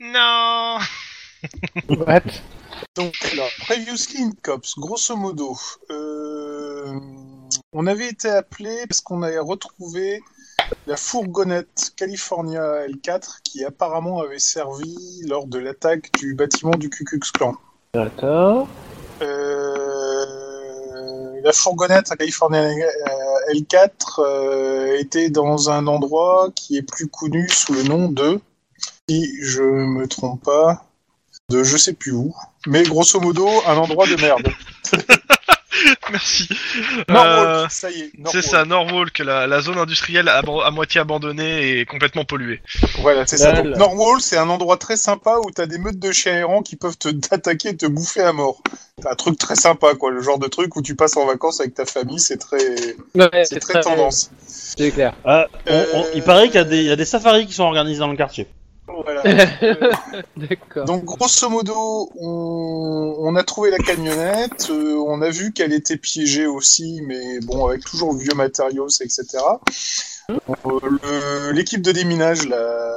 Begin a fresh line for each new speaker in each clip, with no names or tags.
Non
What
Donc là, Previously in Cops, grosso modo, euh, on avait été appelé parce qu'on avait retrouvé la fourgonnette California L4 qui apparemment avait servi lors de l'attaque du bâtiment du Ku Klux Klan.
D'accord.
Euh, la fourgonnette California euh, L4 euh, était dans un endroit qui est plus connu sous le nom de, si je me trompe pas, de je sais plus où, mais grosso modo un endroit de merde.
Merci. Euh,
Norwalk, ça y est.
c'est
Norwalk.
ça, Norwalk, la, la zone industrielle aban- à moitié abandonnée et complètement polluée.
Voilà, c'est ça.
Dalle.
Donc, Norwalk, c'est un endroit très sympa où t'as des meutes de chiens errants qui peuvent te t'attaquer et te bouffer à mort. C'est un truc très sympa, quoi. Le genre de truc où tu passes en vacances avec ta famille, c'est très, c'est très tendance.
C'est clair.
Ah, on- on- il paraît qu'il y a des- il y a des safaris qui sont organisés dans le quartier.
Voilà.
D'accord.
Donc grosso modo, on, on a trouvé la camionnette, euh, on a vu qu'elle était piégée aussi, mais bon, avec toujours le vieux matériaux, c'est- etc. Euh, le- L'équipe de déminage l'a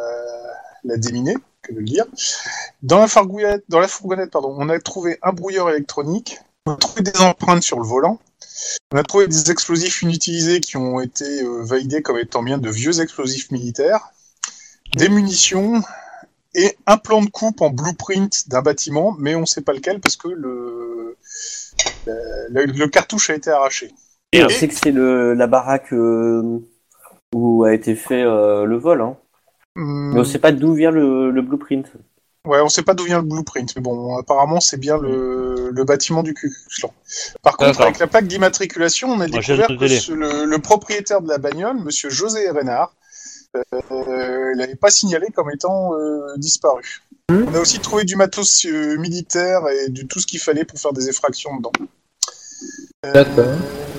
l'a déminée, que de le dire. Dans la fourgonnette, dans la fourgonnette pardon, on a trouvé un brouilleur électronique, on a trouvé des empreintes sur le volant, on a trouvé des explosifs inutilisés qui ont été euh, validés comme étant bien de vieux explosifs militaires, des munitions, et un plan de coupe en blueprint d'un bâtiment, mais on ne sait pas lequel parce que le, le, le cartouche a été arraché.
Et on sait que c'est le- la baraque euh, où a été fait euh, le vol. Hein.
Hum,
Mais on sait pas d'où vient le, le blueprint.
ouais, on sait pas d'où vient le blueprint, mais bon, apparemment c'est bien le, le bâtiment du Ku Klux Klan. Par contre,
D'accord.
avec la plaque d'immatriculation, on a
Moi, j'ai le
découvert
truc
que
télé.
ce- le, le propriétaire de la bagnole, Monsieur José Renard, euh, l'avait pas signalé comme étant euh, disparu.
Hmm.
On a aussi trouvé du matos euh, militaire et de tout ce qu'il fallait pour faire des effractions dedans. Euh,
D'accord.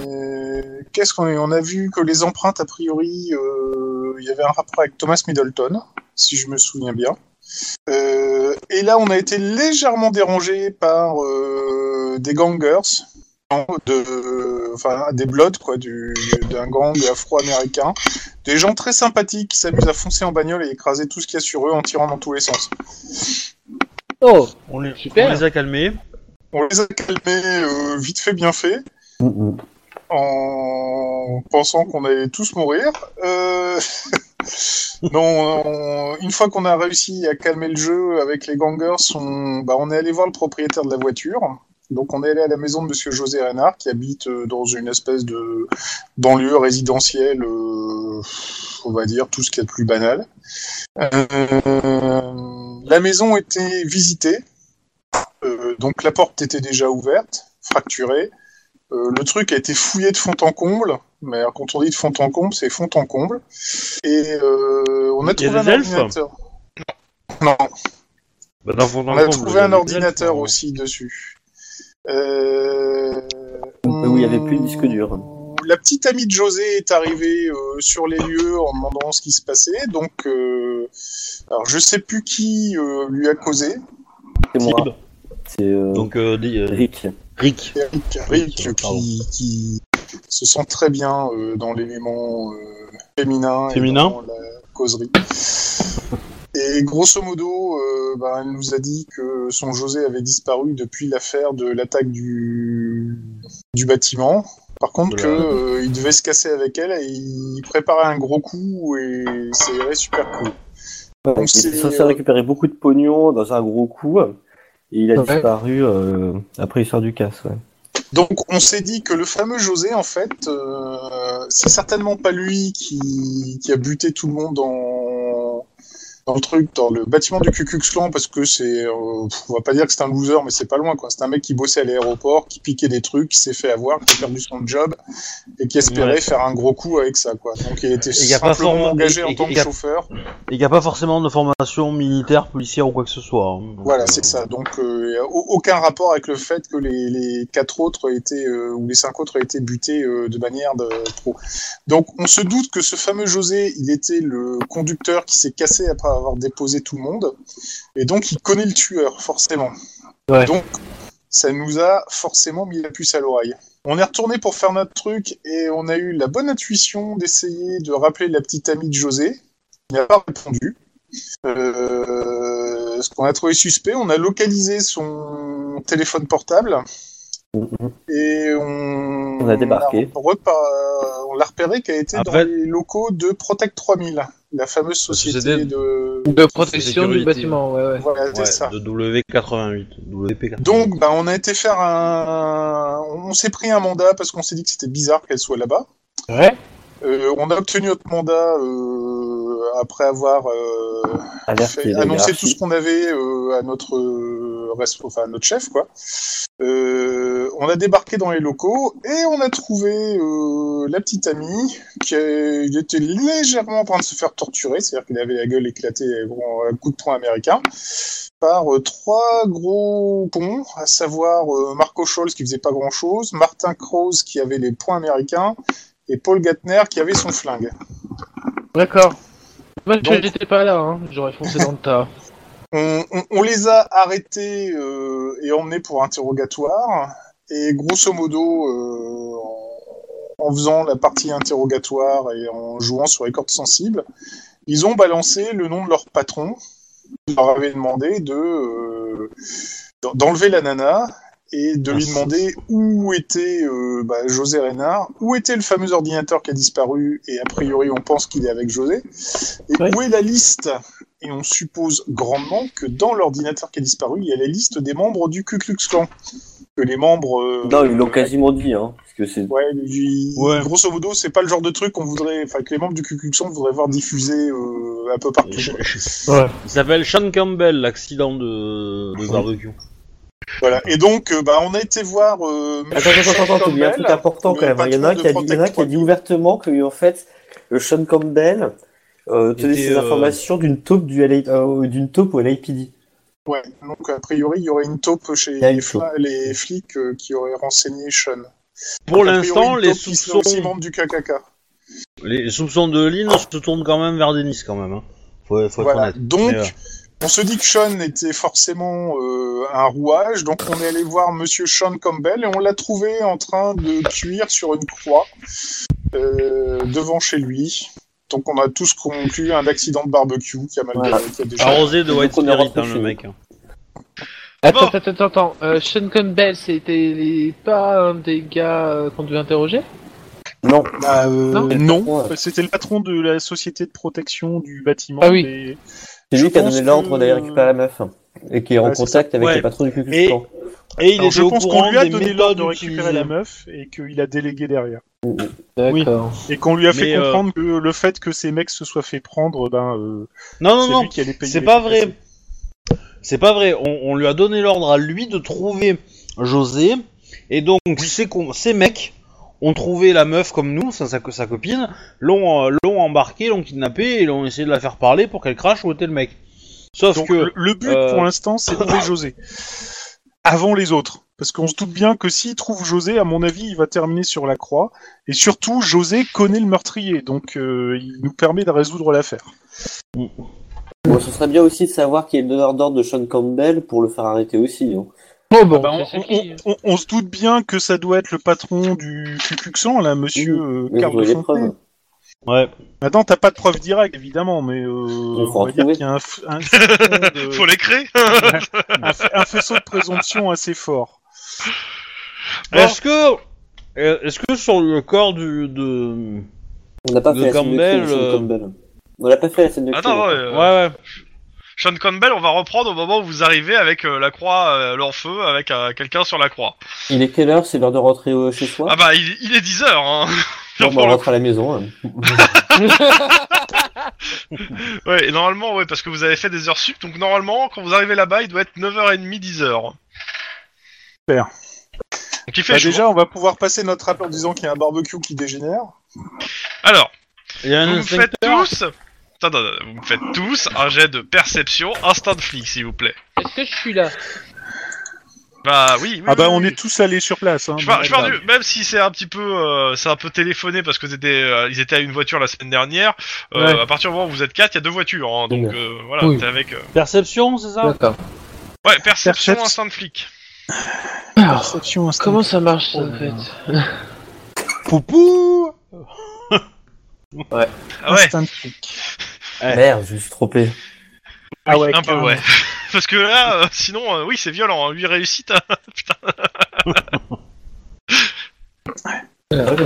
Euh, Qu'est-ce qu'on a On a vu que les empreintes, a priori, euh, il y avait un rapport avec Thomas Middleton, si je me souviens bien. Euh, et là, on a été légèrement dérangé par euh, des gangers, non, de, enfin des bloods quoi, du- d'un gang afro-américain, des gens très sympathiques qui s'amusent à foncer en bagnole et écraser tout ce qu'il y a sur eux en tirant dans tous les sens.
Oh
On les,
Super.
on les a calmés.
On les a calmés euh, vite fait, bien fait. en pensant qu'on allait tous mourir. Euh... non, on- une fois qu'on a réussi à calmer le jeu avec les gangers, on, bah, on est allé voir le propriétaire de la voiture. Donc on est allé à la maison de Monsieur José Renard qui habite euh, dans une espèce de banlieue résidentielle, euh, on va dire tout ce qu'il y a de plus banal. Euh, La maison était visitée, Euh, donc la porte était déjà ouverte, fracturée. Euh, le truc a été fouillé de fond en comble, mais alors, quand on dit de fond en comble, c'est fond en comble. Et euh, on a
Il y a
trouvé un
des elfes
ordinateur. Non,
Bah, dans fond, dans
on
le
a
fond, vous
trouvé
les
un
avez
ordinateur
calmés.
aussi dessus. Euh... hmm,
où il y avait plus de disque dur.
La petite amie de José est arrivée euh, sur les lieux en demandant ce qui se passait. Donc, euh, alors je sais plus qui euh, lui a causé.
C'est moi.
Tib.
hein. C'est euh,
Donc, euh, dis, euh,
Rick.
Rick.
Eric, Eric,
Eric, pardon.
qui, qui se sent très bien euh, dans l'élément euh, féminin, et
Féminin.
dans la causerie. Et grosso modo, euh, ben, elle nous a dit que son José avait disparu depuis l'affaire de l'attaque du... du bâtiment. Par contre,
Voilà.
que euh, il devait se casser avec elle et il préparait un gros coup et ça irait super cool.
Il
c'est-
était censé récupérer beaucoup de pognon dans un gros coup. Et il a
Ouais.
disparu euh, après l'histoire du casse. Ouais.
Donc on s'est dit que le fameux José, en fait, euh, c'est certainement pas lui qui, qui a buté tout le monde dans, dans le truc, dans le bâtiment du Ku Klux Klan, parce que c'est, euh, pff, on va pas dire que c'est un loser, mais c'est pas loin, quoi. C'est un mec qui bossait à l'aéroport, qui piquait des trucs, qui s'est fait avoir, qui a perdu son job et qui espérait
Ouais.
faire un gros coup avec ça, quoi. Donc il était
Et y a pas
simplement
forme-
engagé
et-
en
et-
tant que
y a-
chauffeur.
Et il n'y a pas forcément de formation militaire, policière ou quoi que ce soit. hein. Donc,
Voilà,
euh,
c'est ça. Donc, euh, y a au- aucun rapport avec le fait que les, les quatre autres étaient, euh, ou les cinq autres étaient butés euh, de manière de, pro. Donc, on se doute que ce fameux José, il était le conducteur qui s'est cassé après avoir déposé tout le monde. Et donc, il connaît le tueur, forcément.
Ouais.
Donc, ça nous a forcément mis la puce à l'oreille. On est retourné pour faire notre truc et on a eu la bonne intuition d'essayer de rappeler la petite amie de José. Il n'a pas répondu. Euh, ce qu'on a trouvé suspect. On a localisé son téléphone portable
Mhm.
et on,
On a débarqué.
On, a repa- on l'a repéré qu'elle était
Après-
dans les locaux de Protect 3000, la fameuse société,
société
de.
De protection du
Sécurité.
bâtiment, ouais, ouais.
Voilà, c'est
Ouais,
ça.
de W88. WP88.
Donc, bah, on a été faire un. On s'est pris un mandat parce qu'on s'est dit que c'était bizarre qu'elle soit là-bas.
Ouais.
Euh, on a obtenu notre mandat euh, après avoir euh,
Alerté.
fait-
la
annoncé
hiérarchie.
tout ce qu'on avait euh, à notre euh, resp- enfin, à notre chef quoi. Euh, on a débarqué dans les locaux et on a trouvé euh, la petite amie qui a- il était légèrement en train de se faire torturer, c'est-à-dire qu'il avait la gueule éclatée à gros- à coups de poing américain par euh, trois gros cons, à savoir euh, Marco Scholz qui faisait pas grand-chose, Martin Krause qui avait les points américains et Paul Gatner qui avait son flingue.
D'accord. Moi, je-
Donc-
j'étais pas là, hein. J'aurais foncé dans le tas.
On, on- on les a arrêtés euh, et emmenés pour interrogatoire. Et grosso modo, euh, en, en faisant la partie interrogatoire et en jouant sur les cordes sensibles, ils ont balancé le nom de leur patron. Ils leur avaient demandé de euh, d'en- d'enlever la nana et de lui demander où était euh, bah, José Reynard, où était le fameux ordinateur qui a disparu, et a priori on pense qu'il est avec José, et
Ouais.
où est la liste et on suppose grandement que dans l'ordinateur qui a disparu, il y a la liste des membres du Ku Klux Klan. Que les membres. euh,
Non, ils l'ont quasiment dit, hein. Parce que c'est.
Ouais, lui-
Ouais.
grosso modo, c'est pas le genre de truc qu'on voudrait. Enfin, que les membres du Ku Klux Klan voudraient voir diffusé euh, un peu partout.
Je-
quoi.
je-
Ouais.
Il s'appelle Sean Campbell, l'accident de, de barbecue.
Voilà. Et donc, euh, bah, on a été voir. euh,
Attends, attends, attends, attends, il y a un truc important quand
le
même. hein. Il y en a un
patron
qui a
de
dit, il y en a un qui a
Protect
dit ouvertement que, en fait, euh, Sean Campbell euh, tenait
Était,
ses
euh,
informations d'une taupe, du LA, euh, d'une taupe au LAPD.
Ouais. Donc, a priori, il y aurait une taupe chez
Il y a une
les, fla- les flics euh, qui auraient renseigné Sean.
Pour
A priori,
l'instant,
une
les
taupe qui serait
soupçons,
aussi membre du KKK.
les soupçons de Lynn se tournent quand même vers Denis, quand même. Hein. Faut, faut être
Voilà.
honnête.
Donc,
Mais, euh,
On se dit que Sean était forcément euh, un rouage, donc on est allé voir Monsieur Sean Campbell et on l'a trouvé en train de cuire sur une croix euh, devant chez lui. Donc on a tous conclu un accident de barbecue qui a mal
Voilà.
qui a déjà-
arrosé de
Donc,
White
on est
Spirit,
rentré
hein,
chez
le
nous.
mec. hein.
Attends,
Bon.
attends, attends, attends. Euh, Sean Campbell, c'était les- pas un des gars euh, qu'on devait interroger
Non.
Bah, euh,
Non.
non,
Ouais.
c'était le patron de la société de protection du bâtiment.
Ah oui.
des-
C'est
Je
lui qui a
pense
donné l'ordre
que-
d'aller récupérer la meuf. hein, Et qui est en
Ouais, c'est
contact avec
Ouais.
les patrons du Ku
Et-
Klux Klan.
Et il
Alors,
est
je
au
pense qu'on
courant
lui a
des
donné
méthodes
l'ordre de récupérer
utilisées.
la meuf et qu'il a délégué derrière.
D'accord.
Et qu'on lui a fait
Mais, euh,
comprendre que le fait que ces mecs se soient fait prendre, ben, euh,
Non, non,
c'est
non,
lui qui allait payer.
C'est
les
pas
pots
vrai.
cassés.
C'est pas vrai. On, on lui a donné l'ordre à lui de trouver José. Et donc, ces, con- ces mecs ont trouvé la meuf comme nous, sa, sa, sa copine, l'ont euh, l'ont embarqué, l'ont kidnappé et l'ont essayé de la faire parler pour qu'elle crache où était le mec. Sauf
Donc
que.
le, le but
euh,
pour l'instant, c'est de trouver José. Avant les autres. Parce qu'on se doute bien que s'il trouve José, à mon avis, il va terminer sur la croix. Et surtout, José connaît le meurtrier, donc euh, il nous permet de résoudre l'affaire.
Bon, ce serait bien aussi de savoir qui est le donneur d'ordre de Sean Campbell pour le faire arrêter aussi. hein.
Bon, Oh, bon,
Bah, on,
je sais
on-
qui.
on- on- on se doute bien que ça doit être le patron du Ku Klux Klan, là, monsieur euh,
Mais
Carl
vous
de
voyez les
Fontenay.
preuves.
Ouais.
Maintenant, t'as pas de preuves directes, évidemment, mais euh, on,
fera
va dire
trouver.
qu'il y a un, f- un soupçon
Euh,
de-
Faut les créer.
un f- un faisceau de présomption assez fort.
Est-ce que. euh, Est-ce que sur le corps du. De...
On n'a pas
De
fait la scène de crime,
Campbell,
Sean
euh,
Campbell. On n'a pas fait la scène de crime.
Attends, ouais,
Ouais,
euh,
ouais.
Sean Campbell, on va reprendre au moment où vous arrivez avec euh, la croix, euh, l'enfeu, avec euh, quelqu'un sur la croix.
Il est quelle heure C'est l'heure de rentrer euh, chez soi
Ah bah, il, il est 10h, hein.
Bon, bah,
Pour
on
le
rentre à la maison. hein.
Ouais, et normalement, ouais, parce que vous avez fait des heures sup, donc normalement, quand vous arrivez là-bas, il doit être 9h30, 10h.
Super.
Donc il fait
Bah,
chaud.
déjà, on va pouvoir passer notre rappel en disant qu'il y a un barbecue qui dégénère.
Alors,
Il y a un
vous me faites
inspecteur.
tous... Attends, attends, attends, vous me faites tous un jet de perception, instinct de flic, s'il vous plaît.
Est-ce que je suis là
Bah oui, oui,
Ah bah,
oui,
on
oui.
est tous allés sur place. Hein,
Je parle,
bon,
je parle
bah,
du- même si c'est un petit peu, euh, c'est un peu téléphoné parce que vous étiez, euh, ils étaient à une voiture la semaine dernière. euh,
Ouais.
À partir du moment où vous êtes quatre, il y a deux voitures, hein, donc
Oui.
euh, voilà,
Oui.
t'es avec. euh,
Perception, c'est ça
D'accord.
Ouais, perception,
Percept-
instinct de flic.
Alors,
perception instinct.
comment ça marche, ça, en fait
Poupou
Ah ouais,
instinct de flic.
Ah
Ah
Ouais.
Merde, je me suis trompé.
Ah ouais,
un peu
carrément.
ouais. Parce que là, euh, sinon, euh, oui, c'est violent. hein. Lui réussite. hein.
Ah, Euh,
Ah,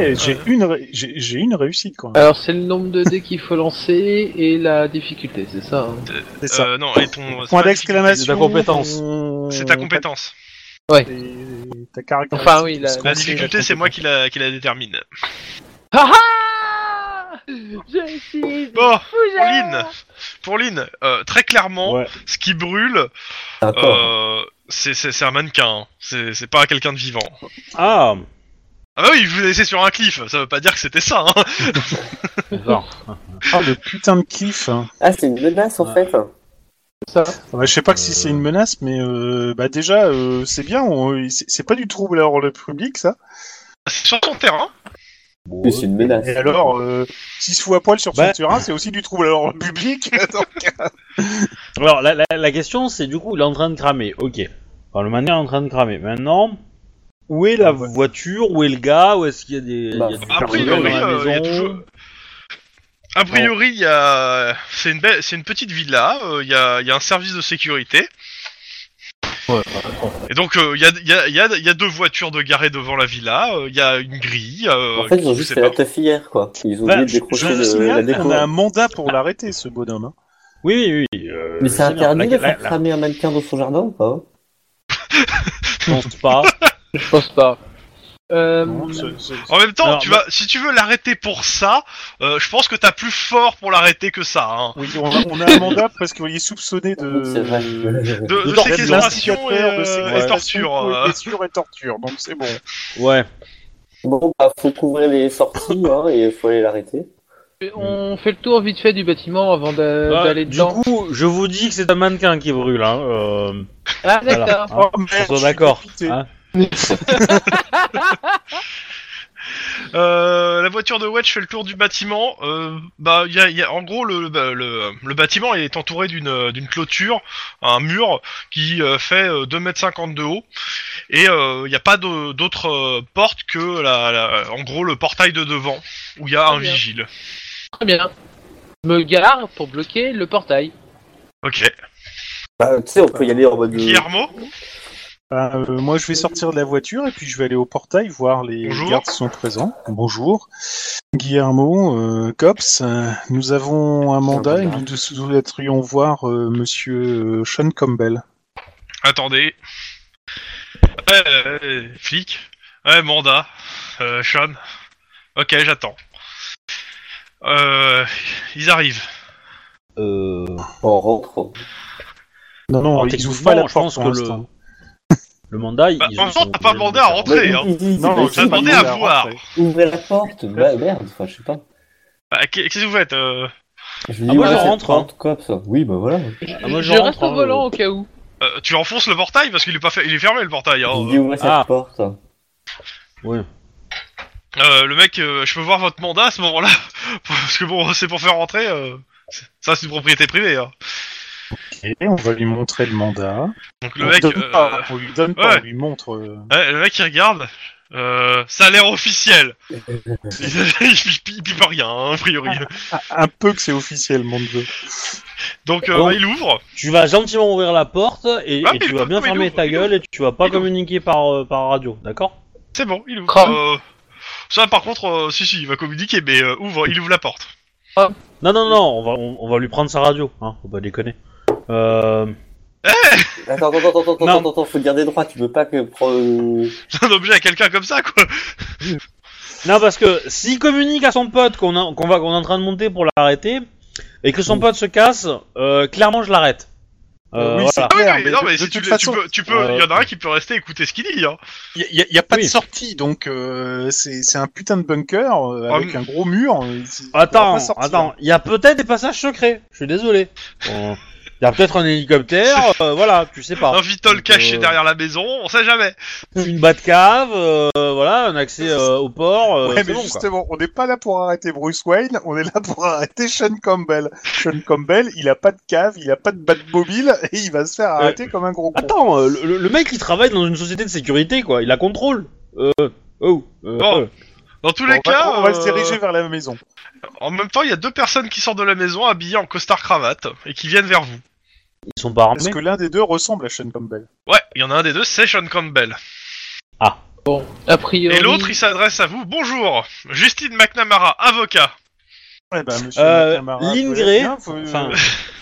Eh, J'ai une, ré- j'ai j'ai une réussite
Euh,
quand même.
Alors c'est le nombre de dés qu'il faut lancer et la difficulté, c'est ça. hein.
C'est ça.
Euh, non, et ton. c'est
Point
pas-
d'exclamation.
c'est ta compétence.
ton-
C'est ta compétence.
tes- Euh, Ta caractéristique.
Enfin oui, la,
La difficulté, c'est moi qui la, qui la détermine.
Ah ah J'ai réussi
Bon,
Fougère
Pauline, Pauline, euh, très clairement,
Ouais. Oh.
ce qui brûle,
D'accord.
euh, c'est- c'est c'est un mannequin. hein. C'est c'est pas quelqu'un de vivant.
Ah
Ah bah oui, je vous ai laissé sur un cliff. Ça veut pas dire que c'était ça. hein.
D'accord.
Ah, le putain de kiff. hein.
Ah, c'est une menace en fait.
Ça.
Ouais, je sais pas que si c'est une menace, mais euh, bah déjà, euh, c'est bien. on- c'est c'est pas du trouble à l'ordre public, ça.
C'est sur ton terrain.
Oui, c'est une menace.
Et alors, euh, s'il se fout à poil sur
Bah.
son terrain, c'est aussi du trouble à l'ordre public. Attends.
Alors, la, la- la question, c'est du coup, il est en train de cramer. Ok. Enfin, le mannequin est en train de cramer. Maintenant, où est la voiture Où est le gars Où est-ce qu'il y a des.
Bah,
il y a du
A
personnel
priori,
dans la
euh, il y a
maison
toujours- A priori, il y a... c'est une, belle- c'est une petite villa, euh, il y, a... il y a un service de sécurité. Et donc, euh, il y, a... il y a- il y a- il y a deux voitures de garées devant la villa, euh, il y a une grille. euh,
En fait, ils ont
je
juste
sais
fait
pas.
la teuf hier, quoi. Ils ont
Bah,
oublié de
je-
Je
décrocher
vous
le- la
signale
déco.
qu'on a un mandat pour l'arrêter, ce bonhomme. hein.
Oui, oui, oui. euh,
Mais
je
c'est
sais bien.
interdit
La-
de faire
la- la-
cramer un mannequin dans son jardin ou pas
Je pense pas.
Je pense pas. Euh,
Non, ce- ce-
En même temps,
Alors,
tu
bah-
vas... si tu veux l'arrêter pour ça, euh, je pense que t'as plus fort pour l'arrêter que ça. hein.
Oui, on a, on a un mandat parce qu'il est soupçonné
Oh, C'est vrai.
de.
De, de
torture,
séquestration et, euh, et torture.
Oui,
euh.
blessure et torture, donc c'est bon.
Ouais.
Bon, bah, faut couvrir les sorties, hein, et faut aller l'arrêter.
on fait le tour vite fait du bâtiment avant d'a-
Bah,
Euh, d'aller
du
dedans.
coup, je vous dis que c'est un mannequin qui brûle. Hein. Euh...
Ah
voilà,
d'accord.
hein.
Oh, merde,
Ils sont
je suis
d'accord.
dépité.
hein.
Euh, la voiture de Wedge fait le tour du bâtiment. Euh, bah, il y a, il y a- en gros, le, bah, le, le bâtiment est entouré d'une euh, d'une clôture, un mur qui euh, fait euh, 2m50 de haut. Et euh, il n'y a pas de- d'autre euh, porte que, la, la- en gros, le portail de devant, où il y a
Très
un
bien.
vigile.
Très bien. Me gare pour bloquer le portail.
Ok.
Bah, tu sais, on peut y aller en mode.
Guillermo
Bah, euh, moi, je vais sortir de la voiture et puis je vais aller au portail voir les
Bonjour.
gardes qui sont présents. Bonjour. Guillermo, euh, Cops, euh, nous avons un mandat et nous souhaiterions voir euh, monsieur euh, Sean Campbell.
Attendez. Ouais, euh, euh, flic. Ouais, mandat. Euh, Sean. Ok, j'attends. Euh, ils arrivent.
Euh...
On rentre.
Non, non,
alors,
ils ouvrent
Ah, techniquement,
pas la
je
porte
pense
pour
que
l'instant.
le... le mandat. ils-
Bah,
ils
en même temps,
sont
t'as pas
obligés de
demandé
le
à
faire.
rentrer, hein.
Non, non,
Ils ont demandé à voir.
Ouvrez la porte, bah merde, enfin je sais pas.
Bah, qu'est- qu'est-ce que vous faites euh,
Je lui
Ah,
dis,
moi,
ouais,
je
c'est
rentre,
30 cops. Oui, bah voilà.
Ah, moi,
je
je rentre,
reste au
hein,
volant
euh.
au cas où.
Euh, Tu enfonces le portail parce qu'il est pas fait, il est fermé le portail. hein.
Je lui dis, ouvrez cette
Ah.
porte.
Euh, le mec, euh, je peux voir votre mandat à ce moment-là parce que bon, c'est pour faire rentrer. euh, c'est- Ça, c'est une propriété privée. hein.
Et on va lui montrer le mandat.
Donc le
on,
mec,
donne
euh,
pas, on lui donne pas,
ouais.
on lui montre. euh,
ouais, le mec, il regarde. Euh, ça a l'air officiel. il, il, il pipe rien, hein, a priori.
un peu que c'est officiel, mon dieu.
Donc euh,
Bon.
il ouvre.
Tu vas gentiment ouvrir la porte et,
Ah,
et
mais
tu
il
vas
ouvre,
bien
mais il
fermer
ouvre,
ta
il
gueule et tu vas
il
pas
ouvre.
communiquer par, euh, par radio, d'accord
C'est bon, il ouvre.
Cram.
Euh, ça, par contre, euh, si si, il va communiquer, mais euh, ouvre, il ouvre la porte.
Non, non, non, on va, on, on va lui prendre sa radio, hein, faut pas déconner. Euh,
Attends, attends, attends, attends,
Non.
attends, attends, faut garder droit, tu veux pas que. prendre-
C'est un objet à quelqu'un comme ça, quoi.
Non, parce que s'il communique à son pote qu'on a- qu'on va- qu'on est en train de monter pour l'arrêter et que son pote se casse, euh, clairement je l'arrête. Euh,
Mm. Oui,
voilà.
Ah oui,
Claire,
oui,
mais
non,
de-
mais
de
si tu,
toute
le-
façon,
tu peux, tu peux, il y en a
euh,
un qui peut rester écouter ce qu'il dit. Hein.
Il n'y a, y a pas
Oui.
de sortie, donc euh, c'est c'est un putain de bunker euh, avec
mais-
un gros mur. euh, il- il pourra
Attends,
pas sortir.
attends, il y a peut-être des passages secrets, je suis désolé. Euh, Il y a peut-être un hélicoptère, euh, voilà, tu sais
Ah,
pas.
un vitol
donc,
caché
euh,
derrière la maison, on sait jamais.
Une Batcave, euh, voilà, un accès euh, au port, euh,
Ouais,
c'est
mais
bon, quoi.
justement, on n'est pas là pour arrêter Bruce Wayne, on est là pour arrêter Sean Campbell. Sean Campbell, il a pas de cave, il a pas de Batmobile et il va se faire arrêter comme un gros con.
Attends, euh, le, le mec il travaille dans une société de sécurité quoi, il la contrôle. Euh, oh, euh,
Bon.
euh.
Dans tous
Bon,
les
on va-
cas,
on va
euh,
se diriger vers la maison.
en même temps, il y a deux personnes qui sortent de la maison habillées en costard cravate et qui viennent vers vous.
Ils sont pas
Parce
armés.
que l'un des deux ressemble à Sean Campbell.
Ouais, il y en a un des deux, c'est Sean Campbell.
Bon, a priori.
Et l'autre, il s'adresse à vous. Bonjour, Justine McNamara, avocat.
Eh ben, monsieur
Euh,
McNamara,
Lynn
vous allez
Gray,
bien Faut-
enfin-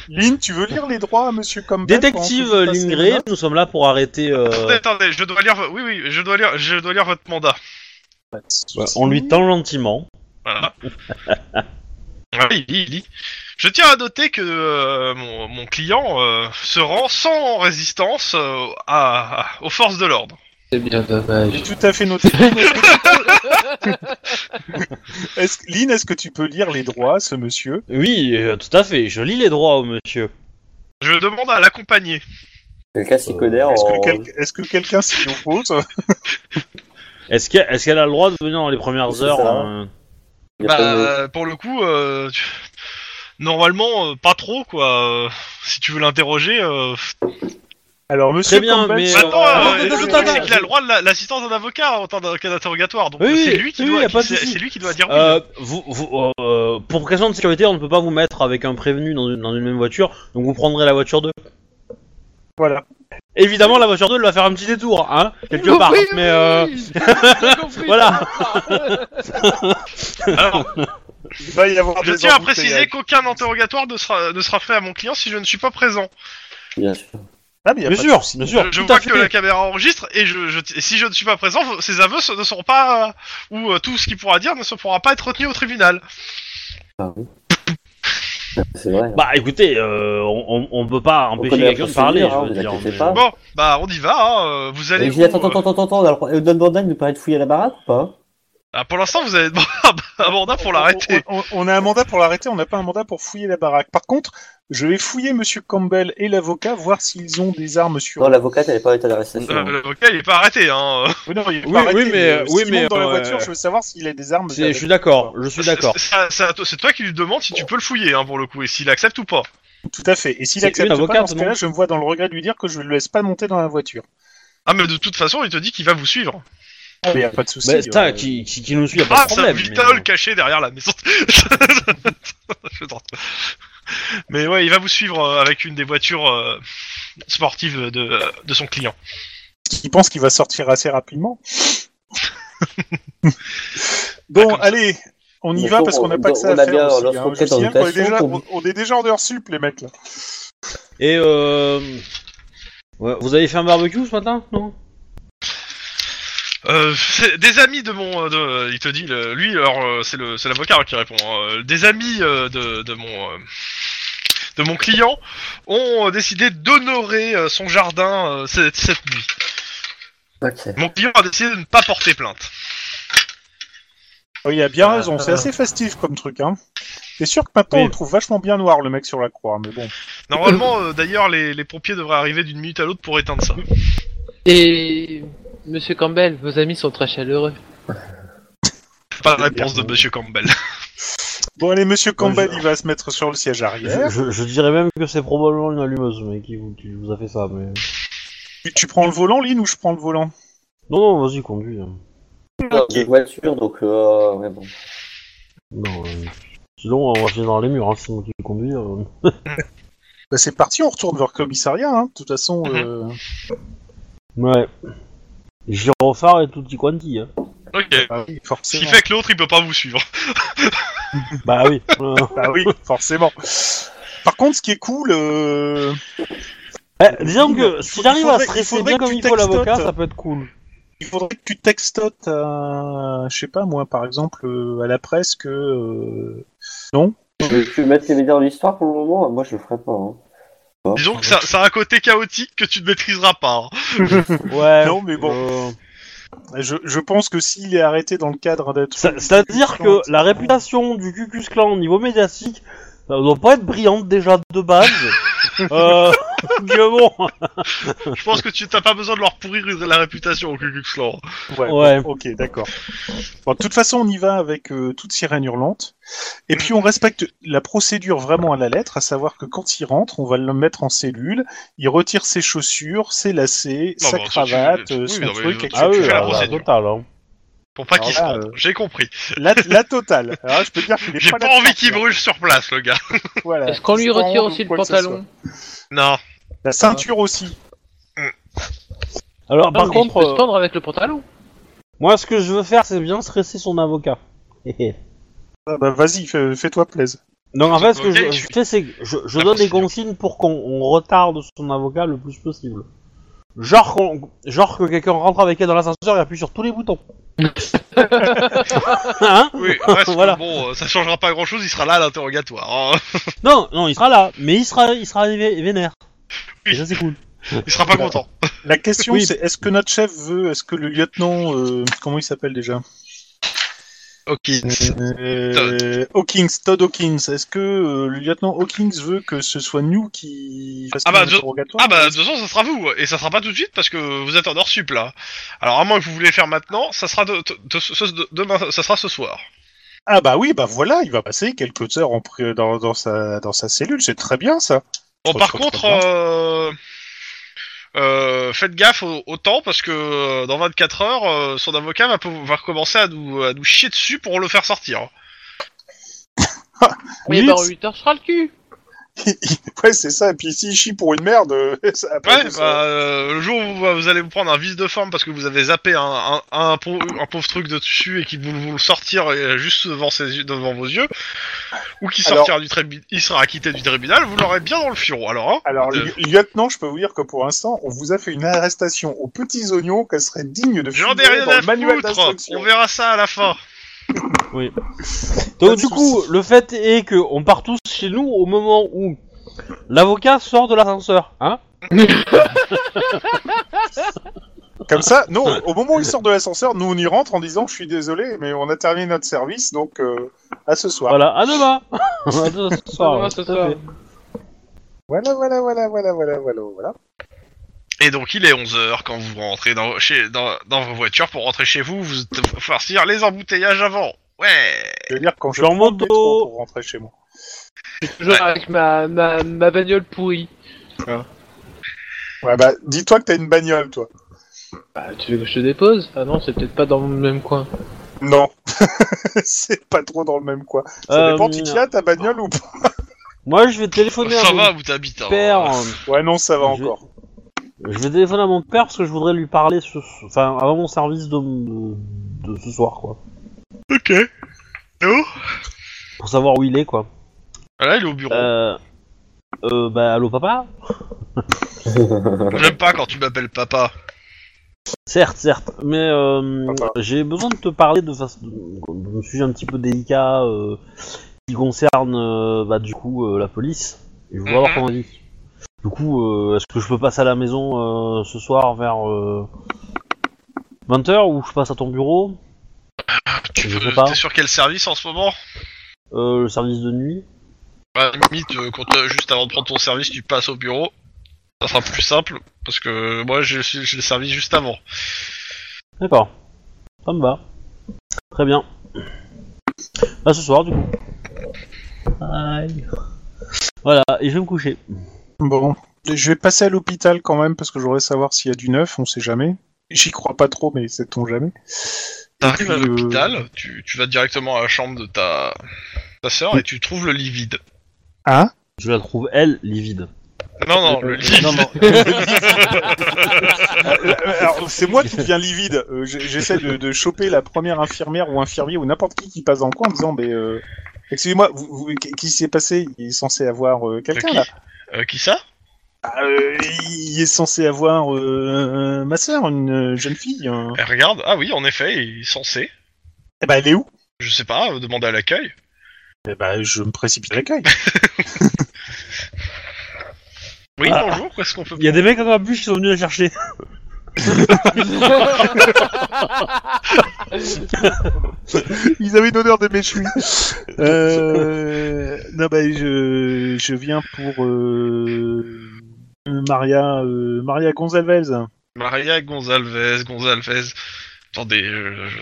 Lynn, tu veux lire les droits à monsieur Campbell
Détective euh,
pendant que je passe les
Lingré,
notes
nous sommes là pour arrêter.
Attendez,
euh,
attendez, je dois lire. vo- Oui, oui, je dois lire. Je dois lire votre mandat.
bah, on lui tend gentiment.
Voilà. Ah oui, il lit, il lit. Je tiens à noter que euh, mon, mon client euh, se rend sans résistance euh, à- à- aux forces de l'ordre.
C'est bien
J'ai
dommage.
tout à fait noté. Est-ce que- Lynn, est-ce que tu peux lire les droits à ce monsieur
Oui, euh, tout à fait. Je lis les droits au monsieur.
Je demande à l'accompagner.
Quelqu'un s'y connaît en...
Est-ce
Oh.
que, quel- est-ce que quelqu'un s'y oppose
Est-ce qu'elle est-ce qu'elle a le droit de venir dans les premières
C'est
heures
ça.
hein
Il y a
Bah,
pas de-
euh, pour le coup, euh, tu- normalement, euh, pas trop, quoi. Euh, si tu veux l'interroger... Euh...
Alors, monsieur
bien,
Campbell,
mais,
c'est-
euh,
Attends,
attends,
euh, le
attends, attends,
truc, c'est
attends.
qu'il a le droit de la- l'assistance d'un avocat en temps d'un cas d'interrogatoire, donc
Oui,
euh, c'est
oui,
lui, qui
oui,
doit-
y a
qui-
pas de
c'est-
souci.
c'est lui qui doit dire oui.
Euh, vous, vous, euh, pour question de sécurité, on ne peut pas vous mettre avec un prévenu dans une, dans une même voiture, donc vous prendrez la voiture 2.
voilà.
Évidemment, la voiture 2 elle va faire un petit détour, hein, quelque part.
Oui, oui,
mais euh,
oui, j'ai compris,
voilà.
Alors,
Il va y avoir
je
des
tiens à
embouteillages.
préciser qu'aucun interrogatoire ne sera, ne sera fait à mon client si je ne suis pas présent.
Bien sûr.
Ah, mais il y a
bien
pas
sûr,
de souci.
bien sûr.
je
tout
vois
à fait.
que la caméra enregistre et, je, je- et si je ne suis pas présent, vos- ses aveux ce- ne seront pas euh, ou euh, tout ce qu'il pourra dire ne se pourra pas être retenu au tribunal.
Ah oui. C'est vrai. hein.
Bah, écoutez, euh, on, on- on peut pas empêcher
connaît
quelqu'un de
la
parler.
procédure, hein,
je veux
vous
dire,
inquiétez
mais-
pas.
Bon, bah on y va. hein, euh, Vous allez.
Mais je dis,
vous,
attends,
euh,
attends, attends, attends, attends, alors, Don Bordeaux ne paraît de fouiller la baraque ou pas
ah, pour l'instant, vous avez un mandat pour l'arrêter.
On, on- on a un mandat pour l'arrêter, on n'a pas un mandat pour fouiller la baraque. Par contre, je vais fouiller Monsieur Campbell et l'avocat, voir s'ils ont des armes sur
Non, l'avocate, elle est pas à l'état d'arrestation.
Euh, L'avocat, il est pas arrêté. Hein.
Oui, non, il est pas
Oui,
arrêté,
oui, mais,
euh,
euh, oui,
s'il
mais,
monte dans la
euh,
voiture, je veux savoir s'il a des armes.
C'est- Je suis d'accord, je suis d'accord.
C'est c'est à toi- c'est toi qui lui demande si tu peux le fouiller hein, pour le coup et s'il accepte ou pas.
Tout à fait. Et s'il
C'est
accepte
une
pas, dans
avocate,
ce cas-là,
non
je me vois dans le regret de lui dire que je ne le laisse pas monter dans la voiture.
Ah mais de toute façon, il te dit qu'il va vous suivre.
Ah, Mais y a pas de souci.
Bah, ça,
euh,
qui, qui, qui nous suit, y a pas
Ah,
de
ça
problème. mais,
vitole
euh,
caché derrière la maison. Je tente. mais ouais, il va vous suivre euh, avec une des voitures euh, sportives de, euh, de son client.
qui pense qu'il va sortir assez rapidement. bon,
Comme ça.
allez, on y
Donc,
va parce
on-
qu'on n'a pas que ça
on
à
a
faire.
bien
aussi,
lancé
hein. Je
enquête en
signale qu'on est
notation
déjà- On
pour-
on est déjà en heure sup, les mecs. Là.
Et euh... ouais, vous avez fait un barbecue ce matin Non
Euh, c'est des amis de mon, euh, de- il te dit, le- lui, alors euh, c'est le, c'est l'avocat qui répond. hein, euh, des amis euh, de, de mon, euh, de mon client ont euh, décidé d'honorer euh, son jardin euh, cette, cette nuit.
Ok.
Mon client a décidé de ne pas porter plainte.
Oh, il a bien
Ah.
raison, c'est assez festif comme truc. Hein. C'est sûr que maintenant
Oui.
on le trouve vachement bien noir le mec sur la croix, mais bon.
Normalement, euh, d'ailleurs, les, les pompiers devraient arriver d'une minute à l'autre pour éteindre ça.
Et Monsieur Campbell, vos amis sont très chaleureux.
Pas de réponse de Monsieur Campbell.
Bon allez, monsieur Campbell,
je-
il va se mettre sur le siège
je,
arrière.
je- je dirais même que c'est probablement une allumeuse, mais qui vous, qui vous a fait ça. Mais...
Tu, tu prends le volant, Lynn, ou je prends le volant
Non, non, vas-y, conduis. hein.
Alors, Une voiture, donc, euh, ouais, bon.
Non, euh, Sinon, on va finir dans les murs, hein, c'est moi qui conduis. euh.
bah, C'est parti, on retourne vers le commissariat. Hein. De toute façon,
Mhm.
euh,
Ouais. Gyrophare et tout petit quanti. Hein.
Ok.
bah oui,
Ce
forcément.
qui fait que l'autre, il peut pas vous suivre.
Bah oui. Euh,
Bah oui, forcément. Par contre, ce qui est cool, euh,
eh, disons que
Il
s'il arrive
faudrait-
à se
il
stresser
faudrait
bien
que
comme
tu
il faut l'avocat,
textotes.
ça peut être cool.
il faudrait que tu textotes, à, je sais pas moi, par exemple, euh, à la presse que. euh, Non
Je peux mettre les médias en histoire pour le moment Moi, je le ferai pas. Hein.
Disons que ça, ça a un côté chaotique que tu ne maîtriseras pas. hein.
Ouais.
Non, mais bon.
euh,
je, je pense que s'il est arrêté dans le cadre d'être.
ça- C'est-à-dire que la réputation du Cucus Clan au niveau médiatique, ça doit pas être brillante déjà de base. euh, que bon.
Je pense que tu t'as pas besoin de leur pourrir la réputation au Ku Klux Klan. hein.
Ouais.
Ouais.
bon, Ok, d'accord. Bon, de toute façon, on y va avec euh, toute sirène hurlante. Et puis, on respecte la procédure vraiment à la lettre, à savoir que quand il rentre, on va le mettre en cellule, il retire ses chaussures, ses lacets,
Non,
sa
bon, Ah, bah, ça, tu-
cravate,
tu-
euh,
oui,
son
non, mais-
truc,
tu-
etc.
Ah oui,
fais la
alors, la
procédure.
totale. Hein.
Pour pas qu'ils se
Alors là,
rendent. J'ai compris.
La, la totale. Alors, là, je peux dire qu'il est
J'ai pas
là-dedans,
envie qu'il
là.
brûle sur place, le gars.
Voilà.
Est-ce qu'on lui
C'est pas
retire
honte
aussi
ou
le
quoi que ce
pantalon
Non,
La ceinture aussi.
Alors, par
Non, mais
contre,
il peut
euh,
se tendre avec le pantalon.
moi, ce que je veux faire, c'est bien stresser son avocat. Hé, hé.
Ah bah vas-y, fais- fais-toi plaisir.
Donc en fait, ce que
Ok,
je,
tu-
je fais, c'est que je, je
La
donne des
procédure.
consignes pour qu'on on retarde son avocat le plus possible. Genre, qu'on- genre que quelqu'un rentre avec elle dans l'ascenseur et appuie sur tous les boutons. Hein
Oui, parce que
Voilà.
bon, euh, ça changera pas grand chose, il sera là à l'interrogatoire. hein.
non, non, il sera là, mais il sera, il sera vé- vénère. Et ça c'est cool.
Il sera pas content.
La question
Oui.
c'est est-ce que notre chef veut, est-ce que le lieutenant, euh, comment il s'appelle déjà
Ok.
Euh, Hawkins, Todd Hawkins, est-ce que euh, le lieutenant Hawkins veut que ce soit nous qui fasse
Ah bah,
un
je-
interrogatoire
Ah bah, de toute façon, ça sera vous, et ça sera pas tout de suite parce que vous êtes en hors sup là. Alors, à moins que vous voulez le faire maintenant, ça sera de- de- de- ce- de- demain, ça sera ce soir.
Ah bah oui, bah voilà, il va passer quelques heures en pri- dans, dans sa, dans sa cellule, c'est très bien ça.
Bon,
Trop,
Oh, par
trop,
contre,
trop bien.
euh, euh, faites gaffe au, au temps parce que euh, dans 24 heures, euh, son avocat va, pou- va recommencer à nous, à nous chier dessus pour le faire sortir.
Mais
Oui,
dans
c'est-
8 heures, je serai le cul.
ouais, c'est ça, et puis s'il chie pour une merde, ça va pas
Ouais,
être ça.
bah, euh, le jour où vous, vous allez vous prendre un vice de forme parce que vous avez zappé un, un, un, pau- un pauvre truc de dessus et qui vous, vous le sortir euh, juste devant, ses, yeux- devant vos yeux, ou qui
Alors-
sortira du tribunal, il sera acquitté du tribunal, vous l'aurez bien dans le fion. Alors, hein,
Alors,
euh,
li- lieutenant, je peux vous dire que pour l'instant, on vous a fait une arrestation aux petits oignons qu'elle serait digne de
j'en ai
figurer
rien
dans
à
le manuel
foutre,
d'instruction.
on verra ça à la fin.
Pas
Donc
de
du coup, le fait est que on part tous chez nous au moment où l'avocat sort de l'ascenseur, hein
Comme ça, non, au moment où il sort de l'ascenseur, nous on y rentre en disant je suis désolé, mais on a terminé notre service, donc euh, à ce soir.
Voilà, à demain. à demain ce soir,
Ah,
ouais,
ce
tout à
soir.
fait.
Voilà, voilà, voilà, voilà, voilà, voilà, voilà.
Et donc il est 11h quand vous rentrez dans, chez, dans, dans vos voitures pour rentrer chez vous, vous devez farcir les embouteillages avant. Ouais
Je veux dire, quand je
suis en
prends le
moto.
métro pour rentrer chez moi.
Toujours avec ma, ma, ma bagnole pourrie.
Ouais, bah, dis-toi que t'as une bagnole, toi.
Bah, tu veux que je te dépose Ah non, c'est peut-être pas dans le même coin.
Non. c'est pas trop dans le même coin. Ça
Euh,
dépend, tu tiens ta bagnole ou pas
Moi, je vais téléphoner à
Ça
mon
va où t'habites hein.
père. euh,
Ouais, non, ça va
Je-
encore.
Je vais téléphoner à mon père parce que je voudrais lui parler ce... enfin, avant mon service de... de- de ce soir, quoi.
Ok. Et où
Pour savoir où il est, quoi.
Ah Là il est au bureau.
Euh... euh bah, allô, papa
J'aime pas quand tu m'appelles papa.
Certes, certes, mais euh,
Papa.
j'ai besoin de te parler de façon... de- d'un sujet un petit peu délicat euh, qui concerne, euh, bah, du coup, euh, la police. Et je voudrais avoir ton avis. Du coup, euh, est-ce que je peux passer à la maison euh, ce soir vers... 20h ou je passe à ton bureau
Tu
Je
veux-
sais pas.
T'es sur quel service en ce moment
euh, le service de nuit
Bah limite euh, quand t'as- juste avant de prendre ton service tu passes au bureau. Ça sera plus simple parce que moi je suis j'ai le service juste avant.
D'accord. Ça me va. Très bien. À ce soir, du coup. Bye. Voilà, et je vais me coucher.
Bon, je vais passer à l'hôpital quand même parce que j'aurais savoir s'il y a du neuf, on sait jamais. J'y crois pas trop, mais sait-on jamais.
T'arrives
puis,
à
euh,
l'hôpital, tu, tu vas directement à la chambre de ta, ta soeur et tu trouves le lit vide.
Hein
Je la trouve, elle, livide.
Ah, Non non le lit
Euh,
Euh,
Non, non.
Euh, Alors, c'est moi qui deviens livide. Euh, j- J'essaie de, de choper la première infirmière ou infirmier ou n'importe qui qui passe dans le coin en disant, mais euh, excusez-moi, vous, vous- qu'est- qui s'est passé Il est censé avoir euh,
Euh,
quelqu'un
qui,
là.
Euh, qui ça
Ah, euh, il est censé avoir euh, ma sœur, une euh, jeune fille. hein.
Elle regarde, ah oui, en effet, il est censé.
Eh ben, elle est où
Je sais pas, euh, demander à l'accueil.
Eh ben, je me précipite à l'accueil.
Oui,
Ah.
bonjour, qu'est-ce qu'on peut.
Il y a des mecs en capuche qui sont venus la chercher.
Ils avaient une odeur de méchoui. Euh, non, bah, je, je viens pour euh, Maria, euh, Maria Gonzalez.
Maria Gonzalez, Gonzalez. Attendez, je. je-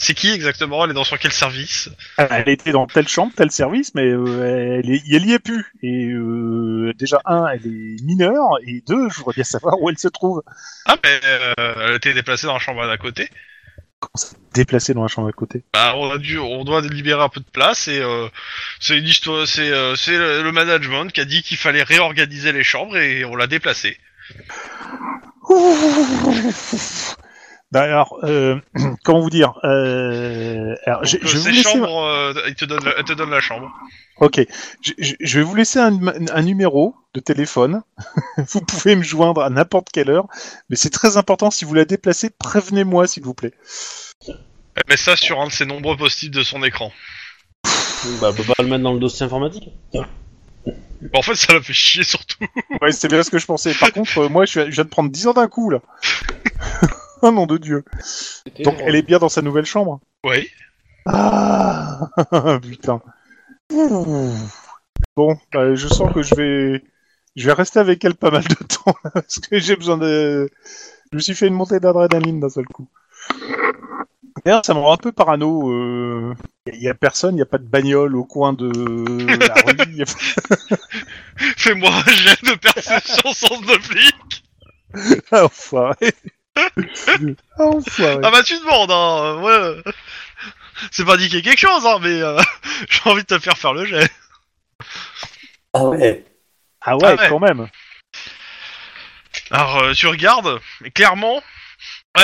C'est qui exactement Elle est dans sur quel service
Elle était dans telle chambre, tel service, mais euh, elle, est, elle y est plus. Et euh, déjà, un, elle est mineure, et deux, je voudrais bien savoir où elle se trouve.
ben, Ah, mais euh, elle a été déplacée dans la chambre d'à côté.
commence à se déplacer dans la chambre à côté.
Bah, on a dû, on doit libérer un peu de place et euh, c'est une histoire, c'est euh, c'est le le management qui a dit qu'il fallait réorganiser les chambres et on l'a déplacé.
Bah, alors, euh, comment vous dire euh, alors,
Donc,
j'ai- je vais
euh,
vous
ces
laisser-
chambres, euh, ils te donnent, la- elles te donnent la chambre.
Ok, je, je- je vais vous laisser un, un numéro de téléphone. vous pouvez me joindre à n'importe quelle heure, mais c'est très important. Si vous la déplacez, prévenez-moi, s'il vous plaît.
Elle met ça sur un de ses nombreux post-it de son écran.
Bah, on peut pas le mettre dans le dossier informatique.
En fait, ça la fait chier surtout.
Ouais, c'est bien ce que je pensais. Par contre, euh, moi, je, suis à- je viens de prendre 10 ans d'un coup, là. oh nom de Dieu.
C'était
Donc,
drôle.
elle est bien dans sa nouvelle chambre
Oui.
Ah Putain. Bon, bah, je sens que je vais... Je vais rester avec elle pas mal de temps, là, parce que j'ai besoin de... Je me suis fait une montée d'adrénaline d'un seul coup. D'ailleurs, ça me rend un peu parano. euh, Il y a personne, il n'y a pas de bagnole au coin de la rue. y a
Fais-moi un jet de perception sens de flic.
Ah, enfoiré. ah, enfoiré.
Ah bah tu demandes, hein. euh, Ouais. C'est pas indiqué quelque chose, hein, mais euh, j'ai envie de te faire faire le jet.
Ah ouais.
Ah ouais,
Ah ouais.
quand même.
Alors, euh, tu regardes, et clairement,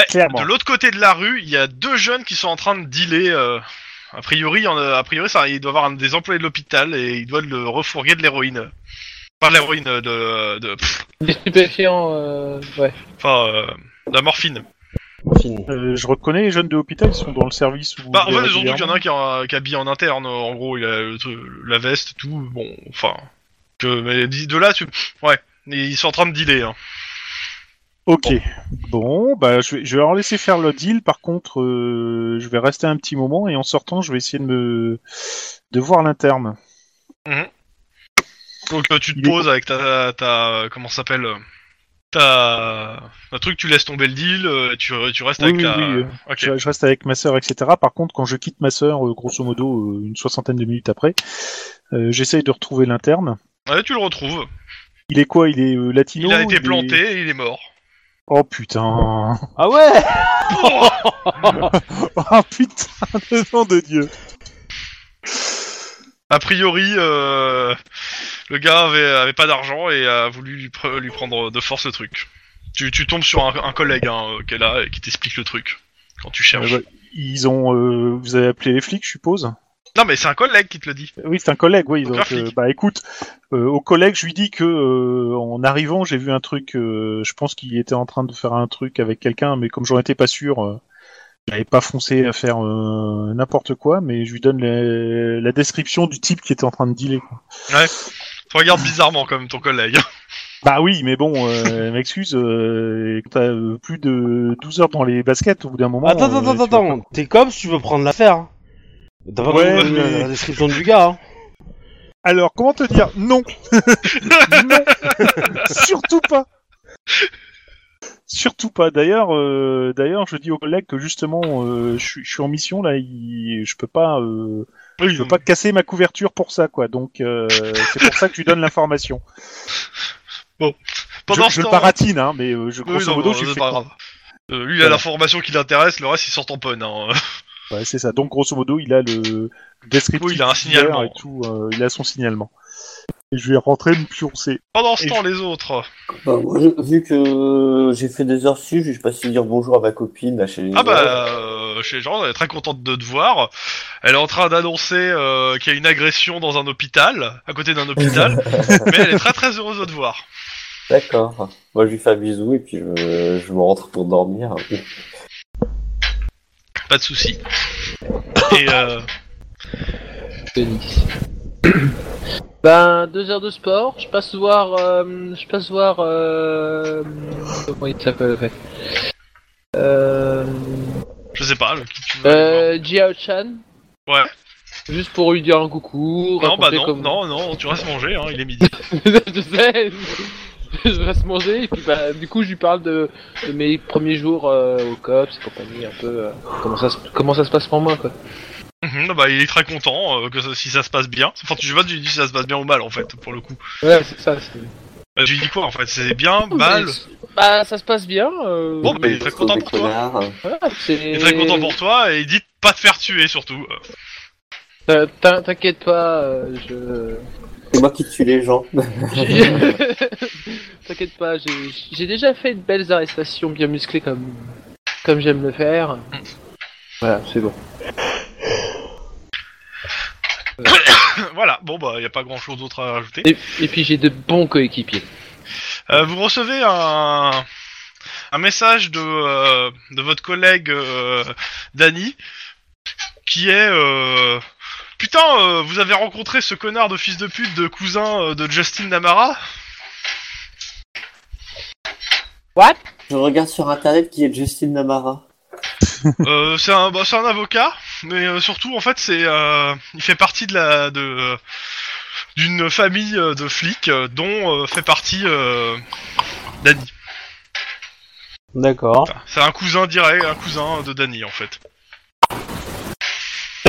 Clairement.
Eh, de l'autre côté de la rue, il y a deux jeunes qui sont en train de dealer. euh, a priori, il y en euh, a, a priori ça, il doit avoir un des employés de l'hôpital et ils doivent le refourguer de l'héroïne. Pas de l'héroïne, euh, de... de pff,
Des stupéfiants, euh, ouais.
enfin, euh, de la morphine.
Fini.
Euh, je reconnais les jeunes de l'hôpital, ils sont dans le service. Où
Bah, en fait, ils ont qu'il
régulièrement.
y en a un qui, a, qui est habillé en interne, euh, en gros, il a le truc- la veste, tout, bon, enfin... Que, mais dis- de là, tu... Ouais, ils sont en train de dealer, hein.
Ok. Bon, bah, je vais, je vais leur laisser faire le deal. Par contre, euh, je vais rester un petit moment et en sortant, je vais essayer de me de voir l'interne.
Donc euh, tu te
Il est-
poses avec ta, ta comment ça s'appelle euh, ta un truc tu laisses tomber le deal euh, tu tu restes
Oui,
avec
oui,
ta
oui, euh,
Ok.
Je, je reste avec ma sœur, etc. Par contre, quand je quitte ma sœur, euh, grosso modo, euh, une soixantaine de minutes après, euh, j'essaye de retrouver l'interne.
Ouais, tu le retrouves
Il est quoi Il est euh, latino
il a été
est-
planté et il est mort
Oh putain
Ah ouais
Oh putain de nom de Dieu
a priori euh, le gars avait, avait pas d'argent et a voulu lui, pre- lui prendre de force le truc tu, tu tombes sur un, un collègue hein, euh, qu'elle a et qui t'explique le truc quand tu cherches
Euh, bah, Ils ont, euh, vous avez appelé les flics, je suppose.
non mais c'est un collègue qui te le dit
Oui, c'est un collègue. Oui, donc,
un flic.
euh, bah écoute, euh, au collègue, je lui dis que euh, en arrivant, j'ai vu un truc. euh, je pense qu'il était en train de faire un truc avec quelqu'un, mais comme j'en étais pas sûr, euh, j'avais pas foncé à faire euh, n'importe quoi. Mais je lui donne la, la description du type qui était en train de dealer. quoi.
tu regardes bizarrement comme ton collègue
Bah oui, mais bon, euh, m'excuse. Euh, quand T'as euh, plus de 12 heures dans les baskets au bout d'un moment.
Attends,
euh,
attends,
tu
attends,
vas pas-
attends. T'es cops, tu peux prendre l'affaire. hein. T'as pas
Ouais,
compris la-
mais-
la description du gars. Hein.
Alors, comment te dire Non Non Surtout pas Surtout pas. D'ailleurs, euh, d'ailleurs, je dis aux collègues que justement, euh, je suis- je suis en mission là. il- Je peux pas, euh, je peux pas
Hmm.
casser ma couverture pour ça, quoi. Donc, euh, c'est pour ça que tu donnes l'information. Je,
pendant
je
ce
le
temps
baratine, hein, mais euh, je,
Oui,
grosso
non,
modo,
non,
je
c'est
fais
pas
quoi
grave. Euh, lui, il a
Voilà.
l'information qui l'intéresse, le reste, il sort en ponne. Hein.
Ouais, c'est ça. Donc, grosso modo, il a le descriptif,
Oui, il a un
du dealer
signalement.
et tout. euh, il a son signalement. Et je vais rentrer me pioncer.
Pendant ce
Et
temps, les autres.
Bah, moi, je- vu que j'ai fait des heures sup, je suis passé dire bonjour à ma copine là, chez les
Ah bah,
autres.
euh, chez les gens, elle est très contente de te voir. Elle est en train d'annoncer euh, qu'il y a une agression dans un hôpital, à côté d'un hôpital, mais elle est très très heureuse de te voir.
D'accord. Moi, je lui fais un bisou et puis je, je me rentre pour dormir.
Pas de souci. Et euh,
Denis. ben, deux heures de sport. Je passe voir. euh, je passe voir. Euh, comment il s'appelle ouais. Euh.
je sais pas, le- qui tu veux aller
Euh. Jiao Chan.
Ouais.
Juste pour lui dire un coucou.
voir. Non, bah
raconter
non,
comment-
non, non, tu restes manger, hein, il est midi.
je sais. Je vais se manger. Et puis, bah, du coup, je lui parle de, de mes premiers jours euh, au COPS et compagnie. Un peu. euh, comment, ça, se- comment ça se passe pour moi, quoi.
Mhm, bah, il est très content euh, que ça- si ça se passe bien. Enfin, tu je sais pas, tu dis si ça se passe bien ou mal en fait, pour le coup.
Ouais, c'est ça. c'est-
Bah, j'ai dit quoi en fait C'est bien, balle.
Bah, ça se passe bien. euh,
Bon, mais très content pour toi.
voilà, c'est-
Il est très content pour toi et il dit de pas te faire tuer surtout. Euh,
Euh, t'in- T'inquiète pas, euh, je.
C'est moi qui tue les gens.
T'inquiète pas, j'ai- j'ai déjà fait de belles arrestations bien musclées comme, comme j'aime le faire.
Mm.
Voilà, c'est bon.
voilà, bon bah y a pas grand chose d'autre à rajouter.
Et, et puis j'ai de bons coéquipiers.
Euh, vous recevez un, un message de, euh, de votre collègue euh, Danny qui est euh, Putain, euh, vous avez rencontré ce connard de fils de pute de cousin euh, de Justin Damara
Je regarde sur internet qui est Justin Namara.
Euh, C'est un, bah, c'est un avocat, mais euh, surtout en fait c'est euh, il fait partie de la de euh, d'une famille euh, de flics euh, dont euh, fait partie euh, Danny.
D'accord.
C'est un cousin direct, un cousin de Danny en fait.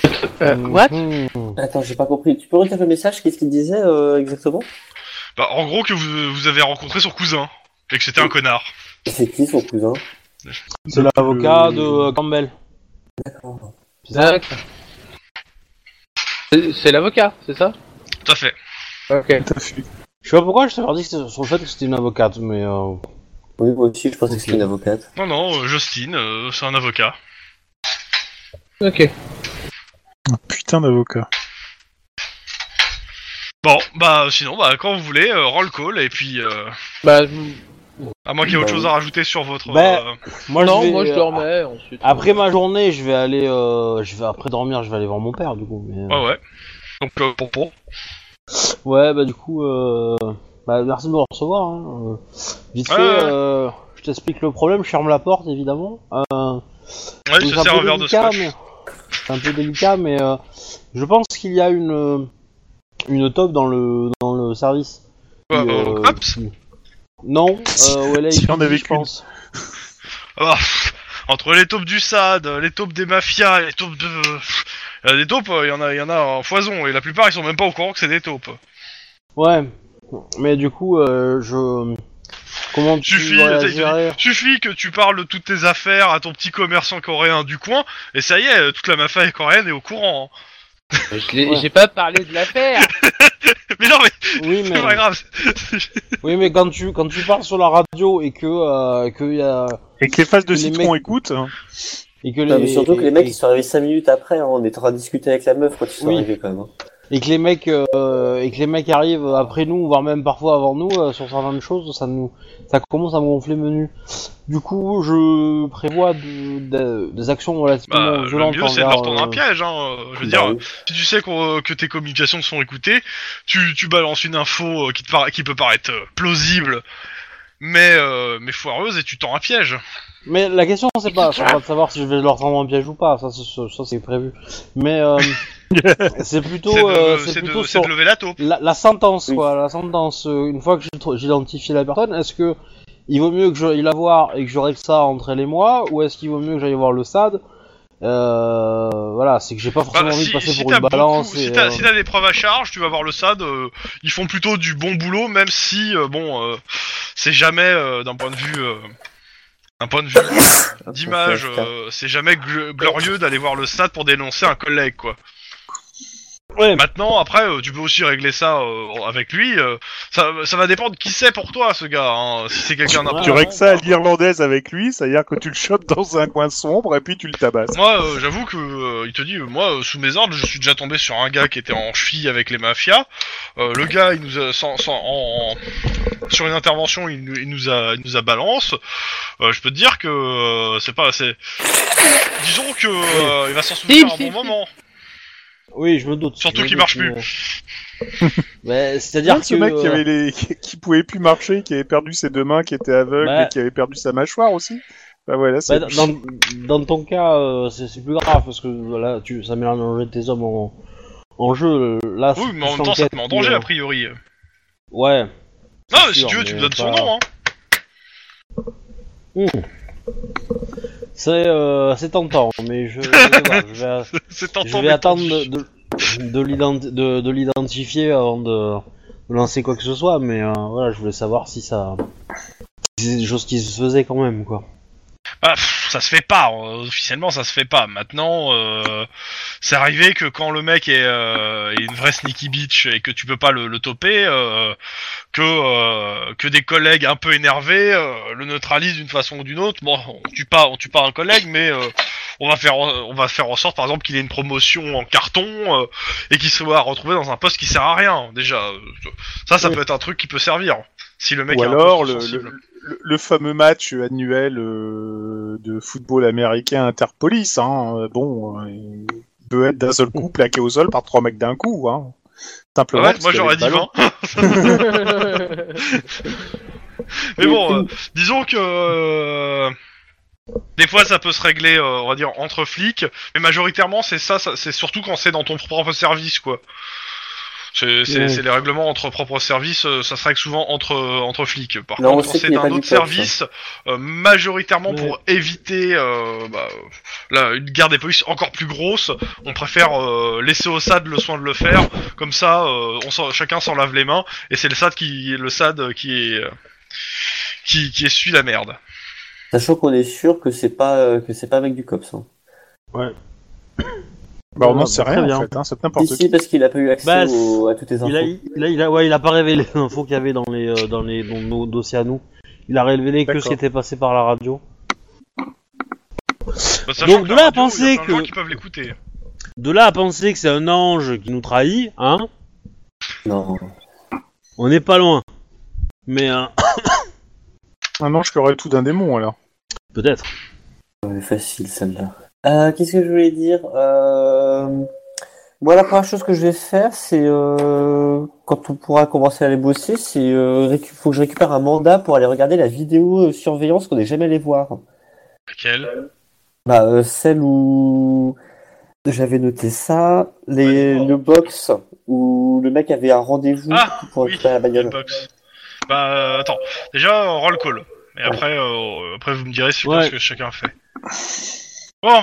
Euh,
Euh, Mmh,
what
Attends, j'ai pas compris. Tu peux redire le message Qu'est-ce qu'il disait euh, exactement
Bah, en gros, que vous, vous avez rencontré son cousin. Et que c'était un connard.
C'est qui son cousin
C'est l'avocat de euh, Campbell.
C'est c'est l'avocat, c'est ça
Tout à fait.
Ok.
Tout à fait.
Je sais pas pourquoi je t'avais dit que c'était sur le fait que c'était une avocate, mais euh,
Oui, moi aussi, je pensais que c'était une avocate.
Non, non, euh, Justin, euh, c'est un avocat.
Ok.
Un putain d'avocat.
Bon, bah, sinon, bah, quand vous voulez, euh, roll call, et puis, euh,
Bah, je-
à moins qu'il y ait autre
Bah
chose
oui.
à rajouter sur votre...
Bah,
euh,
moi
non,
je vais,
moi je
euh,
dormais ensuite.
Après ma journée, je vais aller, euh, je vais après dormir, je vais aller voir mon père du coup. mais, euh,
bah Ouais, ouais. Donc, euh, pour, pour.
Ouais, bah du coup, euh... bah, merci de me recevoir. Hein. euh. Vite
Ouais,
fait,
ouais.
euh, je t'explique le problème, je ferme la porte évidemment. Euh...
Ouais,
donc
il se
c'est un
sert
peu
un verre de
délicat,
scotch.
mais- C'est un peu délicat, mais euh, je pense qu'il y a une euh, une top dans le dans le service.
Ouais,
Qui,
euh,
euh,
Ops.
qui- Non, euh, ouais, là,
Si
il-
on avait
je
qu'une.
pense.
Ah, pff, entre les taupes du SAD, les taupes des mafias, les taupes de... pff, euh, Des taupes, euh, il y en a, il y en a en foison, et la plupart, ils sont même pas au courant que c'est des taupes.
Ouais, mais du coup, euh, je comment tu
Suffit, t'as- il te
réagirais
Suffit que tu parles de toutes tes affaires à ton petit commerçant coréen du coin, et ça y est, euh, toute la mafia coréenne est au courant. hein.
Je l'ai-
Ouais.
J'ai pas parlé de l'affaire.
Mais non, mais
Oui, mais
c'est pas grave.
oui, mais quand tu quand tu parles sur la radio et que euh, que y a
Et que les faces de
Les
citron
mecs-
écoutent. hein.
et que les
Non, Ah, mais surtout que les mecs,
et-
ils sont arrivés 5 minutes après. hein. On est en train de discuter avec la meuf quand ils sont
Oui.
arrivés, quand même. hein.
et que les mecs euh, et que les mecs arrivent après nous voire même parfois avant nous euh, sur certaines choses ça nous ça commence à me gonfler menu du coup je prévois de- de- des actions
Bah,
relativement
le
violentes
mieux, c'est de
envers,
leur tendre un
euh,
piège. Hein. euh, Je veux
Bah
dire,
oui.
si tu sais qu'on- euh, que tes communications sont écoutées, tu, tu balances une info euh, qui, te para- qui peut paraître euh, plausible, mais, euh, mais foireuse, et tu tends un piège.
mais la question c'est pas, c'est pas de savoir si je vais leur tendre un piège ou pas ça c'est- ça c'est prévu mais euh, c'est plutôt
C'est de,
euh,
c'est
c'est
de-
plutôt
c'est de
sur-
lever la taupe.
la, la sentence,
Oui.
quoi, la sentence. euh, Une fois que j'ai tr- j'ai identifié la personne, est-ce que il vaut mieux que j'aille la voir et que je règle ça entre elle et moi, ou est-ce qu'il vaut mieux que j'aille voir le SAD euh, Voilà, c'est que j'ai pas forcément
Bah,
envie
si
de passer
si
pour
t'as
une balance.
beaucoup- si
et,
t'as
euh,
si t'as des preuves à charge, tu vas voir le SAD. euh, ils font plutôt du bon boulot, même si euh, bon, euh, c'est jamais euh, d'un point de vue, euh, d'un point de vue Hein, d'image, euh, c'est jamais gl- glorieux d'aller voir le SAD pour dénoncer un collègue, quoi.
ouais,
Maintenant, après, euh, tu peux aussi régler ça euh, avec lui. euh, ça, ça va dépendre qui c'est pour toi, ce gars. hein, si c'est quelqu'un
Tu
d'important.
règles ça à l'irlandaise avec lui, c'est-à-dire que tu le chopes dans un coin sombre et puis tu le tabasses.
Moi, euh, j'avoue que euh, il te dit, euh, moi, euh, sous mes ordres, je suis déjà tombé sur un gars qui était en cheville avec les mafias. Euh, le gars, il nous a, sans, sans- en- en- sur une intervention, il, nous- il nous a, il nous a balance. Euh, je peux te dire que euh, c'est pas, c'est, disons que euh, il va s'en souvenir à un
Si, si,
bon
si.
moment.
oui, je me doute.
Surtout
je me
qu'il
doute,
marche plus.
mais- mais c'est-à-dire
Même
que
ce mec qui,
euh,
avait les... qui pouvait plus marcher, qui avait perdu ses deux mains, qui était aveugle
Bah.
et qui avait perdu sa mâchoire aussi. Bah voilà,
bah,
c'est.
dans, dans ton cas, euh, c'est c'est plus grave parce que voilà, tu, ça met la de tes hommes en, en jeu. Là,
Oui,
c'est
mais en
plus
même temps, ça te met en
enquête,
danger
euh,
a priori.
Ouais.
Non,
c'est
mais si
sûr,
tu veux, tu
mais
me donnes son
pas-
nom. Hein.
Hmm. C'est euh, c'est tentant, mais je, je vais voir, je vais,
C'est
je
tentant.
vais
mais
attendre
tendu.
de, de, de l'identi- de- de l'identifier avant de, de lancer quoi que ce soit, mais euh, voilà, je voulais savoir si ça. si c'est des choses qui se faisaient quand même, quoi.
Bah, pff, ça se fait pas. euh, Officiellement, ça se fait pas. Maintenant, euh, c'est arrivé que quand le mec est, euh, est une vraie sneaky bitch et que tu peux pas le, le toper, euh, que euh, que des collègues un peu énervés euh, le neutralisent d'une façon ou d'une autre. Bon, on tue pas, on tue pas un collègue, mais euh, on va faire en- on va faire en sorte, par exemple, qu'il ait une promotion en carton euh, et qu'il soit retrouvé dans un poste qui sert à rien. Déjà, euh, ça, ça peut être un truc qui peut servir. Si le mec
Ou
est un peu
alors le,
sensible.
le- le- le fameux match annuel euh, de football américain interpolice. Hein, euh, bon, euh, il peut être d'un seul coup plaqué au sol par trois mecs d'un coup. Hein. Simplement.
Ouais,
parce
moi
qu'il y avait
j'aurais dit
le ballon.
20. Mais bon, euh, disons que euh, des fois ça peut se régler, euh, on va dire entre flics, mais majoritairement c'est ça, ça- c'est surtout quand c'est dans ton propre service, quoi. C'est c'est-
Ouais.
c'est les règlements entre propres services, euh, ça se règle souvent entre euh, entre flics. Par
Là, on
contre, quand
sait qu'il
c'est
y a pas
un
du
autre
code, ça.
service, euh, majoritairement
Ouais.
pour éviter euh, bah, là, une guerre des polices encore plus grosse, on préfère euh, laisser au SAD le soin de le faire. Comme ça, euh, on s'en- chacun s'en lave les mains et c'est le SAD qui le SAD qui est qui, qui essuie la merde.
Sachant qu'on est sûr que c'est pas euh, que c'est pas avec du cops. Hein.
Bah, on
Ouais,
n'en sait
bah,
rien
très
en
bien.
fait. Hein, c'est
Si,
n'importe
si,
qui.
parce qu'il a pas eu accès
Bah,
au- à toutes les infos.
Il a, il a, il a- ouais, il a pas révélé l'info qu'il y avait dans les, euh, dans les, dans nos dossiers à nous. Il a révélé que
D'accord.
ce qui était passé par la radio.
Bah, sachant que
Donc, de
la
là
radio, il
à
y a
penser
plein de gens
que-
qui peuvent l'écouter.
De là à penser que c'est un ange qui nous trahit, hein,
Non.
on n'est pas loin. Mais euh,
Un ange qui aurait tout d'un démon alors.
peut-être.
Ouais, facile celle-là. Euh, Qu'est-ce que je voulais dire euh... Moi, la première chose que je vais faire, c'est euh, quand on pourra commencer à aller bosser, c'est euh, récu- faut que je récupère un mandat pour aller regarder la vidéo euh, surveillance qu'on n'est jamais allé voir.
Laquelle
Bah, euh, celle où j'avais noté ça, les, le box où le mec avait un rendez-vous
Ah,
pour
oui,
récupérer la bagnole.
Box. Bah euh, attends, déjà euh, roll call. Et après euh, après vous me direz si
Ouais.
ce que chacun fait. Bon.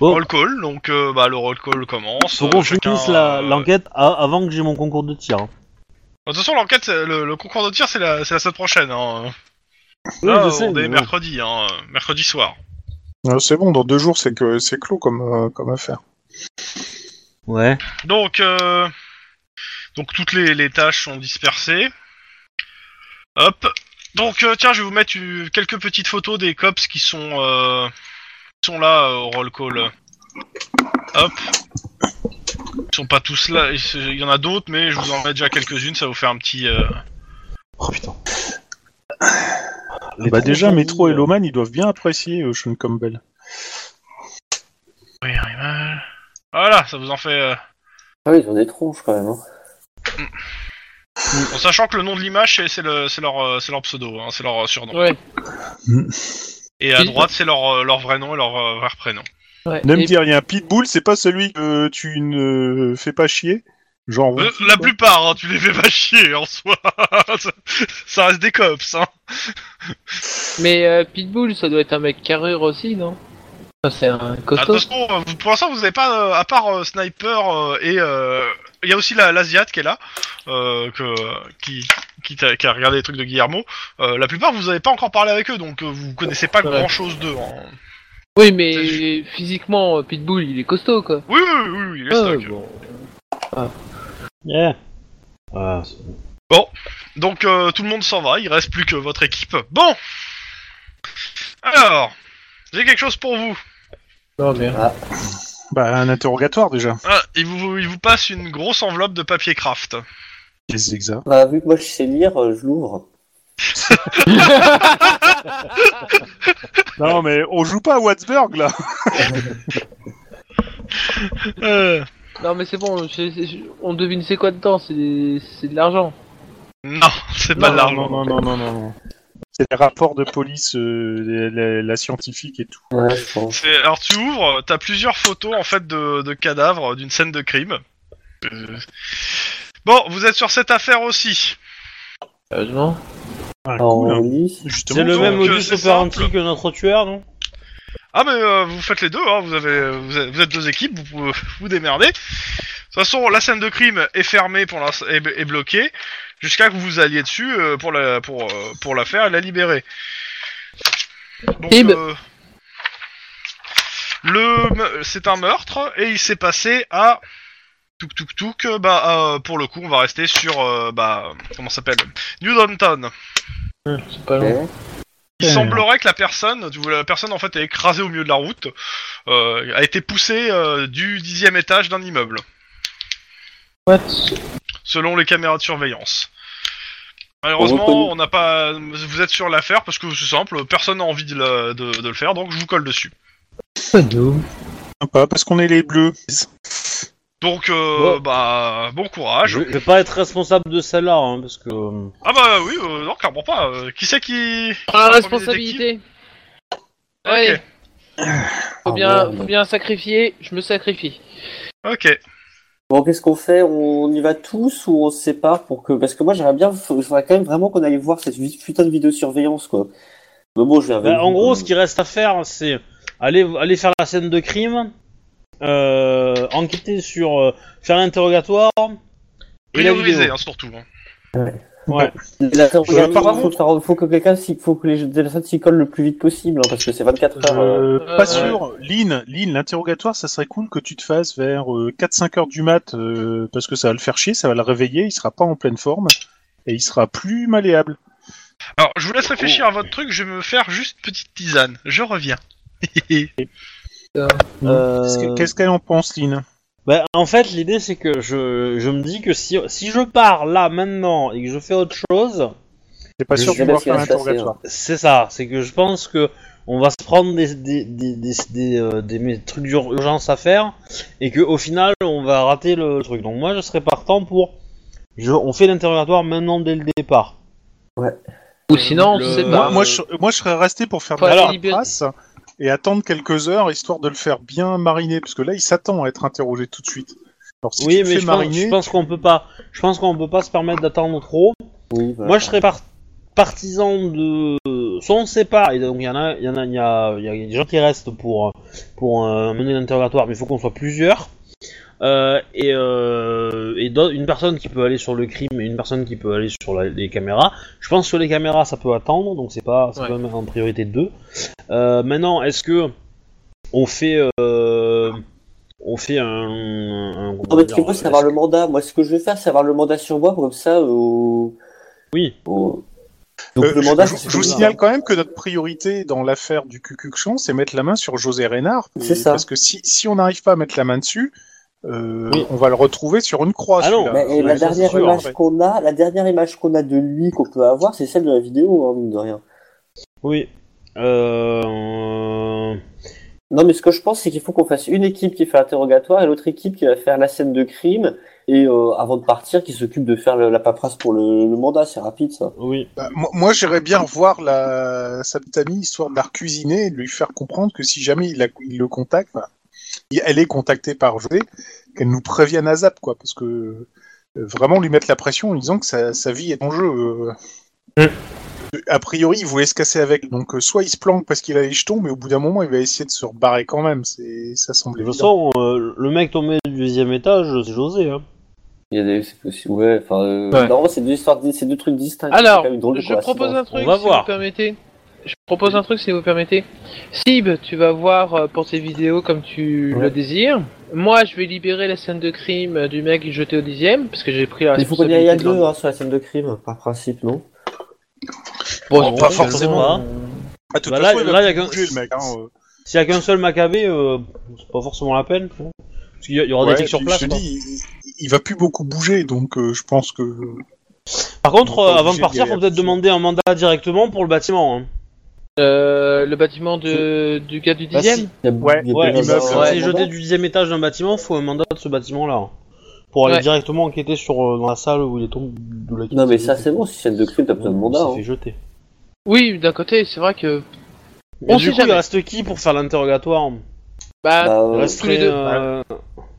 Bon.
Roll call, donc euh, bah le roll call commence.
Faut qu'on
euh, chacun,
finisse la-
euh,
l'enquête a- avant que j'ai mon concours de tir. hein.
De toute façon, l'enquête, c'est- le, le concours de tir, c'est la, c'est la semaine prochaine. Hein. Là,
Oui, je
on
sais, mais
est
bon.
mercredi, hein, mercredi soir.
Euh, c'est bon, dans deux jours c'est que c'est clos comme euh, comme affaire.
Ouais.
Donc, euh, donc toutes les, les tâches sont dispersées. Hop. Donc, euh, tiens, je vais vous mettre euh, quelques petites photos des cops qui sont, euh, qui sont là euh, au roll call. Hop. Ils sont pas tous là. ils se- Il y en a d'autres, mais je vous en mets déjà quelques-unes. Ça vous fait un petit. euh,
Oh putain.
Bah déjà, Métro et
l'eau.
Loman, ils doivent bien apprécier euh, Sean Campbell.
oui, euh, Voilà, ça vous en fait. euh,
Ah oui, ils ont des tronches quand même. hein.
En sachant que le nom de l'image, c'est- c'est le- c'est leur, euh, c'est leur pseudo, hein, c'est leur euh, surnom.
ouais.
Et à
Pete.
droite, c'est leur, euh, leur vrai nom et leur euh, vrai prénom.
ouais.
Ne me
Et-
dis rien. Pitbull, c'est pas celui que tu ne fais pas chier. Genre.
Euh,
Wolfie,
la
quoi.
plupart, hein, tu les fais pas chier en soi. Ça- ça reste des cops. Hein.
Mais euh, Pitbull, ça doit être un mec carrure aussi, non Ça, C'est un costaud.
Attention, euh, vous- pour l'instant, vous avez pas, euh, à part euh, Sniper euh, et. euh, Il y a aussi la- l'Asiate qui est là, euh, que, qui, qui, t'a- qui a regardé les trucs de Guillermo. Euh, la plupart, vous avez pas encore parlé avec eux, donc euh, vous connaissez pas
Ouais.
grand chose d'eux. hein.
Oui, mais physiquement, euh, Pitbull, il est costaud, quoi.
Oui, oui, oui, oui, il est
Ah,
stock.
bon.
Yeah. Ah, c'est-
Donc euh, tout le monde s'en va, il reste plus que votre équipe. Bon Alors, j'ai quelque chose pour vous.
Non, mais...
Bah un interrogatoire déjà.
Ah, il, vous il vous passe une grosse enveloppe de papier craft.
Qu'est-ce que c'est que ça
Bah, vu que moi je sais lire, euh, je l'ouvre.
Non mais on joue pas à Wattsburg là.
Euh,
non, mais c'est bon, je- je- on devine c'est quoi dedans, c'est des- c'est de l'argent.
non, c'est pas de
non,
l'argent.
non, non, non, non, non, non. C'est les rapports de police, euh, les- les- la scientifique et tout.
Ouais, je pense.
C'est- Alors tu ouvres, t'as plusieurs photos en fait de, de cadavres d'une scène de crime. Euh, Bon, vous êtes sur cette affaire aussi.
Sérieusement
Ah,
Alors,
cool, hein.
on lit.
Justement,
C'est le
donc,
même
euh,
modus
c'est
operandi
simple.
que notre tueur, non
Ah mais euh, vous faites les deux, hein, vous, avez, vous êtes- vous êtes deux équipes, vous pouvez vous démerder. De toute façon, la scène de crime est fermée pour l'inst- est, est bloquée jusqu'à que vous alliez dessus euh, pour la pour euh, pour la faire et la libérer. Donc,
Eh ben-
euh, le me- c'est un meurtre et il s'est passé à Touk touk touk, euh, bah euh, pour le coup on va rester sur euh, bah comment ça s'appelle New Downtown.
Hum, C'est pas long.
Ok.
Il
Euh.
semblerait que la personne, tu vois, la personne en fait est écrasée au milieu de la route, euh, a été poussée euh, du dixième étage d'un immeuble,
What
selon les caméras de surveillance. Malheureusement,
reconnaît-
on n'a pas. Vous êtes sur l'affaire parce que c'est simple, personne n'a envie de, la- de- de le faire, donc je vous colle dessus.
Sympa, parce qu'on est les bleus.
Donc, euh,
Bon.
bah, bon courage.
Ah, Je, je vais pas être responsable de celle-là, hein, parce que. euh,
Ah bah oui, euh, non clairement pas. Euh, qui c'est qui
Ah,
premier
responsabilité Ouais.
Ah,
Faut bien, faut bien sacrifier, je me sacrifie.
Ok.
Bon, qu'est-ce qu'on fait On y va tous ou on se sépare pour que Parce que moi, j'aimerais bien, je voudrais quand même vraiment qu'on aille voir cette putain de vidéosurveillance, quoi. Mais bon, je vais.
bah, en gros, ce qui reste à faire, c'est aller, aller faire la scène de crime, euh, enquêter sur. euh, faire l'interrogatoire. et la
Prioriser,
vidéo.
hein, surtout. hein.
La fin,
Je- par
faut, faire- faut que quelqu'un, s'y- faut que les personnes s'y collent le plus vite possible, hein, parce que c'est 24 heures. euh,
Euh,
Euh,
pas sûr. Lynn, Lynn, l'interrogatoire, ça serait cool que tu te fasses vers euh, 4-5 heures du mat, euh, parce que ça va le faire chier, ça va le réveiller, il sera pas en pleine forme, et il sera plus malléable.
Alors je vous
Oh.
laisse réfléchir à votre truc, je vais me faire juste petite tisane. Je reviens.
Qu'est-ce que-
euh,
Qu'est-ce qu'elle en pense, Lynn
Bah, en fait, l'idée c'est que je, je me dis que si, si je pars là maintenant et que je fais autre chose,
T'es pas
Je
sûr de
sais
pouvoir
pas ce qui
faire
va se passer,
l'interrogatoire.
c'est ça, c'est que je pense que on va se prendre des, des, des, des, des, euh, des- mes trucs d'urgence à faire et que au final on va rater le truc. Donc moi je serais partant pour. Je, on fait l'interrogatoire maintenant dès le départ.
Ou sinon, on se
Le-
sépare.
Moi, moi, je, moi, je serais resté Bah, euh, pour faire de
Faut
la
alors-
paperasse et attendre quelques heures histoire de le faire bien mariner, parce que là, il s'attend à être interrogé tout de suite. Alors, si tu
oui,
le
mais
fais
je pense,
mariner,
je pense qu'on peut pas. Je pense qu'on peut pas se permettre d'attendre trop.
oui, voilà.
Moi, je serais par- partisan de. Soit on se sépare, et donc il y en a, il y en a, il y a, il y a des gens qui restent pour, euh, pour euh, mener l'interrogatoire, mais il faut qu'on soit plusieurs. Euh, et euh, et d'autres- une personne qui peut aller sur le crime et une personne qui peut aller sur la- les caméras. Je pense que les caméras ça peut attendre, donc c'est pas c'est
Ouais.
quand même en priorité deux. Euh, maintenant, est-ce que on fait euh, on fait un, un- comment
Non, Ah, mais
dire,
tu veux, c'est avoir le mandat. Moi, ce que je vais faire, c'est avoir le mandat sur moi, comme ça, euh, au.
Oui.
au- Donc,
Euh,
le
je-
mandat,
je,
c'est
je
celui-là,
vous
hein.
signale quand même que notre priorité dans l'affaire du Cucuxon, c'est mettre la main sur José Reynard.
C'est ça.
Parce que si, si on n'arrive pas à mettre la main dessus, euh,
Oui.
on va le retrouver sur une croix.
Ah non,
celui-là.
Mais, et la
Ouais, ça, c'est
dernière
sûr,
image
ouais.
qu'on a, la dernière image qu'on a de lui qu'on peut avoir, c'est celle de la vidéo, hein, mine de rien.
Oui. Euh...
Non, mais ce que je pense, c'est qu'il faut qu'on fasse une équipe qui fait l'interrogatoire et l'autre équipe qui va faire la scène de crime et euh, avant de partir, qui s'occupe de faire le- la paperasse pour le, le mandat. C'est rapide, ça.
Oui.
Bah, moi, moi, j'irais bien revoir la... sa petite amie, histoire de la recuisiner et de lui faire comprendre que si jamais il, la- il le contacte, bah, il- elle est contactée par José, qu'elle nous prévienne à Zap, quoi. Parce que euh, vraiment lui mettre la pression en disant que sa, sa vie est en jeu. euh.
Mm.
A priori, il voulait se casser avec. Donc, euh, soit il se planque parce qu'il a les jetons, mais au bout d'un moment, il va essayer de se rebarrer quand même. C'est... Ça semble
De toute
évident.
façon, euh, le mec tombé du deuxième étage, c'est José. Hein.
Il y a des, c'est possible. Ouais, enfin, euh,
Ouais.
normalement, c'est deux histoires, c'est deux trucs distincts. C'est
Alors,
quand même drôle,
je
quoi,
propose
c'est
un truc,
va
si
voir.
vous permettez. Je propose un truc, si vous permettez. Sib, tu vas voir euh, pour tes vidéos comme tu
Ouais.
le désires. Moi, je vais libérer la scène de crime euh, du mec qui est jeté au dixième, parce que j'ai pris la
Il faut qu'on y aille à
responsabilité. de
deux
l'en-
hein, sur la scène de crime, par principe, non
Bon,
Oh,
bon,
pas
je-
forcément.
hein.
Ah, de toute
Bah, là-
façon, il va
là, il y a
plus
qu'un-
bouger, le mec. hein, euh.
S'il y a qu'un seul Maccabée, euh, c'est pas forcément la peine. quoi. Parce qu'il y, a- il y aura
Ouais,
des flics sur
puis
place.
je te
quoi.
dis, il, il va plus beaucoup bouger, donc euh, je pense que
Par contre,
On est
euh,
pas
avant de
obligé
partir,
d'y
faut
aller
peut-être demander un mandat directement pour le bâtiment. Hein.
Euh, le bâtiment de, du gars du
Bah, si.
dixième
Il y a-
Ouais,
il y a
Ouais,
l'immeuble,
pas besoin
si
d'un
ouais.
c'est
mandat.
jeté du dixième étage d'un bâtiment, faut un mandat de ce bâtiment-là. hein. Pour aller
Ouais.
directement enquêter sur euh, dans la salle où il est tombé. d'où la-
Non, mais ça, c'est bon, si scène de crime, t'as plein de
Où il
mandats.
s'est
hein.
fait jeter.
Oui, d'un côté, c'est vrai que.
Mais
On
du
sait
coup, il
jamais.
reste qui pour faire l'interrogatoire hein?
Bah,
Bah,
Il
euh,
Reste- tous les
resterait
deux.
euh,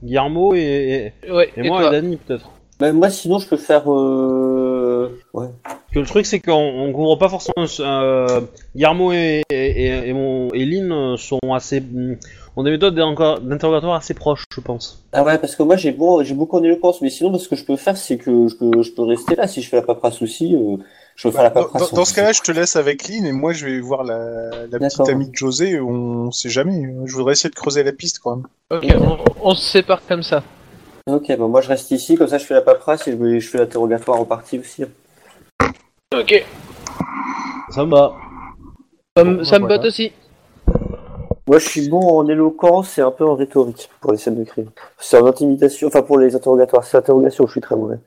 Guillermo et, et-
ouais,
et
et
moi
toi
Ben,
et Dani peut-être.
bah, moi, sinon, je peux faire. euh, Ouais.
que le truc, c'est qu'on on couvre pas forcément. Euh, Yarmo et, et, et, et mon, et Lynn euh, sont assez. mm, ont des méthodes d'enco- d'interrogatoire assez proches, je pense.
Ah ouais, parce que moi j'ai bon, j'ai beaucoup en éloquence, mais sinon, ce que je peux faire, c'est que je peux, je peux rester là. Si je fais la paperasse aussi, euh, je peux faire la
Bah, Dans,
paperasse.
dans- dans ce cas-là, je te laisse avec Lynn et moi je vais voir la, la petite
D'accord.
amie de José. On sait jamais.
hein.
Je voudrais essayer de creuser la piste quand même.
Ok, on, on se sépare comme ça.
Ok, bah moi je reste ici, comme ça je fais la paperasse et je, me- je fais l'interrogatoire en partie aussi.
Ok.
Ça me va.
Ça me ça me
voilà.
botte aussi.
Moi je suis bon en éloquence et un peu en rhétorique pour les scènes de crime. C'est en intimidation, enfin pour les interrogatoires, c'est interrogation, je suis très mauvais.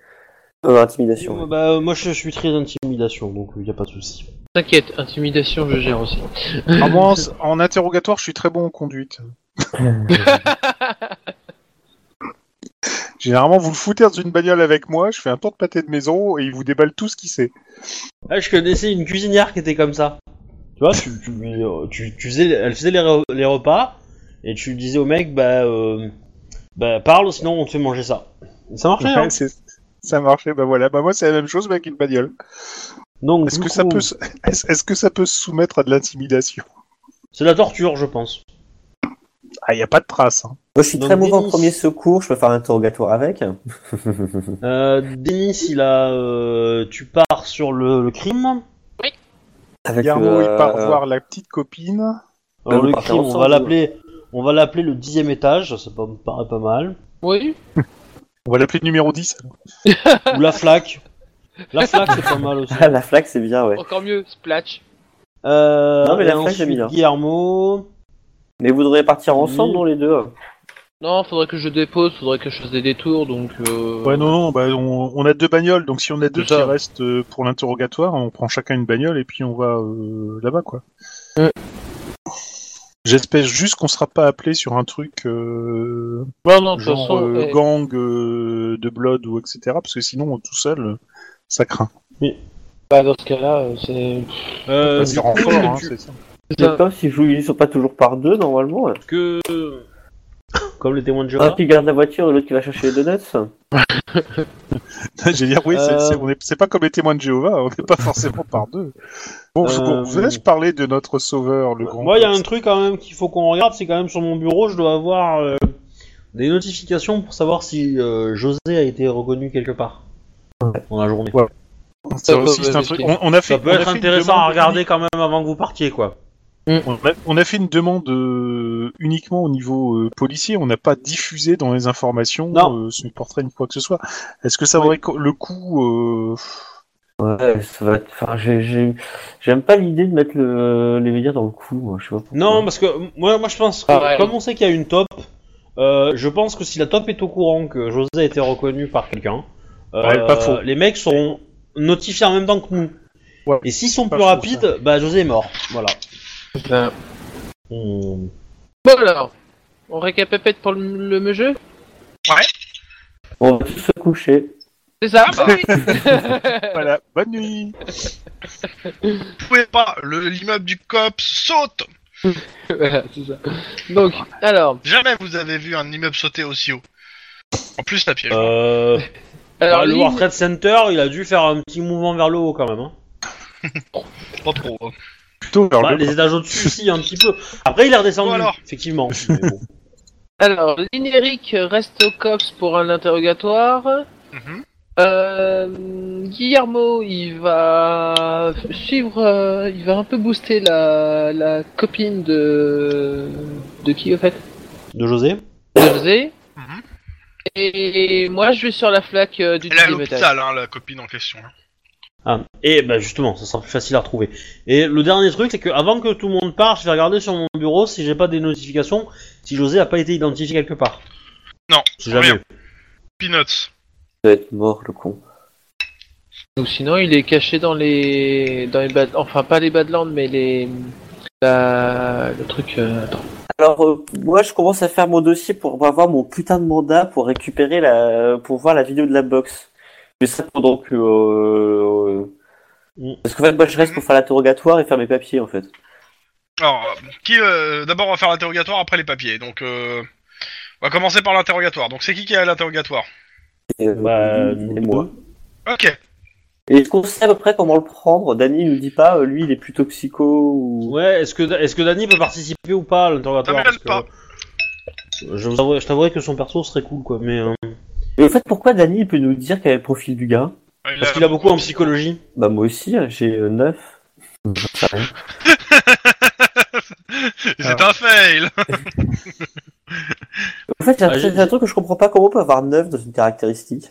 Euh, intimidation.
Euh,
oui.
Bah, euh, moi, je, je suis très intimidation, donc il n'y a pas de souci.
T'inquiète, intimidation, je gère aussi.
Ah, moi, en- en interrogatoire, je suis très bon en conduite. Généralement, vous le foutez dans une bagnole avec moi, je fais un tour de pâté de maison et il vous déballe tout ce qu'il sait.
Ah, je connaissais une cuisinière qui était comme ça. Tu vois, tu, tu, lui- euh, tu- tu faisais, elle faisait les, re- les repas et tu disais au mec, bah, euh, bah parle, sinon on te fait manger ça. Et ça marchait, hein.
Ouais, c'est- ça marchait, bah voilà. Bah moi, c'est la même chose, mais avec une bagnole.
Donc,
Est-ce
du
que, ça
coup,
peut se... est-ce est-ce que ça peut se soumettre à de l'intimidation
c'est la torture, je pense.
Ah, il a pas de trace. hein.
Moi je suis
dans
très
le
mauvais en
déni.
premier secours, je peux faire l'interrogatoire avec.
Euh, Denis, il a, euh, tu pars sur le, le crime.
avec
Guillermo, il part
euh,
voir la petite copine.
Alors,
vous
Euh, le
partez
crime, on
ensemble,
va
ouais.
l'appeler, on va l'appeler le dixième étage. Ça peut- me paraît pas mal.
Oui.
On va l'appeler numéro 10.
Ou la flaque. La flaque, c'est pas mal aussi.
Ah, la flaque, c'est bien, ouais.
Encore mieux, Splatch.
Euh,
Non, mais
et
la flaque, j'aime
ensuite,
bien.
Guillermo.
Mais vous devriez partir ensemble,
Oui.
non, les deux hein
Non, faudrait que je dépose, faudrait que je fasse des détours, donc. Euh...
Ouais, non, non, bah, on, on a deux bagnoles, donc si on a deux
C'est
qui
ça.
restent euh, pour l'interrogatoire, on prend chacun une bagnole et puis on va euh, là-bas, quoi.
Ouais.
J'espère juste qu'on sera pas appelé sur un truc euh,
Bon, non, de toute
genre
façon.
euh,
eh,
gang euh, de blood ou etc. Parce que sinon, tout seul, euh, ça craint.
bah, dans ce cas-là, euh, c'est.
Euh,
c'est
du coup,
renfort,
est-ce que
hein,
tu-
c'est ça.
C'est
Mais
ça.
comme si je ils sont pas toujours par deux normalement. hein.
que comme le témoin de
Un
Jéhovah.
qui garde la voiture et l'autre qui va chercher les donuts.
J'ai dit, ah oui, c'est-
Euh.
c'est- on est- c'est pas comme les témoins de Jéhovah, on n'est pas forcément par deux. Bon, je
Euh.
vous laisse parler de notre sauveur, le grand.
Moi, il y a un truc quand même qu'il faut qu'on regarde, c'est quand même sur mon bureau, je dois avoir euh, des notifications pour savoir si euh, José a été reconnu quelque part dans la journée.
Ça
Ça peut-
aussi, c'est un truc. On, on a fait,
Ça peut
on a
être
fait une
intéressant
demande
à regarder quand même avant que vous partiez, quoi.
On a, on a fait une demande euh, uniquement au niveau euh, policier, on n'a pas diffusé dans les informations
Non.
euh, son portrait ni quoi que ce soit. Est-ce que ça vaudrait co- le coup euh,
Ouais, ça va être. Enfin, j'ai- j'ai- j'aime pas l'idée de mettre le... les médias dans le cou, moi, je sais pas pourquoi.
Non, parce que euh, moi, moi je pense
Ah
que,
Pareil.
comme on sait qu'il y a une top, euh, je pense que si la top est au courant que José a été reconnu par quelqu'un, euh,
Ouais, pas faux.
les mecs seront notifiés en même temps que nous.
Ouais,
Et s'ils sont
pas
plus
faux,
rapides, bah José est mort. Voilà.
Putain.
Hmm.
Bon alors, on récapépète pour le, le jeu
On va tous se coucher.
C'est ça
Ah bah.
Voilà, bonne nuit
Vous pouvez pas, le- l'immeuble du COPS saute
Voilà, c'est ça. Donc, alors,
Jamais vous avez vu un immeuble sauter aussi haut. En plus, la piège.
Euh,
alors
bah, le
Lynn-
World Trade Center, il a dû faire un petit mouvement vers le haut quand même. Hein.
Pas trop. hein.
Plutôt vers
Bah,
le
les étages au-dessus, si, un petit peu. Après, il est redescendu,
Bon, alors.
effectivement. mais bon.
alors, Lynn et Eric reste au COPS pour un interrogatoire.
Mhm.
Euh, Guillermo, il va suivre, euh, il va un peu booster la, la copine de de qui au fait
De José
De José.
Mhm.
Et moi, je vais sur la flaque euh, du
Elle est à
deuxième étage.
l'hôpital, hein, la copine en question. hein.
ah, Et bah, justement, ça sera plus facile à retrouver. Et le dernier truc, c'est que avant que tout le monde parte, je vais regarder sur mon bureau si j'ai pas des notifications, si José a pas été identifié quelque part.
Non,
C'est jamais.
rien. Peanuts.
Il va être mort, le con.
Ou sinon, il est caché dans les dans les bad... enfin pas les badlands, mais les la... le truc. euh, attends.
Alors, euh, moi, je commence à faire mon dossier pour avoir mon putain de mandat pour récupérer la. pour voir la vidéo de la boxe. Mais ça pendant que. euh, euh,
Mm.
Parce qu'en fait, moi, je reste pour faire l'interrogatoire et faire mes papiers, en fait.
Alors, qui euh, d'abord on va faire l'interrogatoire après les papiers. Donc, euh, on va commencer par l'interrogatoire. Donc, c'est qui qui est à l'interrogatoire
Et, euh,
Bah,
et
nous
moi.
deux.
Ok.
Et est-ce qu'on sait à peu près comment le prendre Dany nous dit pas, euh, lui il est plutôt psycho ou...
Ouais, est-ce que, est-ce que Dany peut participer ou pas à l'interrogatoire
Ça
Parce
m'étonne
que,
pas.
euh, Je vous avouerai- je t'avouerai que son perso serait cool, quoi, mais... euh,
Et au fait, pourquoi Dany il peut nous dire quel est le profil du gars
Ah, il
parce qu'il a beaucoup en psychologie.
Bah moi aussi, hein, j'ai 9.
C'est un fail.
En fait, c'est un-
Ah, j'ai-
c'est un truc que je comprends pas comment on peut avoir 9 dans une caractéristique.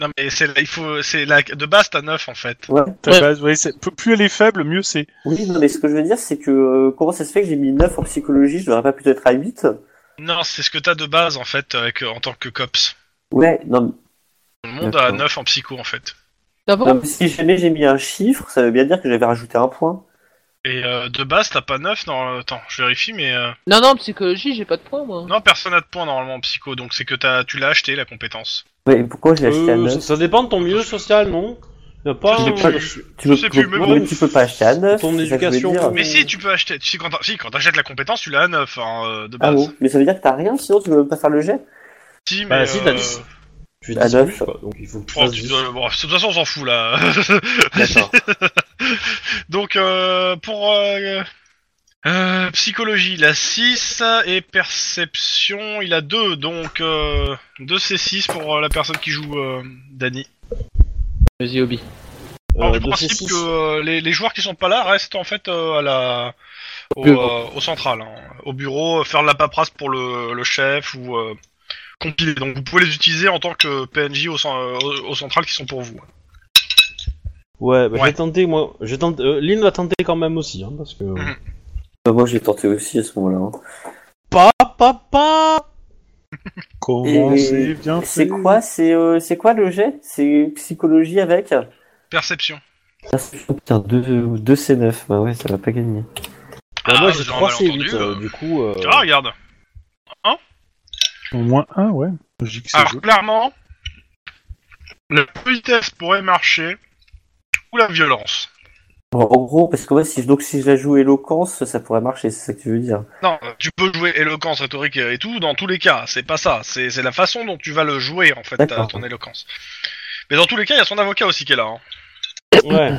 Non mais c'est il faut c'est la de base t'as 9 en fait.
Ouais.
Ta
Ouais.
base, Bah, ouais, c'est- plus- plus elle est faible, mieux c'est.
Oui, non, mais ce que je veux dire, c'est que euh, comment ça se fait que j'ai mis 9 en psychologie, je devrais pas plutôt être à 8
Non, c'est ce que t'as de base en fait avec en tant que cops.
Ouais, non, mais-
Tout le monde a
D'accord.
9 en psycho en fait.
non,
D'abord,
mais si jamais j'ai mis un chiffre, ça veut bien dire que j'avais rajouté un point.
Et euh, de base t'as pas 9 non attends, je vérifie mais euh,
non, non, psychologie, j'ai pas de points, moi.
non, personne n'a de points normalement en psycho donc c'est que t'as tu l'as acheté la compétence.
Ouais, et pourquoi je l'ai acheté à
Euh,
9
ça, ça dépend de ton milieu social, non Y a pas...
Je sais
un-
plus.
tu, peux,
je sais plus, mais
oui,
bon.
tu peux pas acheter à 9
Ton
c'est ça que je voulais
éducation,
dire.
ton-
Mais si tu peux acheter tu sais quand t'as- si quand t'achètes la compétence, tu l'as à 9 hein, euh, de
Ah
base.
bon Mais ça veut dire que t'as rien, sinon tu peux même pas faire le jet
Si mais
Bah, si, t'as
euh,
10. Tu
Ah,
fais 10
neuf.
plus, quoi, donc il faut que tu
Bon,
fasses
Oh,
Euh,
tu
10.
dois- bon, de toute façon, on s'en fout là.
D'accord.
Donc, euh, pour euh, euh, psychologie, il a 6 et perception, il a 2. Donc, euh, 2 c'est 6 pour euh, la personne qui joue euh, Dany.
Vas-y, Obi.
Alors,
Euh,
du
deux, c'est
principe
six.
que euh, les, les joueurs qui sont pas là restent en fait euh, à la, au,
bureau.
euh, au central, hein, au bureau, euh, faire de la paperasse pour le, le chef ou euh, compiler. Donc, vous pouvez les utiliser en tant que PNJ au, cen- euh, au, au central qui sont pour vous.
Ouais, bah, je
Ouais.
vais tenter, moi. Je tente... euh, Lynn va tenter quand même aussi, hein, parce que...
Mhm.
Bah, Moi j'ai tenté aussi à ce moment-là. hein.
Pa, pa, pa Bah,
Comment
Et-
c'est bien
C'est
fait.
quoi C'est euh, c'est quoi le jet C'est psychologie avec
Perception.
Ah, Putain, 2 2 C9, bah ouais, ça va pas gagner.
Bah, Moi,
Ah,
j'ai
j'ai un
3
malentendu,
C8,
euh.
euh, du coup... euh,
Ah, regarde.
Au moins un, ouais. Je dis que c'est
Alors
joli.
clairement, la politesse pourrait marcher ou la violence.
Bon, en gros, parce que moi, si, donc, si je la joue éloquence, ça pourrait marcher, c'est ça que tu veux dire.
Non, euh, tu peux jouer éloquence, rhétorique et tout, dans tous les cas, c'est pas ça, c'est c'est la façon dont tu vas le jouer en fait, ta-
D'accord.
ton éloquence. Mais dans tous les cas, il y a son avocat aussi qui est là. hein.
Ouais.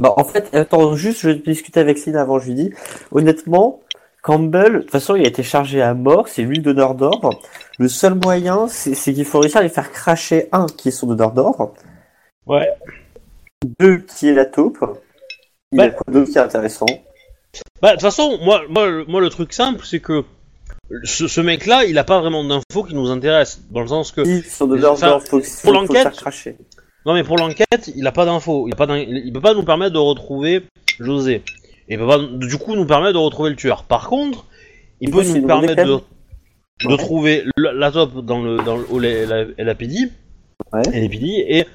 Bah, en fait, attends, juste, je vais discuter avec Lynn avant, je lui dis. Honnêtement, Campbell, de toute façon, il a été chargé à mort, c'est lui le donneur d'ordre. Le seul moyen, c'est c'est qu'il faut réussir à lui faire cracher un, qui est son donneur d'ordre.
Ouais.
Deux, qui est la taupe. Il y a
Bah-
quoi d'autre qui est intéressant
Bah, de toute façon, moi, moi, le- moi, le truc simple, c'est que ce, ce mec-là, il a pas vraiment d'infos qui nous intéressent. Dans le sens que.
Si, son donneur
ça-
d'ordre, faut, faut, faut le
l'enquête-
faire cracher.
Non, mais pour l'enquête, il a pas d'infos. Il, a pas d'in- il il peut pas nous permettre de retrouver José. Et il peut pas, du coup, nous permettre de retrouver le tueur. Par contre, il
Il
peut
peut se
nous
demander
permettre de,
quand
de trouver le- la top dans le, dans le, au la- la- LAPD.
Ouais.
LAPD, et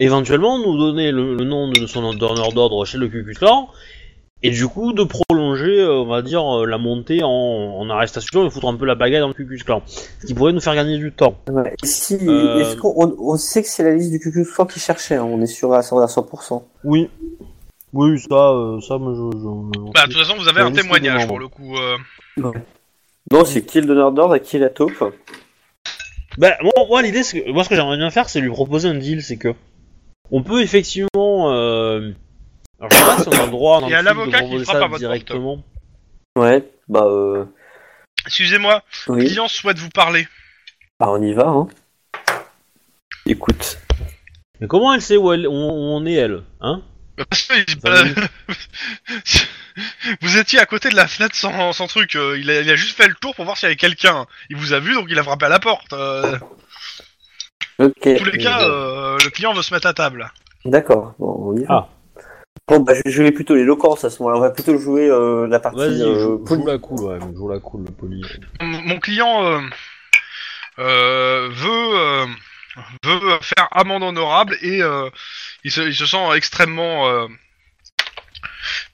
éventuellement nous donner le, le nom de son donneur d'ordre chez le QQ Clan. Et du coup, de prolonger, euh, on va dire, euh, la montée en, en arrestation et foutre un peu la bagaille dans le QQ Clan. Ce qui pourrait nous faire gagner du temps.
Ouais. Si,
Euh,
est-ce qu'on on, on sait que c'est la liste du QQ soit qui cherchait, hein, on est sûr à 100%. à 100%.
Oui. Oui, ça, euh, ça, moi, je... je-
Bah, de toute façon, vous avez
La
un
liste des
témoignage
membres.
pour le coup. euh.
Non, c'est qui est le donneur d'ordre et qui est la taupe.
Bah, moi, moi, l'idée, c'est que, moi, ce que j'aimerais bien faire, c'est lui proposer un deal, c'est que on peut effectivement. Euh... Alors, je sais pas si on a le droit. dans
Il y a
le film, de
l'avocat qui
proposer
frappe
ça
à votre
directement.
Ouais, bah euh...
Excusez-moi, le
Oui,
client souhaite vous parler.
bah on y va, hein. Écoute.
Mais comment elle sait où, elle, où on est elle, hein
Parce que il-
Ça
vous étiez à côté de la fenêtre sans, sans truc, euh, il a, il a juste fait le tour pour voir s'il y avait quelqu'un. Il vous a vu donc il a frappé à la porte. euh.
Ok,
dans tous les cas, euh, le client veut se mettre à table.
d'accord, bon, on y va.
Ah.
Bon, bah je vais jouer plutôt l'éloquence à ce moment-là, on va plutôt jouer euh, la partie...
Vas-y,
euh,
joue,
poli-
joue la cool, ouais, joue la cool, le poli.
mon mon client euh, euh, veut, euh, veut faire amende honorable et euh, il, se, il se sent extrêmement euh,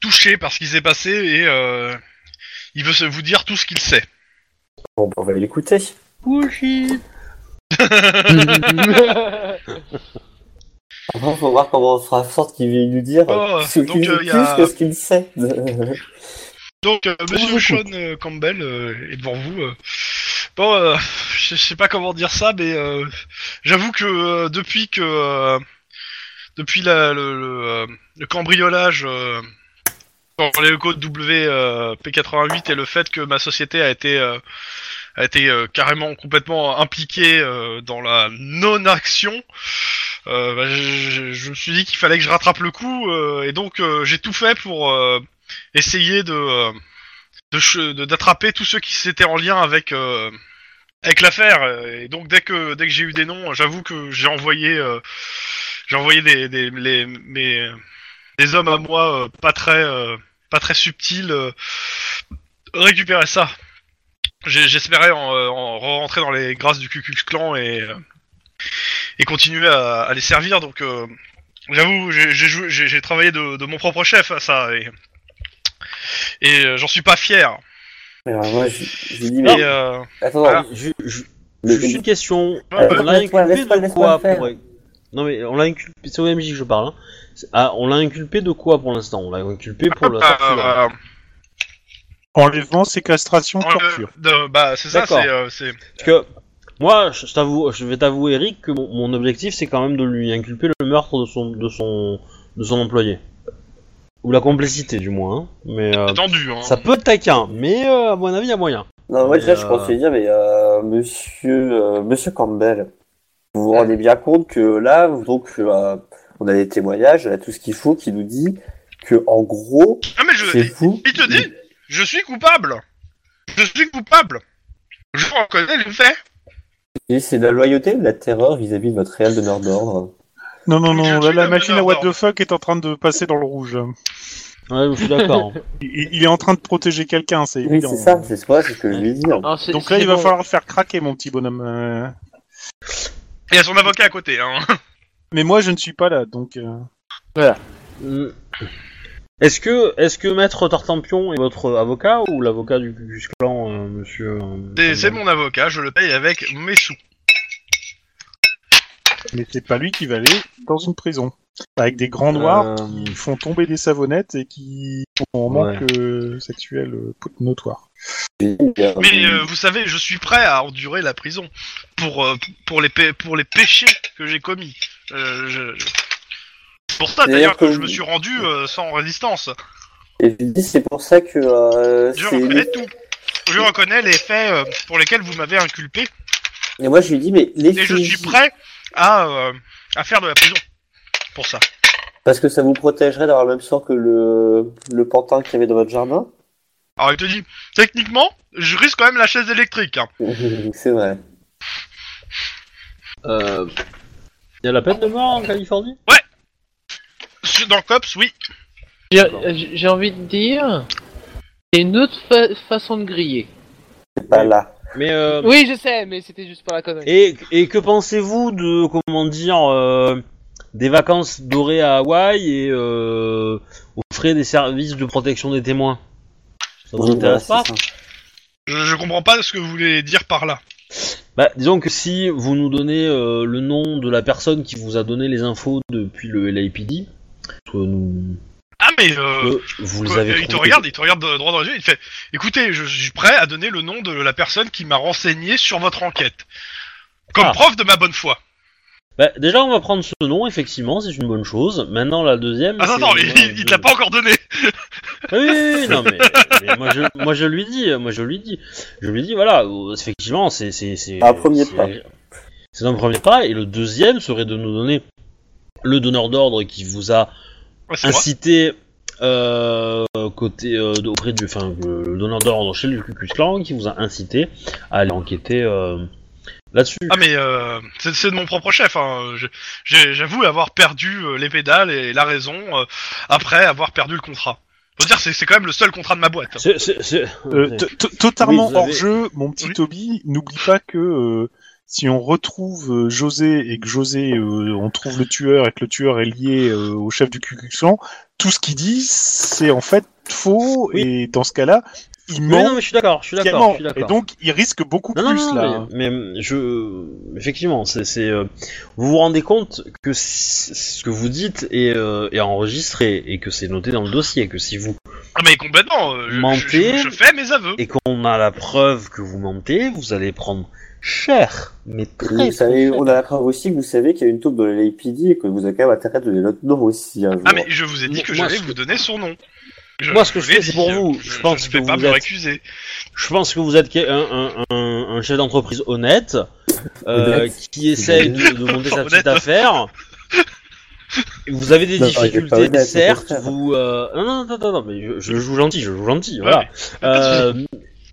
touché par ce qui s'est passé et euh, il veut se, vous dire tout ce qu'il sait.
Bon, bah, on va l'écouter.
Bullshit
Enfin, faut voir comment on fera en sorte qu'il vienne nous dire
Oh,
ce
donc,
qu'il
euh, y
plus
a- euh,
que ce qu'il sait.
Donc, euh, monsieur
vous
Sean euh, Campbell euh, est devant vous. euh. Bon, euh, je je sais pas comment dire ça, mais euh, j'avoue que euh, depuis que euh, depuis la- le, le, euh, le cambriolage euh, dans les locaux de WP88 et le fait que ma société a été, euh, a été euh, carrément complètement impliquée euh, dans la non-action, euh, bah, je, je- je me suis dit qu'il fallait que je rattrape le coup euh, et donc euh, j'ai tout fait pour euh, essayer de euh, de che- de- d'attraper tous ceux qui étaient en lien avec euh, avec l'affaire et donc dès que dès que j'ai eu des noms j'avoue que j'ai envoyé euh, j'ai envoyé des des les- mes- des hommes à moi euh, pas très euh, pas très subtils euh, récupérer ça J'ai- j'espérais en, euh, en rentrer dans les grâces du Ku Klux Klan et euh, et continuer à, à les servir donc euh, j'avoue j'ai- j'ai joué- j'ai j'ai travaillé de, de mon propre chef à ça et et euh, j'en suis pas fier
Alors, moi, je, je dis, mais.
et euh,
Attends,
Ah.
Ju- ju-
le-
Juste une question.
Ouais,
on l'a
laisse-moi-
inculpé
laisse-moi-
de quoi
laisse-moi le faire.
pour- Non mais on l'a inculpé, c'est au MJ que je parle. hein. C'est- Ah, on l'a inculpé de quoi pour l'instant On l'a inculpé pour la
bah,
torture.
euh,
Enlèvement, séquestration,
Euh,
torture.
de- bah, c'est ça,
D'accord.
c'est. euh, c'est-
Parce que moi, je, je t'avoue, je vais t'avouer Eric que mon, mon objectif c'est quand même de lui inculper le meurtre de son de son de son employé ou la complicité du moins. hein. Mais euh,
c'est tendu, hein.
ça peut être taquin, mais euh, à mon avis, il y a moyen.
Non, moi,
Mais,
déjà, je
euh,
pensais dire, mais euh, monsieur, euh, monsieur Campbell, vous vous rendez bien compte que là, donc, euh, on a des témoignages, on a tout ce qu'il faut qui nous dit que, en gros,
Ah, mais
c'est
je,
vous.
il te dit je suis coupable Je suis coupable Je reconnais les faits
Et c'est de la loyauté ou de la terreur vis-à-vis de votre réel donneur d'ordre
Non, non, non,
Je
là,
suis
la
le
machine à
meneur
what the
d'ordre.
fuck est en train de passer dans le rouge.
Ouais, je suis d'accord. hein.
Il, il est en train de protéger quelqu'un, c'est
Oui,
évident.
c'est ça, c'est ça, c'est ce que je lui hein. dire.
Non, c'est-
Donc
c'est
là, il va
bon.
falloir le faire craquer, mon petit bonhomme. euh.
Il y a son avocat à côté, hein.
Mais moi, je ne suis pas là, donc... euh,
Mm. Est-ce que est-ce que maître Tartampion est votre avocat ou l'avocat du du clan, euh, monsieur euh,
C'est c'est
Campbell
mon avocat, je le paye avec mes sous.
Mais c'est pas lui qui va aller dans une prison. Avec des grands noirs
Euh.
qui font tomber des savonnettes et qui sont en
Ouais.
manque euh, sexuel euh, notoire.
Mais euh, vous savez, je suis prêt à endurer la prison pour, euh, pour, les, pé- pour les péchés que j'ai commis. Euh, je- je- Pour ça,
D'ailleurs,
d'ailleurs, que
que-
je me suis rendu euh, sans résistance.
Et je lui dis, c'est pour ça que euh,
Je
c'est-
reconnais tout. Je reconnais les faits euh, pour lesquels vous m'avez inculpé
Et moi, je lui dis, mais les
Et je suis
Fidji-
prêt à, euh, à faire de la prison pour ça.
Parce que ça vous protégerait d'avoir le même sort que le, le pantin qu'il y avait dans votre jardin
Alors il te dit, techniquement, je risque quand même la chaise électrique. hein.
C'est vrai.
Euh, y a la peine de mort en Californie
Sur- Dans Cops, oui.
J'ai euh, j'ai envie de dire. Il y a une autre fa- façon de griller.
C'est pas là.
Mais euh,
Oui, je sais, mais c'était juste pour la connerie.
et, et que pensez-vous de comment dire euh, des vacances dorées à Hawaï et euh, offrir des services de protection des témoins Ça vous
Oui, voilà,
intéresse
bah, c'est
pas
ça.
Je, je comprends pas ce que vous voulez dire par là.
Bah, disons que si vous nous donnez euh, le nom de la personne qui vous a donné les infos depuis le LAPD, que nous,
Ah mais euh,
que vous les
quoi,
avez
il te
trouvés-
regarde, il te regarde de- droit dans les yeux, il te fait, écoutez, je, suis prêt à donner le nom de la personne qui m'a renseigné sur votre enquête. Comme
Ah.
preuve de ma bonne foi.
Bah, déjà, on va prendre ce nom, effectivement, c'est une bonne chose. Maintenant, la deuxième.
Ah non,
c'est- Ah,
non, mais il, il te l'a pas encore donné.
Oui, oui, oui, non, mais, mais moi, je, moi je lui dis, moi je lui dis, je lui dis, voilà, euh, effectivement, c'est. c'est- c'est-
Un premier
c'est-
pas.
C'est un premier pas, et le deuxième serait de nous donner le donneur d'ordre qui vous a
Ouais, c'est moi.
incité euh, côté euh, de- auprès du, enfin, le le donneur d'ordre chez le Ku Klux Klan qui vous a incité à aller enquêter euh, là-dessus.
Ah mais euh, c'est c'est de mon propre chef. Hein. Je- j'ai- J'avoue avoir perdu euh, les pédales et la raison euh, après avoir perdu le contrat. Faut dire c'est c'est quand même le seul contrat de ma boîte.
C'est- c'est- c'est-
Euh, to- to- totalement
Oui, vous
hors
avez-
jeu, mon petit
Oui.
Toby, n'oublie pas que euh, si on retrouve euh, José et que José, euh, on trouve le tueur et que le tueur est lié euh, au chef du Ku Klux Klan, tout ce qu'il dit, c'est en fait faux,
Oui.
et dans ce cas-là, il
Mais
ment.
non, mais je suis d'accord, je suis
il
d'accord, je
ment.
suis
et
d'accord.
donc, il risque beaucoup
Non, non,
plus,
non,
là.
mais, mais je, effectivement, c'est, c'est, euh, vous vous rendez compte que c- ce que vous dites est, euh, est enregistré et que c'est noté dans le dossier, que si vous
Ah mais complètement. euh, je- je,
Mentez.
je- je fais mes aveux.
et qu'on a la preuve que vous mentez, vous allez prendre cher, mais très,
Vous savez,
très cher.
on a la preuve aussi que vous savez qu'il y a une taupe dans la LAPD et que vous avez quand même intérêt de donner notre nom aussi un jour.
Ah mais je vous ai dit
Moi,
que
moi,
j'allais
ce
vous
que-
donner son nom.
Moi, ce que je
l'ai
fais, c'est
dit, euh,
pour vous. Je
Je,
pense
je ne
que
vais pas
vous
me
êtes-
récuser.
Je pense que vous êtes quel- un, un- un- un chef d'entreprise honnête euh,
Honnête.
qui essaye de, de monter sa petite
Honnête.
affaire. Et Vous avez des
Non, il est pas
difficultés,
honnête, au
certes.
contraire.
Vous euh, non, non non non non, mais je, je joue gentil, je joue gentil.
Ouais,
Voilà. Euh,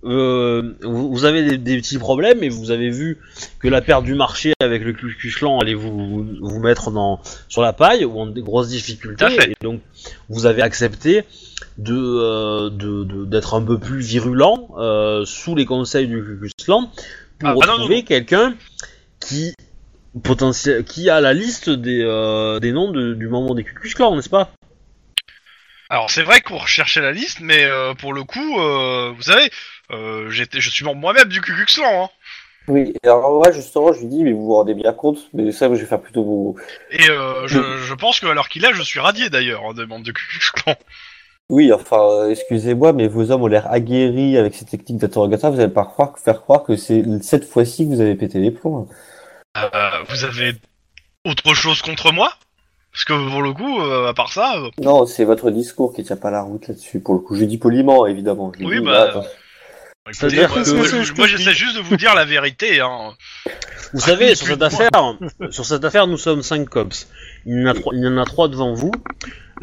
euh, vous, vous avez des, des petits problèmes et vous avez vu que la perte du marché avec le Cuclan allait vous vous mettre dans sur la paille ou en des grosses
Tout
difficultés.
à fait.
Et donc vous avez accepté de euh, de- de- d'être un peu plus virulent euh, sous les conseils du Cuclan pour
Ah, bah non, non,
retrouver quelqu'un qui potentiel qui a la liste des euh, des noms de- du membre des Cuclan, n'est-ce pas
Alors c'est vrai qu'on recherchait la liste, mais euh, pour le coup, euh, vous savez, euh, j'étais, je suis membre moi-même du Cucuxlan. Hein.
Oui, et alors ouais, justement, je lui dis, mais vous vous rendez bien compte, mais ça, je vais faire plutôt vous.
Et euh,
Mm.
je, je pense que alors qu'il a, je suis radié d'ailleurs hein, de membre du Cucuxlan.
Oui, enfin, euh, excusez-moi, mais vos hommes ont l'air aguerris avec ces techniques d'interrogatoire, vous allez pas croire, faire croire que c'est cette fois-ci que vous avez pété les plombs.
Euh, vous avez autre chose contre moi Parce que pour le coup, euh, à part ça, euh,
Non, c'est votre discours qui tient pas la route là-dessus, pour le coup. Je dis poliment, évidemment. Je
Oui,
dis, euh,
bah,
attends.
écoutez,
C'est-à-dire
moi,
que-
moi,
C'est ce que
je-
je
moi,
te dis.
j'essaie juste de vous dire la vérité. Hein.
Vous savez,
mais
sur
plus
cette
de
affaire, sur cette affaire, nous sommes cinq cops. Il y en a trois, il y en a trois devant vous.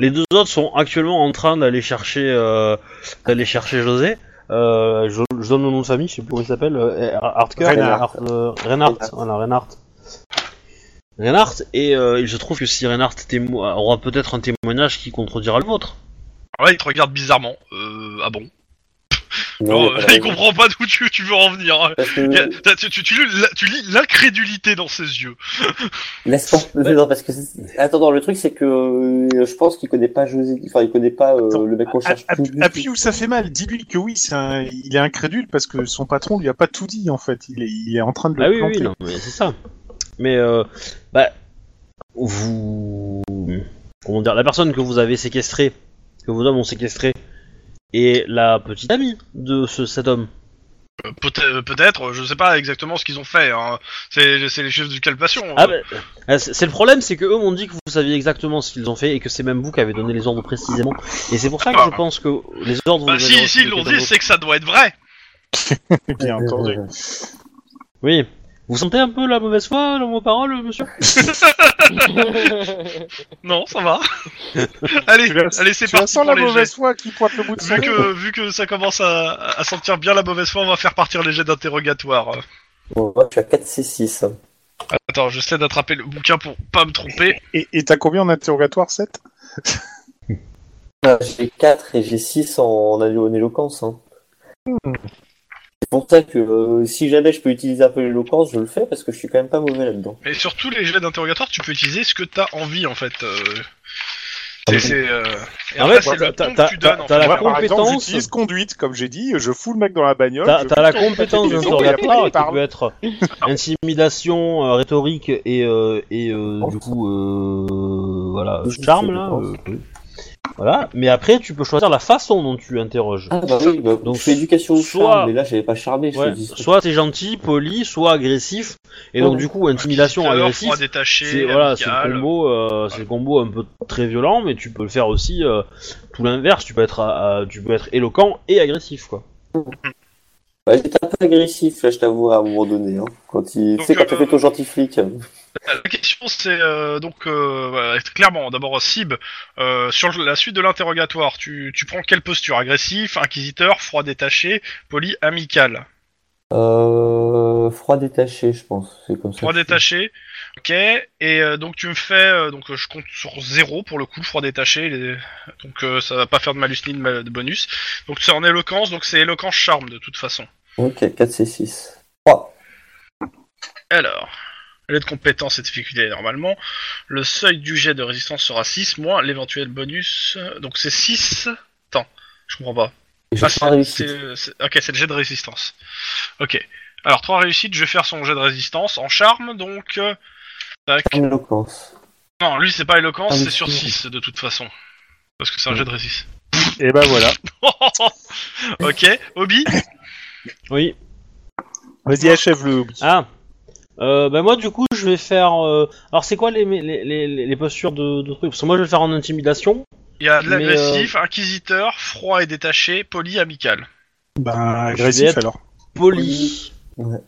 Les deux autres sont actuellement en train d'aller chercher, euh, d'aller chercher José. Euh, je, je donne le nom de famille, je sais plus comment il s'appelle. euh, Hartker,
Reinhardt.
euh, Reinhardt,
Reinhardt.
voilà, Reinhardt. Reinhardt, et euh, il se trouve que si Reinhardt témo- aura peut-être un témoignage qui contredira le vôtre.
Alors là, Ah il te regarde bizarrement. Euh, ah bon
Non,
Alors,
mais
euh,
pas
Il
raison.
comprend pas d'où tu, tu veux en venir. hein.
Parce que,
Euh.
Il y a- t'as- tu, tu- tu lis la- tu lis l'incrédulité dans ses yeux.
laisse pas- non, parce que c'est- attends, non, le truc, c'est que, euh, je pense qu'il connaît pas José, enfin, il connaît pas, euh,
Attends,
le mec qu'on cherche.
App-
plus du tout.
Appuie ah, où ça fait mal. Dis-lui que oui, c'est un- il est incrédule parce que son patron lui a pas tout dit en fait. Il est, il est en train de le
Ah oui, oui,
planter.
non, mais c'est ça. Mais, euh, bah, vous. Comment dire La personne que vous avez séquestrée, que vos hommes ont séquestrée, est la petite amie de ce, cet homme.
Euh, peut- euh, Peut-être, je sais pas exactement ce qu'ils ont fait. Hein. C'est c'est les chefs du calpation. hein.
Ah, bah, euh, c'est c'est le problème, c'est que eux m'ont dit que vous saviez exactement ce qu'ils ont fait et que c'est même vous qui avez donné les ordres précisément. Et c'est pour ça que je pense que les ordres.
Bah,
vous avez
si,
reçus
si
de
ils l'ont
quelqu'un
dit, c'est que ça doit être vrai.
Bien entendu.
d'autre. Oui. Vous sentez un peu la mauvaise foi, la mauvaise parole, monsieur
Non, ça va. allez,
Tu la-
allez, c'est
Tu la
parti
sens
pour
la
les
mauvaise
jets.
foi qui pointe le bout de son
Vu
nez.
que, vu que ça commence à, à sentir bien la mauvaise foi, on va faire partir les jets d'interrogatoire.
Bon, moi, je suis à 4C6. hein.
Attends, j'essaie d'attraper le bouquin pour pas me tromper.
Et et t'as combien en interrogatoire 7
Ah, J'ai 4 et j'ai 6 en, en allo- en éloquence. hein. C'est pour ça que euh, si jamais je peux utiliser un peu l'éloquence, je le fais parce que je suis quand même pas mauvais là-dedans.
Mais sur tous les jets d'interrogatoire, tu peux utiliser ce que t'as envie en fait. euh.
Ah
C'est.
oui.
c'est, euh, Et
Ah
en
ouais,
fait, c'est
t'as-
le
t'as-
ton
t'as-
que tu donnes en
t'as
fait.
la
Moi, Par exemple,
compétence.
j'utilise conduite, comme j'ai dit, je fous le mec dans la bagnole.
T'as
je
t'as la
fous le
compétence
temps,
d'interrogatoire
il
qui
parle.
peut être euh, intimidation, euh, rhétorique et, euh, et euh, du coup euh, voilà
Je sais
charme
pas.
là. euh, oui. voilà. Mais après tu peux choisir la façon dont tu interroges.
Ah bah oui, bah,
Donc,
je fais éducation au
soit-
charme, mais là j'avais pas charmé. je
Ouais.
fais juste-
Soit t'es gentil, poli, soit agressif. Et donc
Ouais.
du coup intimidation,
Froid
agressif. C'est
détaché,
voilà, c'est
amical.
le combo, euh, c'est le combo un peu très violent, mais tu peux le faire aussi euh, tout l'inverse. Tu peux être, à- à- tu peux être éloquent et agressif quoi.
Ouais, Bah, J'étais un peu agressif là, je t'avoue, à un moment donné. hein. Quand il... Tu sais,
Donc,
quand tu
euh,
fais ton gentil flic. hein.
La question c'est euh, donc euh, voilà, clairement d'abord Sib euh, sur la suite de l'interrogatoire tu, tu prends quelle posture agressif inquisiteur froid détaché poli amical
Euh... Froid détaché, je pense. C'est comme ça.
froid
que je fais.
détaché ok et euh, donc tu me fais euh, donc euh, je compte sur zéro pour le coup le froid détaché les- donc euh, ça va pas faire de malus ni de, ma- de bonus donc c'est en éloquence donc c'est éloquence charme de toute façon
Ok, 4 c 6. 3.
alors les de compétence et difficulté normalement le seuil du jet de résistance sera 6 moins l'éventuel bonus donc c'est 6 attends je comprends pas
J'ai
Ah,
pas
c'est-
réussi.
c'est- c'est- Ok, c'est le jet de résistance. Ok. Alors, trois réussites, je vais faire son jet de résistance en charme, donc... euh, tac.
Charme, éloquence.
Non, lui, c'est pas éloquence,
Ah, mais
c'est sur
sinon.
6, de toute façon. Parce que c'est un jet de résistance.
Et ben voilà.
ok, Obi
Oui.
Vas-y, achève-le, Obi.
Ah. Euh, bah moi du coup je vais faire. euh, Alors c'est quoi les, les, les, les- les postures de, de trucs Parce que moi je vais le faire en intimidation.
Il y a de
Mais, euh,
l'agressif, inquisiteur, froid et détaché, poli, amical.
Ben,
Je vais
agressif
être-
alors.
Poli.
Ouais.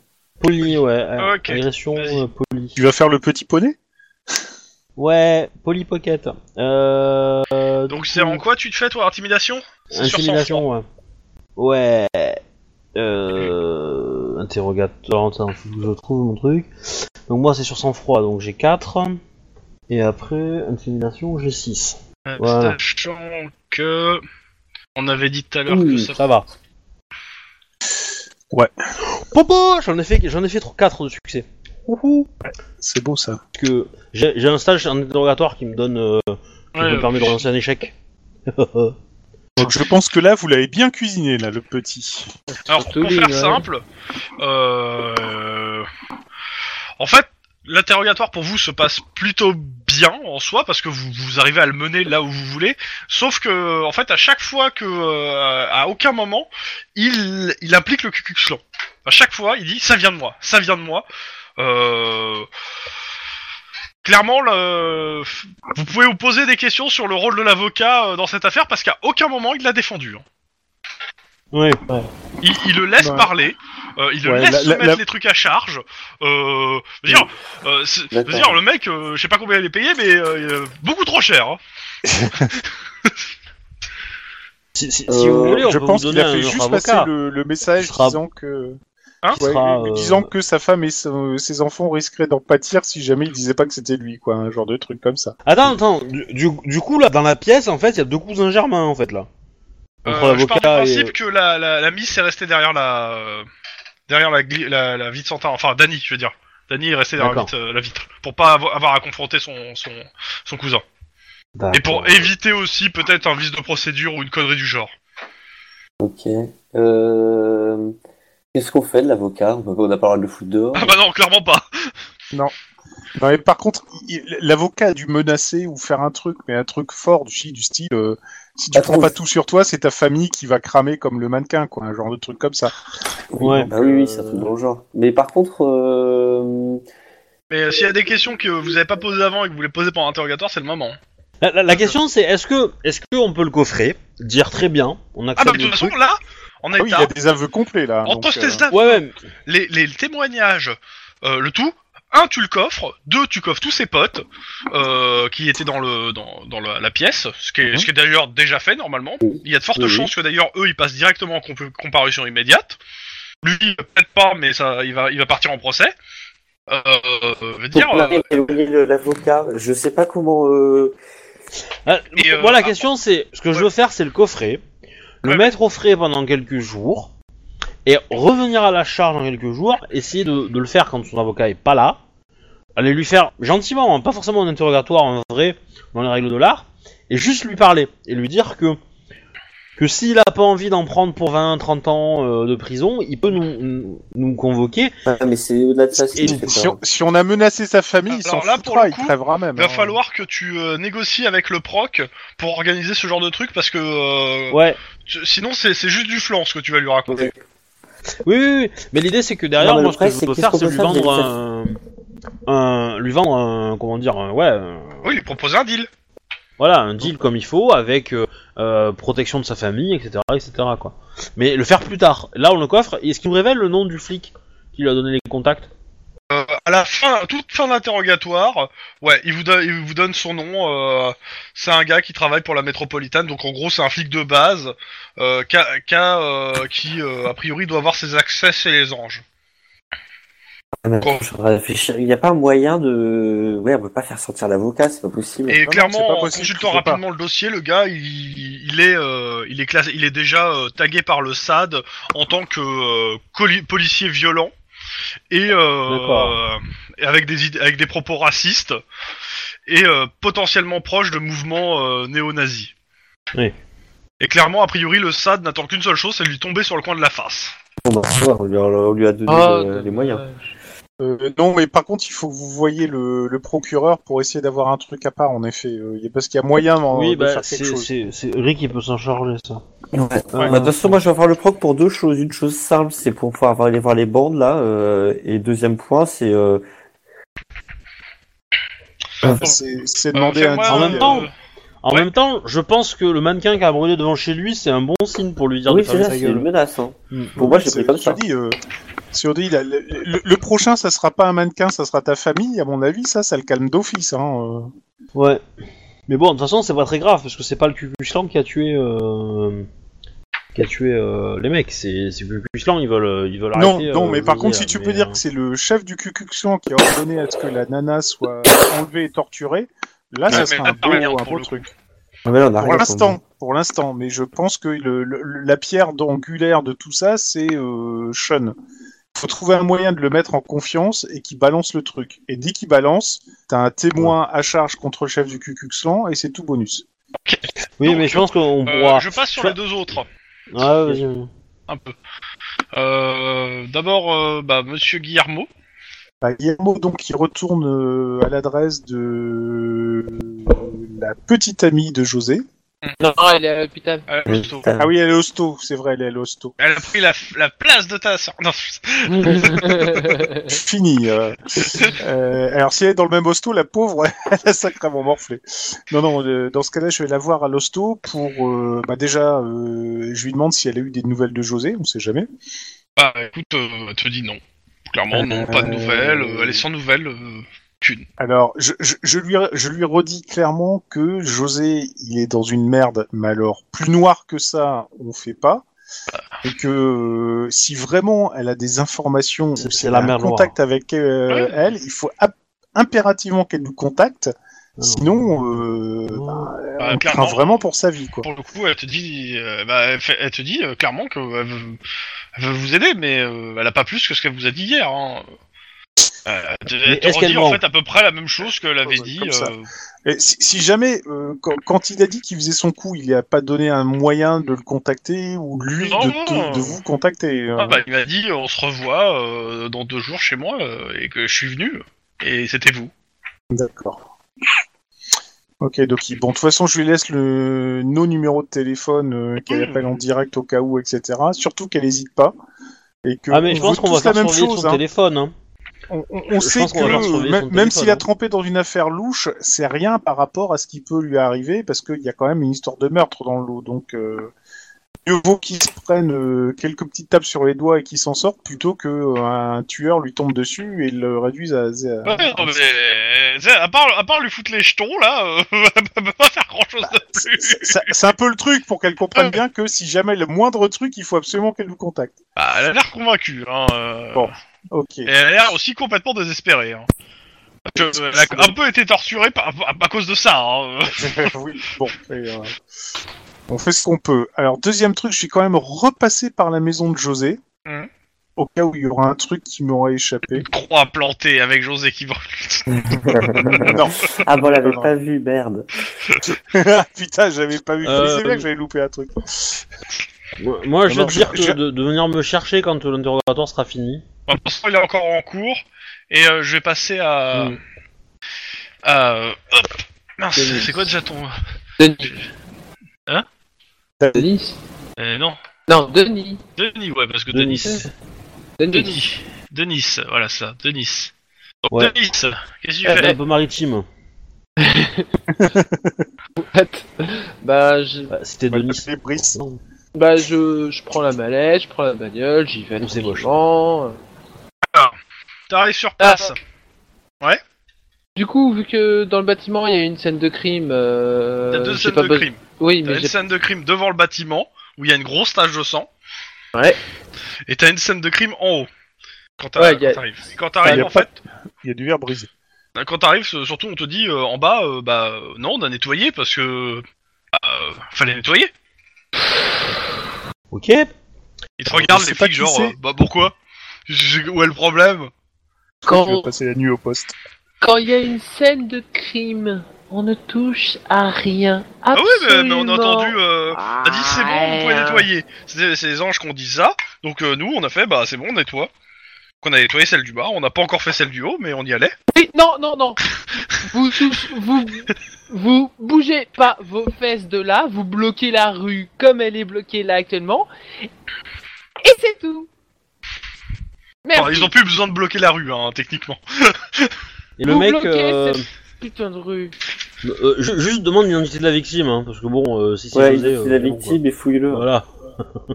Poli ouais. euh,
Ah, Ok,
Agression
vas-y.
euh, poli.
Tu vas faire le petit poney
Ouais. Poli pocket. Euh,
Donc
du
c'est
coup,
en quoi tu te fais toi, intimidation C'est sur sang-froid.
Intimidation ouais. Ouais. Euh... Interrogatoire. Attends, faut que je trouve mon truc. Donc moi c'est sur sang froid donc j'ai 4. Et après intimidation j'ai 6.
Euh,
Voilà.
Sachant que on avait dit tout à l'heure que
Oui,
Hmm, ça.
Ça va.
Ouais.
Popo bah, J'en ai fait, j'en ai fait 4 de succès. Wouhou
C'est beau ça.
Parce que j'ai j'ai un stage en interrogatoire qui me donne, euh, qui
Ouais,
me permet de relancer un échec.
Donc je pense que là, vous l'avez bien cuisiné, là, le petit.
Alors
Surtout
pour
lui,
faire
ouais.
simple, euh, en fait, l'interrogatoire pour vous se passe plutôt bien en soi parce que vous, vous arrivez à le mener là où vous voulez. Sauf que, en fait, à chaque fois que, euh, à aucun moment, il, il implique le Ku clan. À chaque fois, il dit ça vient de moi, ça vient de moi. Euh, Clairement, le- vous pouvez vous poser des questions sur le rôle de l'avocat euh, dans cette affaire parce qu'à aucun moment il l'a défendu. hein.
Ouais.
Il, il le laisse
Ouais.
parler, euh, il le
Ouais,
laisse
la-
se
la-
mettre
la-
les trucs à charge. Euh, je veux dire, euh, c'est- je veux
D'accord.
dire, le mec, euh, je sais pas combien il est payé, mais euh, il est beaucoup trop cher. hein.
Si, si-
Euh,
si vous voulez, on
je
peut
pense
vous
qu'il
donner
a fait
un
juste
autre
passer
avocat.
le, le message
Ce sera-
disant que...
Hein
Ce sera,
lui- lui
euh,
disant que sa femme et son- euh, ses enfants risqueraient d'en pâtir si jamais il disait pas que c'était lui, quoi, un genre de truc comme ça.
Attends, attends. Du, du- du coup, là, dans la pièce, en fait, il y a deux cousins germains, en fait, là. Entre
Euh, je pars du
l'avocat et...
principe que la, la, la miss est restée derrière la euh, derrière la, gli- la, la vitre centaure, enfin Dany, je veux dire. Dany est resté derrière la
D'accord.
vitre, euh, la vitre pour pas avo- avoir à confronter son son, son cousin et pour
D'accord.
éviter aussi peut-être un vice de procédure ou une connerie du genre.
Ok. Euh... Qu'est-ce qu'on fait de l'avocat On peut- on n'a pas le droit de le foutre dehors.
Ah bah non, clairement pas.
Non, mais par contre, il- l'avocat a dû menacer ou faire un truc, mais un truc fort du, chi- du style euh, si tu
Attends,
prends pas
je-
tout sur toi, c'est ta famille qui va cramer comme le mannequin, quoi, un genre de truc comme ça. euh,
Ouais.
Bah oui, oui, c'est un truc dans le genre. Mais par contre, euh...
Mais euh, s'il y a des questions que vous avez pas posées avant et que vous les posez pendant l'interrogatoire, c'est le moment.
La, la- la question, c'est est-ce que, est-ce que on peut le coffrer, dire très bien, on
Ah bah
accepte
de toute
le
façon
truc.
là, en
Ah
état,
oui, il y a des aveux complets là. donc,
entre
euh,
ces aveux,
Ouais, ouais.
les, les témoignages, euh, le tout, un tu le coffres, deux tu coffres tous ses potes euh, qui étaient dans le dans, dans la, la pièce, ce qui est,
Mhm.
ce qui est d'ailleurs déjà fait normalement.
Oh.
Il y a de fortes
Oui, oui.
chances que d'ailleurs eux ils passent directement en comp- comparution immédiate. Lui peut-être pas, mais ça il va il va partir en procès. Euh, euh, veut
pour
dire, euh,
Marie, elle a oublié le- l'avocat, je sais pas comment. Euh...
Ah,
Et, euh,
moi, la
ah,
question, c'est ce que je
ouais.
veux faire, c'est le coffrer, le
Ouais.
mettre au frais pendant quelques jours, et revenir à la charge dans quelques jours, essayer de, de le faire quand son avocat est pas là, aller lui faire gentiment, hein, pas forcément un interrogatoire en vrai, dans les règles de l'art, et juste lui parler, et lui dire que que s'il a pas envie d'en prendre pour 20, 30 ans euh, de prison, il peut nous, nous, nous convoquer.
Ah, mais c'est
euh,
au-delà de ça.
Et
c'est fait
Si
peur.
on, si on a menacé sa famille, il
Alors
s'en
là, pour
foutra,
le
il
coup,
crèvera même.
Va
hein.
falloir que tu euh, négocies avec le proc pour organiser ce genre de truc parce que euh,
Ouais.
tu- sinon c'est c'est juste du flan ce que tu vas lui raconter.
Ouais.
Oui, oui, oui. mais l'idée c'est que derrière,
Non, mais
moi,
le
ce que je
problème, c'est
peux
qu'est-ce
faire,
qu'on
c'est
peut
lui
faire,
vendre
c'est
un, un- lui vendre un, comment dire, un- ouais, un-
Oui, il propose un deal.
voilà, un deal comme il faut avec euh, euh, protection de sa famille, etc., etc. Quoi. Mais le faire plus tard. Là, on le coffre. Et Est-ce qu'il nous révèle le nom du flic qui lui a donné les contacts
Euh, à la fin, toute fin de l'interrogatoire, ouais, il vous, donne- il vous donne son nom. euh, c'est un gars qui travaille pour la métropolitaine, donc en gros c'est un flic de base euh, qu'a- qu'a, euh, qui euh, a priori doit avoir ses accès chez les anges.
Ah, mais attends, je vais réfléchir. Il n'y a pas moyen de. Ouais, on peut pas faire sortir l'avocat, c'est pas possible.
Et
non, c'est
clairement,
pas
en
possible,
consultant
faut pas.
rapidement le dossier, le gars, il, il est, euh, il est classé, il est déjà euh, tagué par le SAD en tant que euh, coli- policier violent et euh,
D'accord.
et avec des idées- avec des propos racistes et euh, potentiellement proche de mouvements euh, néo-nazis.
Oui.
Et clairement, a priori, le SAD n'attend qu'une seule chose, c'est de lui tomber sur le coin de la face.
Bon, bah, on, lui a, on lui a donné
Ah,
euh, les
dommage.
moyens.
Euh, non, mais par contre, il faut que vous voyez le, le procureur pour essayer d'avoir un truc à part, en effet. Euh, y a- parce qu'il y a moyen d'en-
oui,
de
bah,
faire quelque
c'est
chose.
c'est- c'est Rick qui peut s'en charger, ça.
Ouais. Bah, de toute façon, moi, je vais avoir le proc pour deux choses. Une chose simple, c'est pour pouvoir avoir- aller voir les bandes, là. euh, et deuxième point, c'est... euh,
C'est
Euh,
c'est demander à un
fais-moi,
En
type,
même temps,
euh,
En
Ouais.
même temps, je pense que le mannequin qui a brûlé devant chez lui, c'est un bon signe pour lui dire
Oui,
de
c'est
fermer
ça,
sa
c'est une
gueule.
menace. Hein.
Mm.
Pour moi, j'ai
euh, c'est-
pris comme
je
ça.
te dis, euh, si on dit, là, le, le- le prochain, ça sera pas un mannequin, ça sera ta famille, à mon avis, ça, ça le calme d'office. Hein, euh.
Ouais. Mais bon, de toute façon, c'est pas très grave, parce que c'est pas le Cucuslan qui a tué... Euh... Qui a tué euh, les mecs, c'est c'est Cucuslan, ils veulent, ils veulent
Non,
arrêter...
non,
euh,
mais par
José,
contre,
là,
si tu
mais,
peux dire
euh,
que c'est le chef du Ku Klux Klan qui a ordonné à ce que la nana soit enlevée et torturée, là, ça
Ouais, mais
serait
là, par
un beau,
contre,
un
pour
beau
le
truc.
Ah, mais là, on a
Pour
rien,
l'instant, pour l'instant, mais je pense que le- le- la pierre angulaire de tout ça, c'est euh, Sean. faut trouver un moyen de le mettre en confiance et qu'il balance le truc. Et dès qu'il balance, t'as un témoin à charge contre le chef du Ku Klux Klan et c'est tout bonus.
Oui,
Donc,
mais je pense qu'on
euh,
pourra...
je passe sur
tu
les deux autres.
Ah, vas-y, vas-y.
un peu. Euh, D'abord, euh, bah, Monsieur Guillermo.
Bah, Guillermo, donc, qui retourne euh, à l'adresse de euh, la petite amie de José.
Non, elle est à l'hôpital.
euh,
Oui,
Hosto.
putain.
Ah oui, elle est hosto, c'est vrai, elle est à l'hosto.
Elle a pris la, la place de ta sœur. Non,
Fini. euh. Euh, alors, si elle est dans le même hosto, la pauvre, elle a sacrément morflé. Non, non, euh, dans ce cas-là, je vais la voir à l'hosto pour. euh, bah, déjà, euh, je lui demande si elle a eu des nouvelles de José, on sait jamais.
bah, écoute, euh, elle te dit non. Clairement, non, pas de nouvelles. euh, elle est sans nouvelles. euh,
Alors, je, je, je lui, je lui redis clairement que José, il est dans une merde, mais alors plus noir que ça, on fait pas. Et que euh, si vraiment elle a des informations,
C'est-
ou si
c'est
elle
la
a un
mer Noire.
contact avec euh,
Ouais.
elle, il faut ab- impérativement qu'elle nous contacte.
Ah
Sinon, euh,
bah,
on craint
clairement,
vraiment pour sa vie, quoi.
Pour le coup, elle te dit, euh, bah, elle, fait- elle te dit euh, clairement qu'elle veut, elle veut vous aider, mais euh, elle a pas plus que ce qu'elle vous a dit hier. Hein. Euh, elle te-
Mais
elle te
est-ce qu'elle
redit en
ment
fait à peu près la même chose qu'elle avait
Ouais,
dit.
comme ça.
euh,
Et si, si jamais, euh, quand, quand il a dit qu'il faisait son coup, il n'a pas donné un moyen de le contacter ou lui
Non,
de,
non.
de- de vous contacter. euh.
Ah bah, il m'a dit on se revoit euh, dans deux jours chez moi euh, et que je suis venu et c'était vous.
D'accord. Ok, donc il- bon, de toute façon, je lui laisse le nos numéros de téléphone euh, qu'elle
Mm.
appelle en direct au cas où, etc. Surtout qu'elle n'hésite pas. Et que
Ah, mais
on
je pense
veut
qu'on va
tous la
faire
même
surveiller
chose.
son
hein.
téléphone, hein.
On, on- on
Je
sait
pense
que
qu'on va faire surveiller
même-
son
même
téléphone,
s'il a
hein.
trempé dans une affaire louche, c'est rien par rapport à ce qui peut lui arriver parce qu'il y a quand même une histoire de meurtre dans l'eau. Donc euh, mieux vaut qu'il se prenne euh, quelques petites tapes sur les doigts et qu'il s'en sorte plutôt que euh, un tueur lui tombe dessus et le réduise à, à-
Ouais, non, mais, euh, tu sais, à, part, à part lui foutre les jetons, là, euh, elle peut pas faire grand chose de plus.
C'est- c'est c'est un peu le truc pour qu'elle comprenne bien que si jamais le moindre truc, il faut absolument qu'elle nous contacte.
Bah, elle a l'air convaincue, hein. euh,
Bon. Ok.
Et elle a l'air aussi complètement désespérée, hein. Parce que, euh, elle a un peu été torturée par- à, à cause de ça, hein.
Oui, bon. et, euh, on fait ce qu'on peut. Alors deuxième truc, je suis quand même repassé par la maison de José.
Mhm.
Au cas où il y aura un truc qui m'aurait échappé.
Croix plantée avec José qui brûle.
non.
Ah bon, on l'avait
Non.
pas vu, merde.
Ah, Putain, j'avais pas vu.
Euh,
C'est bien que j'avais loupé un truc.
Moi, moi, je vais
Non,
te
je-
dire que
je-
de, de venir me chercher quand l'interrogatoire sera fini.
Pour l'instant, il est encore en cours, et euh, je vais passer à...
Mm.
à, euh, hop. Mince,
Denis.
c'est quoi déjà ton...
Denis.
Hein
Denis
Euh, non,
Non, Denis.
Denis, ouais, parce que
De
Denis...
Nice.
Denis.
Denis. Denis, voilà ça, Denis. Donc,
Ouais. ben.
Denis, qu'est-ce que tu
Eh
fais
Un peu maritime.
Bah, je,
Ouais, C'était
Ouais,
de Nice.
c'est les brises.
Non.
bah je, je prends la mallette, je prends la bagnole, j'y vais
Ou c'est
tranquillement.
T'arrives sur place.
Du coup, vu que dans le bâtiment il y a une scène de crime, euh,
T'as deux
j'ai
scènes
pas
de
besoin-
crime.
Oui,
T'as
mais
une
j'ai-
scène de crime devant le bâtiment où il y a une grosse tache de sang.
Ouais.
Et t'as une scène de crime en haut. Quand t'as-
Ouais, y
quand
a-
t'arrives. Et Quand
Ah, y
t'arrives,
a
en
pas-
fait, euh,
Il y a du verre brisé.
quand t'arrives, surtout on te dit euh, en bas, euh, bah euh, non, on a nettoyé parce que euh, fallait nettoyer.
Ok.
Ils te
Alors,
regardent
je
les
sais pas
flics
qui
genre,
c'est.
euh, bah pourquoi Où est le problème
Je vais
quand
passer la nuit au poste.
quand il y a une scène de crime, on ne touche à rien.
Ah
Absolument.
oui, mais, mais on a entendu. Euh,
Ah,
on a dit c'est bon, vous pouvez nettoyer. C'est c'est les anges qu'on dit ça. Donc euh, nous, on a fait, bah c'est bon, on nettoie. qu'on a nettoyé celle du bas. On n'a pas encore fait celle du haut, mais on y allait.
Oui, non, non, non. vous, tous- vous, vous bougez pas vos fesses de là, vous bloquez la rue comme elle est bloquée là actuellement. Et c'est tout. Merci.
Enfin, ils ont plus besoin de bloquer la rue, hein, techniquement.
Et le
Vous
mec,
bloquez
euh,
cette putain de rue.
euh, ju- juste demande l'identité de la victime, hein, parce que bon, euh, si c'est
Ouais,
José,
c'est
euh,
la
bon,
victime et fouille-le.
quoi. Voilà.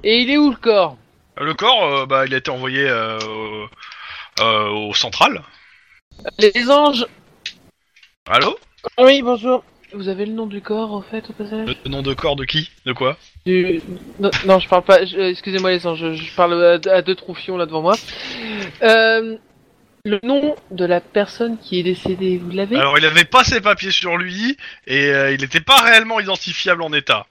Et il est où le corps
Le corps, euh, bah, il a été envoyé euh, au- euh, au central.
Les anges.
Allô
Oui, bonjour. Vous avez le nom du corps au fait au passage
Le nom de corps de qui De quoi
Du- Non, non, je parle pas. je- euh, Excusez-moi les anges, je, je parle à, à deux troufions là devant moi. Euh, le nom de la personne qui est décédée, vous l'avez
Alors, il avait pas ses papiers sur lui et euh, il n'était pas réellement identifiable en état.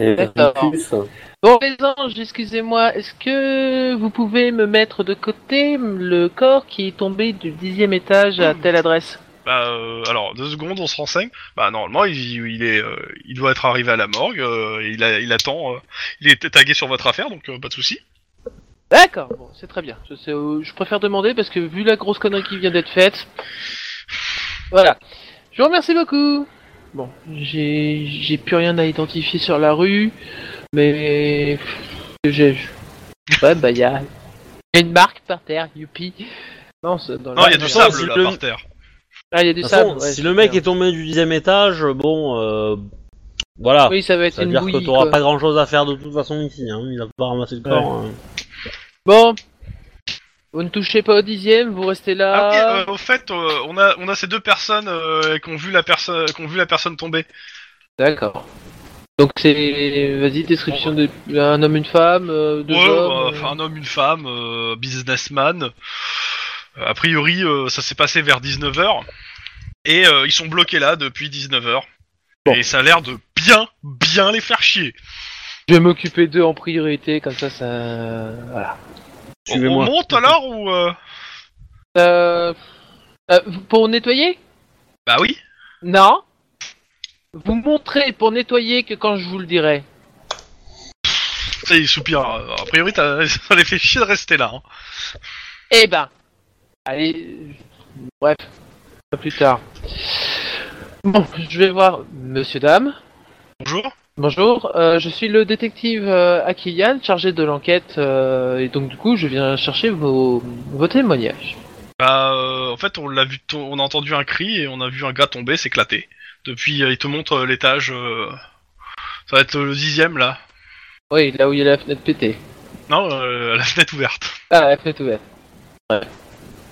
Et
D'accord.
en plus, hein.
Bon les anges, excusez-moi, est-ce que vous pouvez me mettre de côté le corps qui est tombé du dixième étage à telle adresse
Bah, euh, alors, deux secondes, on se renseigne. Bah, normalement, il, il est, euh, il doit être arrivé à la morgue. euh, et il, a- il attend. euh, il est tagué sur votre affaire, donc euh, pas de souci.
D'accord, bon, c'est très bien. Je, sais où- je préfère demander parce que vu la grosse connerie qui vient d'être faite. Voilà. Je vous remercie beaucoup. Bon, j'ai j'ai plus rien à identifier sur la rue, mais. j'ai- Ouais, bah, y a y a une marque par terre, youpi. Non, c'est dans
Non, il y a du
Attends,
sable
si
là
le-
par terre.
Ah, il y a du
De toute façon,
sable. ouais,
si le mec
super.
est tombé du dixième étage, bon, euh, voilà.
Oui, ça va être
Ça veut
une
dire que
bouillie.
t'auras
quoi.
pas grand chose à faire de toute façon ici, hein. il a pas ramassé le corps. hein.
Bon. Vous ne touchez pas au dixième, vous restez là.
Ah, oui, euh, au fait, euh, on a, on a ces deux personnes euh, qui ont vu la personne, qui ont vu la personne tomber.
D'accord. Donc c'est vas-y description de un homme une femme euh, deux
Ouais, bah,
hommes. euh.
enfin, un homme, une femme, euh, businessman. Euh, A priori, euh, ça s'est passé vers 19h. Et euh, ils sont bloqués là depuis 19h.
Bon.
Et ça a l'air de bien, bien les faire chier.
Je vais m'occuper d'eux en priorité comme ça ça voilà.
On, on
Suivez-moi.
monte alors ou... euh,
Euh... euh, vous- pour nettoyer
Bah oui.
Non. Vous montrez pour nettoyer que quand je vous le dirai.
Ça, il soupire. Euh, A priori, t'as- ça les fait chier de rester là. hein.
Eh ben. Allez. euh, Bref. À plus tard. Bon, je vais voir Monsieur Dame.
Bonjour.
Bonjour, euh, je suis le détective euh, Akilian, chargé de l'enquête, euh, et donc du coup je viens chercher vos, vos témoignages.
Bah, euh, en fait, on l'a vu, to- on a entendu un cri et on a vu un gars tomber, s'éclater. Depuis, euh, il te montre euh, l'étage. euh, Ça va être euh, le dixième là.
Oui, là où il y a la fenêtre pétée.
Non, euh, la fenêtre ouverte.
Ah, la fenêtre ouverte.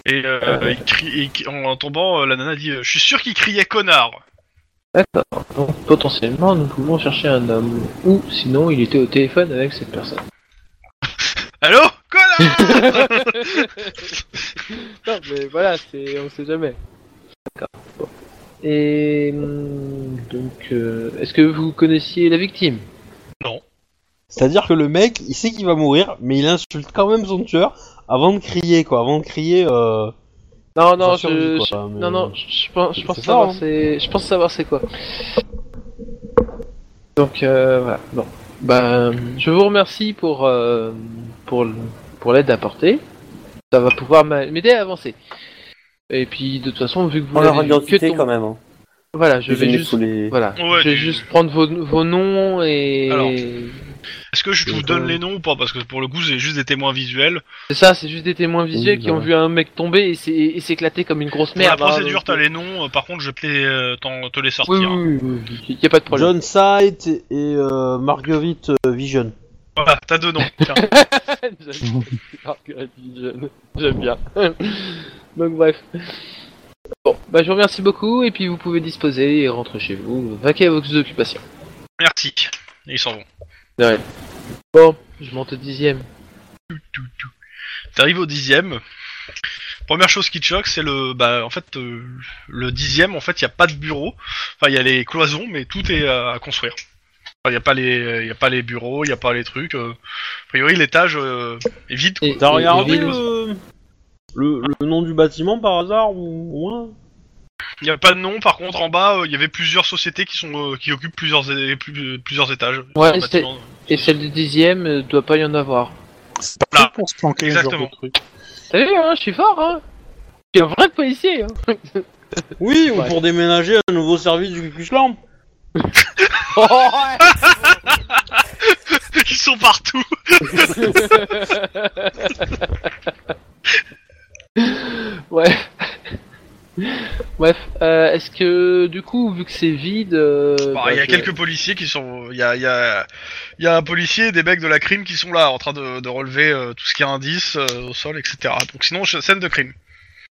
Et, euh,
Ah Ouais.
il crie, et qui- en, en tombant, euh, la nana dit euh, Je suis sûr qu'il criait connard.
D'accord, donc potentiellement nous pouvons chercher un homme, ou sinon il était au téléphone avec cette personne.
Allô Connard
Non, mais voilà, c'est, on sait jamais. D'accord. bon. Et hum, donc, euh, est-ce que vous connaissiez la victime
C'est-à-dire que le mec, il sait qu'il va mourir, mais il insulte quand même son tueur avant de crier, quoi, avant de crier. Euh...
Non, non,
sa survie,
je,
quoi,
je-
mais-
non, non, je je pense, je
c'est
pense
ça,
savoir
hein.
c'est, je pense savoir c'est quoi. Donc euh, voilà. Bon, ben, je vous remercie pour euh, pour l- pour l'aide apportée. Ça va pouvoir m'a- m'aider à avancer. Et puis de toute façon, vu que vous
on leur
n'avez que
identité
ton-
quand même. hein.
voilà, je
Ils
vais
venaient
juste,
sous les-
voilà,
Ouais,
je vais
tu-
juste prendre vos, vos noms et
Alors. Est-ce que je vous
Euh,
donne
euh,
les noms ou pas Parce que pour le coup, j'ai juste des témoins visuels.
c'est ça, c'est juste des témoins visuels qui ont
voilà.
vu un mec tomber et s'é- et s'éclater comme une grosse
Pour la
merde. hein,
procédure,
donc-
t'as les noms. euh, par contre, je vais te les, euh, t'en- te les sortir.
Oui, oui, oui, oui, y a pas de problème.
John Sight et euh, Marguerite euh, Vision.
Voilà, t'as deux noms. Tiens.
J'aime Marguerite Vision. J'aime bien. Donc bref. Bon, bah je vous remercie beaucoup et puis vous pouvez disposer et rentrer chez vous. Vaquez à vos occupations.
Merci. Et ils s'en vont.
Bon, je monte au dixième.
Tout, tout. T'arrives au dixième. Première chose qui te choque, c'est le, bah, en fait, euh, le dixième. En fait, il y a pas de bureau. Enfin, il y a les cloisons, mais tout est euh, à construire. Il n'y a pas les, y a pas les bureaux, il n'y a pas les trucs. euh. A priori, l'étage euh, est vide.
Et-
T'as
et-
regardé
et-
le... Le, le nom du bâtiment par hasard ou au moins
Il n'y a pas de nom. Par contre, en bas, il y avait plusieurs sociétés qui sont, euh, qui occupent plusieurs, é- plus- plusieurs étages.
Ouais,
Plusieurs
c'est-
bâtiments.
Et celle du dixième euh, doit pas y en avoir.
C'est pas
Là.
pour se planquer, ce genre de
Exactement.
truc.
Salut, hein, je suis fort, hein. Je suis un vrai policier. Hein.
Oui, ou
Ouais.
pour déménager un nouveau service du Cucus Clan.
Oh, ouais.
Ils sont partout.
Ouais. Bref, euh, est-ce que du coup, vu que c'est vide, euh,
Bah,
bah,
il y a
je-
quelques policiers qui sont. Il y a, il y, a, il y a un policier et des mecs de la crime qui sont là en train de, de relever euh, tout ce qui est indice euh, au sol, etc. Donc sinon, je- scène de crime.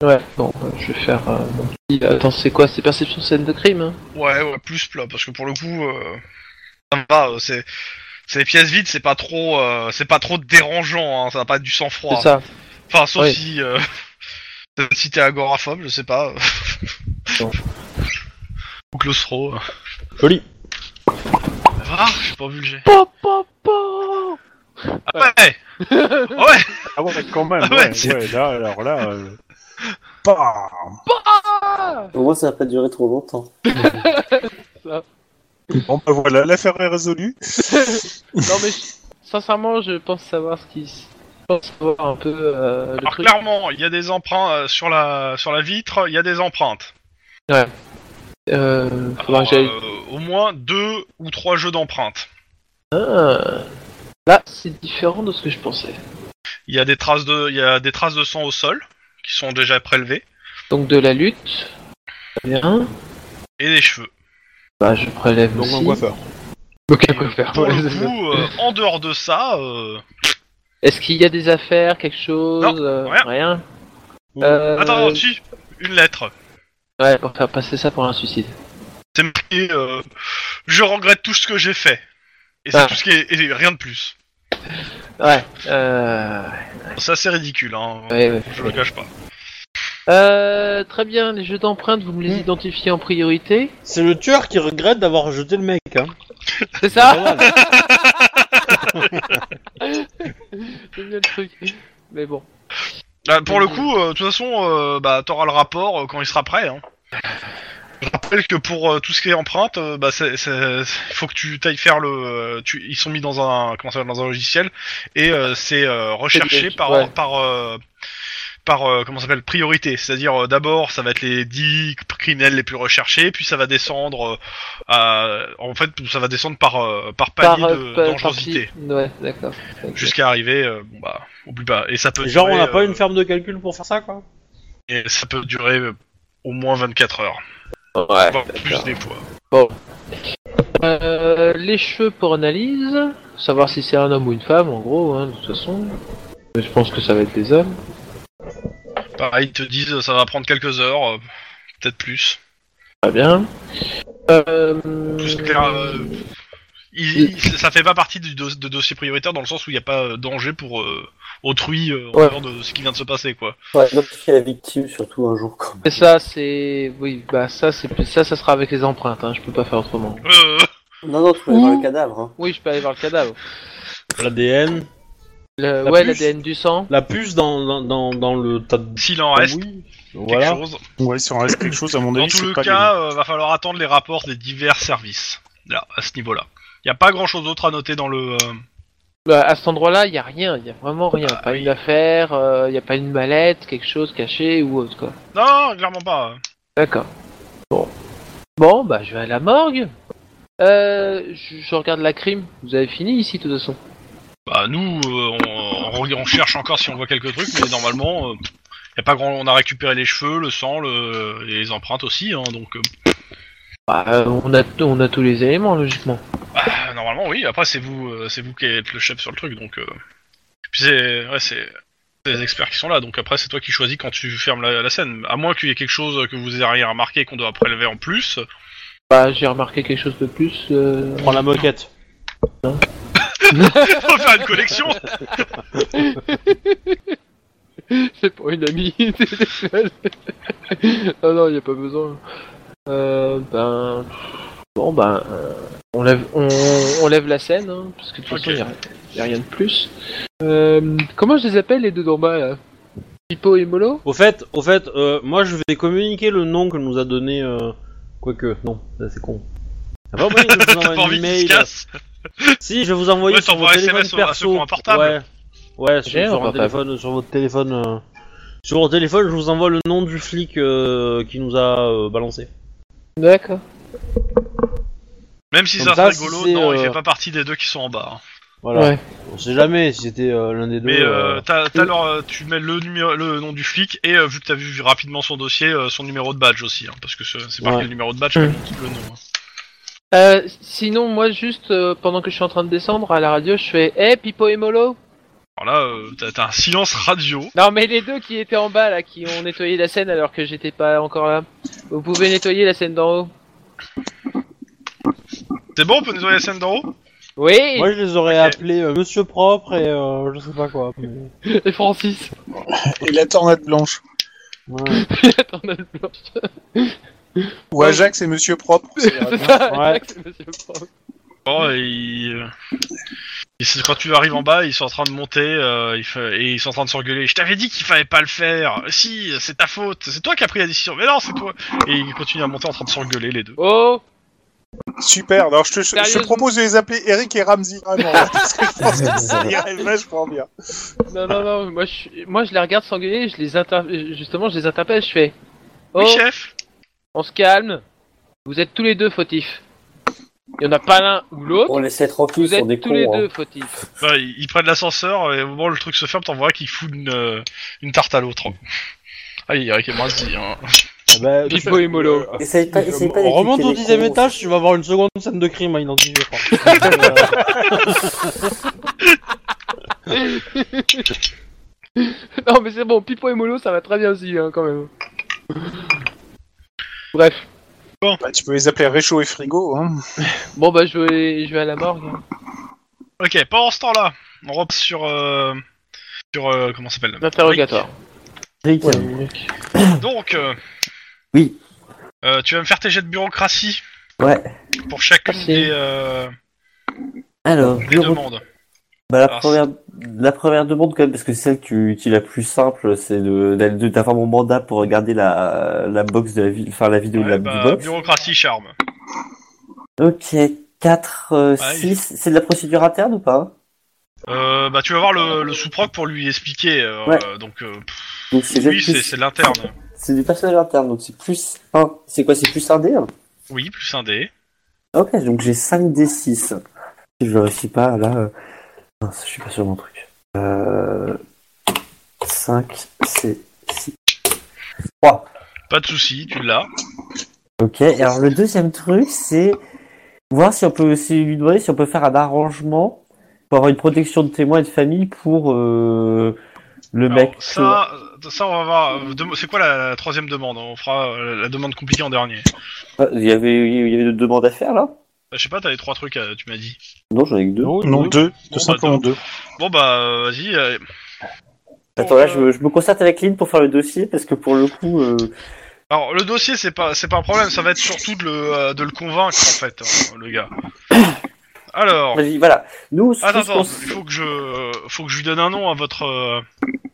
ouais, bon, euh, je vais faire. euh, mon petit- Attends, c'est quoi C'est perception scène de crime. Hein
Ouais, ouais, plus plat, parce que pour le coup, euh, ça va, euh, c'est. C'est des pièces vides, c'est pas trop, euh, c'est pas trop dérangeant, hein, ça va pas être du sang froid.
C'est ça.
Enfin, sauf
Oui.
si, euh, si t'es agoraphobe, je sais pas.
Non.
Ou claustro.
Joli.
Ah, je suis pas vulgaire.
Pa, pa, pa
Ah ouais, ouais.
Ah ouais, quand même,
Ouais,
ouais, ouais, là, alors là... euh, bah, bam
Ah
Au moins, ça va pas durer trop longtemps.
Bon bah voilà, l'affaire est résolue.
Non mais je- sincèrement, je pense savoir ce qui. se- Je pense savoir un peu euh, le
Alors,
truc.
clairement, il y a des emprunts euh, sur la sur la vitre, il y a des empreintes.
Euh, faudra que j'aille.
Euh, au moins deux ou trois jeux d'empreintes.
Ah. Là, c'est différent de ce que je pensais.
Il y a des traces de il y a des traces de sang au sol qui sont déjà prélevées
Donc de la lutte. Très bien.
et des cheveux.
Bah, je prélève
Donc
aussi.
on voit faire.
Donc un coiffeur.
Pour
ouais,
le
c'est ça.
coup, euh, en dehors de ça, euh,
Est-ce qu'il y a des affaires, quelque chose
Non,
euh,
rien.
Euh,
attends, si, une lettre.
Ouais, pour faire passer ça pour un suicide.
C'est marqué euh, je regrette tout ce que j'ai fait. Et c'est
Ah.
tout ce qui est et rien de plus.
Ouais. Euh...
Ça c'est ridicule hein.
Ouais, ouais.
Je le cache pas.
Euh, très bien, les jeux d'empreintes, vous me les identifiez en priorité.
C'est le tueur qui regrette d'avoir jeté le mec. Hein.
C'est
Pas
ça
mal.
J'aime bien le truc. Mais bon.
Là, pour le coup, euh, de toute façon, euh, bah, t'auras le rapport euh, quand il sera prêt. Hein. Je rappelle que pour euh, tout ce qui est empreinte, euh, bah, c'est- c'est- c'est- il faut que tu t'ailles faire le. euh, tu, ils sont mis dans un, comment ça s'appelle, dans un logiciel et euh, c'est euh, recherché
C'est-
par
ouais.
par euh, par euh, comment ça s'appelle priorité. C'est-à-dire euh, d'abord, ça va être les 10 criminels les plus recherchés, puis ça va descendre. euh, à- en fait, ça va descendre par euh, par palier de
euh, pa-
dangerosité
partie- Ouais, d'accord. Ok.
jusqu'à arriver euh, bon, bah, au plus bas. Et ça peut.
Genre, on
durer,
n'a pas
euh,
une ferme de calcul pour faire ça, quoi.
et ça peut durer euh, au moins 24 heures,
Ouais,
voire plus
Ah, d'accord.
des fois.
Euh, les cheveux pour analyse, savoir si c'est un homme ou une femme, en gros, hein, de toute façon. Mais Je pense que ça va être des hommes.
Pareil, ils te disent euh, ça va prendre quelques heures, euh, peut-être plus.
Très bien. Euh...
Tout ce qui est, euh, il- il- ça fait pas partie du dos- de dossier prioritaire dans le sens où il n'y a pas euh, danger pour euh, autrui euh, en
Ouais.
dehors de ce qui vient de se passer, quoi.
Ouais, identifier la victime, surtout un jour. Quand même.
Et ça, c'est. Oui, bah ça, c'est plus- ça, ça sera avec les empreintes, hein, je peux pas faire autrement.
Euh,
Non, non, tu peux aller voir
Ouh.
le cadavre. Hein.
Oui, je peux aller voir le cadavre.
L'ADN,
Le-
La
ouais,
puce.
l'ADN du sang.
la puce dans, dans, dans, dans le tas de
S'il en reste
Ah Oui,
quelque
voilà.
chose.
Ouais, si on reste quelque chose, à mon
Dans
avis,
tout
c'est
le
pas
cas, euh, va falloir attendre les rapports des divers services. Là, à ce niveau-là. Il n'y a pas grand-chose d'autre à noter dans le... euh,
Bah, à cet endroit-là, il y a rien, il y a vraiment rien.
Ah
pas une affaire, euh, il y a pas une mallette, quelque chose caché ou autre quoi.
Non, clairement pas.
D'accord. Bon. Bon, bah je vais à la morgue. Euh, je, je regarde la crime. Vous avez fini ici de toute façon.
Bah nous, euh, on, on- on cherche encore si on voit quelques trucs, mais normalement, euh, y a pas grand. On a récupéré les cheveux, le sang, le- et les empreintes aussi, hein, donc euh,
Bah, euh, on a on a tous les éléments logiquement.
bah, normalement oui. Après c'est vous, euh, c'est vous qui êtes le chef sur le truc, donc. euh, Puis c'est, ouais, c'est c'est les experts qui sont là, donc après c'est toi qui choisis quand tu fermes la, la scène. À moins qu'il y ait quelque chose que vous ayez remarqué qu'on doit prélever en plus.
Bah, j'ai remarqué quelque chose de plus. euh,
Prends la moquette.
Faut faire une collection.
C'est pour une amie. t'es seul. ah non, il a pas besoin. Euh, ben. Bon, ben. euh, on, lève, on, on lève la scène, hein, parce que de toute
Ok.
façon, il n'y a, rien de plus. Euh, comment je les appelle, les deux d'en bas, là Hippo et Molo
Au fait, au fait, euh, moi je vais communiquer le nom que nous a donné. Euh... Quoique, non, ça, c'est con. Ça va, moyen que je vous
T'as
envoie
pas
un
envie qu'il se
email.
casse.
Si, je vais vous envoyer
Ouais,
sur
t'envoies
votre
un
téléphone
SMS au- à ceux qui
perso.
ont un portable.
Ouais, ouais sur,
J'ai un
sur un
portable.
téléphone, sur votre téléphone. euh, Sur le téléphone, je vous envoie le nom du flic euh, qui nous a euh, balancé.
D'accord.
Même si
Comme
ça,
ça,
c'est rigolo,
c'est,
non,
euh,
il fait pas partie des deux qui sont en bas. hein.
Voilà.
Ouais.
On sait jamais si c'était euh, l'un des deux.
Mais euh,
euh,
t'as- t'as
oui.
leur, euh, tu mets le, numéro, le nom du flic et euh, vu que t'as vu rapidement son dossier, euh, son numéro de badge aussi, hein, parce que c'est c'est marqué
Ouais.
le numéro de badge,
Mm.
mais le nom. hein.
Euh, sinon, moi, juste euh, pendant que je suis en train de descendre à la radio, je fais Hey, Pipo et Molo
Alors là, euh, t'as t'as un silence radio.
Non, mais les deux qui étaient en bas là, qui ont nettoyé la scène alors que j'étais pas encore là. Vous pouvez nettoyer la scène d'en haut
C'est bon, on peut nettoyer la scène d'en haut
Oui
Moi, je les aurais
Ok.
appelés euh, Monsieur Propre et euh, je sais pas quoi. mais-
Et Francis
Et la tornade blanche.
Ouais.
Attends, on a le blanc.
Ou Ajax et Monsieur Propre. ça ira bien.
C'est ça,
Ouais.
exact, monsieur Franck.
Oh, et il- euh, et c'est- quand tu arrives en bas, ils sont en train de monter euh, il fa- et ils sont en train de s'engueuler. Je t'avais dit qu'il fallait pas le faire. Si, c'est ta faute. C'est toi qui as pris la décision. Mais non, c'est toi. Et ils continuent à monter en train de s'engueuler les deux.
Oh
Super. Alors je te, je te
Sérieusement
propose de les appeler Eric et Ramsey. Vraiment, là, parce que je pense que ça irait vachement bien.
Non, non, non, moi je, moi, je les regarde s'engueuler, je les inter... justement, je les interpelle, je fais Oh,
Oui, chef.
on se calme, vous êtes tous les deux fautifs. Il y en a pas l'un ou l'autre,
On laissait tranquille,
vous
ils sont
êtes
des
tous les
cons.
deux
hein.
fautifs.
Bah, ils, ils prennent l'ascenseur et au moment où le truc se ferme, t'en vois qu'ils foutent une, euh, une tarte à l'autre. Allez, Eric et Marcy, hein.
Ah bah,
Pipo et Molo.
hein. Essaye pas, essaye pas
on remonte au
d'éduquer les
10
cons.
étage, tu vas avoir une seconde scène de crime hein, à identifier. je crois. euh,
non, mais c'est bon, Pipo et Molo, ça va très bien aussi, hein, quand même. Bref,
Bah, tu peux les appeler Réchaud et Frigo. Hein.
bon bah je vais, je vais à la morgue. hein.
Ok, pendant ce temps-là, on repasse sur. euh, sur. euh, comment ça s'appelle
L'interrogatoire.
Rick,
Rick. Donc. euh,
Oui.
euh, tu vas me faire tes jets de bureaucratie
Ouais.
pour chacune
Merci.
des, euh,
Alors,
des
Euh, bureau-
demandes.
Bah, la,
Alors,
première, la première demande, quand même, parce que c'est celle que tu, tu la plus simple, c'est de- d'aller- de- d'avoir mon mandat pour regarder la, la box de la, vi- enfin, la vidéo de
Ouais,
la
bah,
du box.
bureaucratie charme.
Ok, 4,
Ouais,
6, c'est de la procédure interne ou pas hein
Euh, bah, tu vas voir le, le sous-proc pour lui expliquer. euh,
Ouais.
Donc, euh, pff,
Donc c'est
oui, c'est
plus-
c'est de l'interne.
c'est du personnage interne, donc c'est plus 1. C'est quoi, c'est plus 1 D hein
Oui, plus un dé.
Ok, donc j'ai 5 D6. Si je vérifie pas, là... euh, mince, je suis pas sur mon truc. Euh... 5, c'est 6. 3.
Pas de souci, tu l'as.
Ok, et alors le deuxième truc, c'est voir si on peut aussi lui demander si on peut faire un arrangement pour avoir une protection de témoins et de famille pour euh, le
Alors,
mec.
ça, euh, ça, on va voir. euh, dem- C'est quoi la, la troisième demande On fera euh, la, la demande compliquée en dernier.
Ah, Il y avait, il y avait deux demandes à faire là
Bah, je sais pas, t'avais trois trucs, euh, tu m'as dit.
Non, j'en ai que deux.
Non, deux.
Bon,
Tout simplement
bah,
deux.
Bon, bah, euh, vas-y. euh,
Attends, là, je, me- je me concerte avec Lynn pour faire le dossier parce que pour le coup, euh,
Alors le dossier c'est pas c'est pas un problème, ça va être surtout de le, euh, de le convaincre en fait, hein, le gars. Alors,
vas-y, voilà. Nous, ce
attends,
qu'on-
attends, il faut que je euh, faut que je lui donne un nom à votre euh,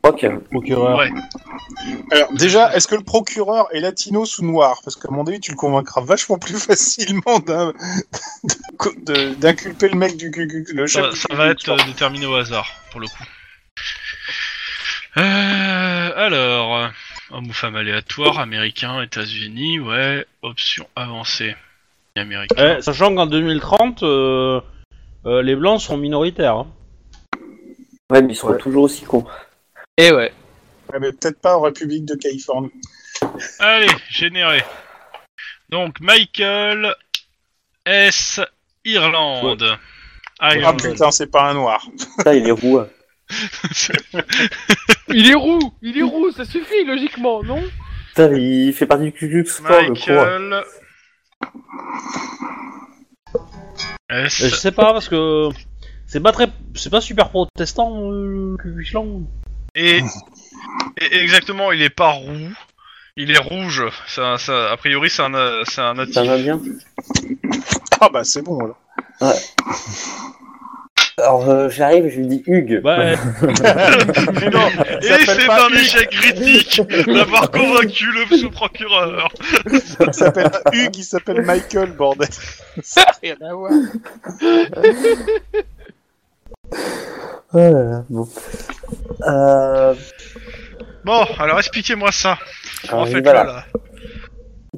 Ok.
Procureur.
ouais.
Alors déjà, est-ce que le procureur est latino ou noir Parce qu'à mon avis, tu le convaincras vachement plus facilement d'un- de- d'inculper le mec du QQ, le chef.
Ça,
du
ça
QQ,
va être
tu vois.
euh, déterminé au hasard pour le coup. Euh, alors, euh, homme ou femme aléatoire, américain, États-Unis, ouais, option avancée, américain.
Eh, sachant qu'en 2030, euh, euh, les blancs seront minoritaires. hein.
Ouais, mais ils sont toujours aussi cons.
Et Eh ouais.
Ouais, mais peut-être pas en République de Californie.
Allez, généré. Donc Michael S. Irlande.
Ah
Ireland.
putain, c'est pas un noir.
Ça, il est roux. hein.
Il est roux, il est roux, ça suffit logiquement, non
Putain, mais il fait partie du QQ Sport, le con. hein.
Michael.
Eh, Je
S.
sais pas parce que c'est pas très, c'est pas super protestant euh, le Ku Klux Klan.
Et, et exactement, il est pas roux, il est rouge. Ça, ça, a priori, c'est un, euh, c'est un natif.
Ça va bien
Ah bah c'est bon. Alors.
Alors, euh, j'arrive et je lui dis Hugues.
Ouais.
Non,
s'appelle
et c'est
pas
un
Hugues.
échec critique d'avoir convaincu le sous-procureur.
Il s'appelle pas Hugues, il s'appelle Michael, bordel.
Eh
Rien
ben
à voir.
Oh là là, bon. Euh,
Bon, alors expliquez-moi ça.
Alors,
en fait,
Ah voilà.
là.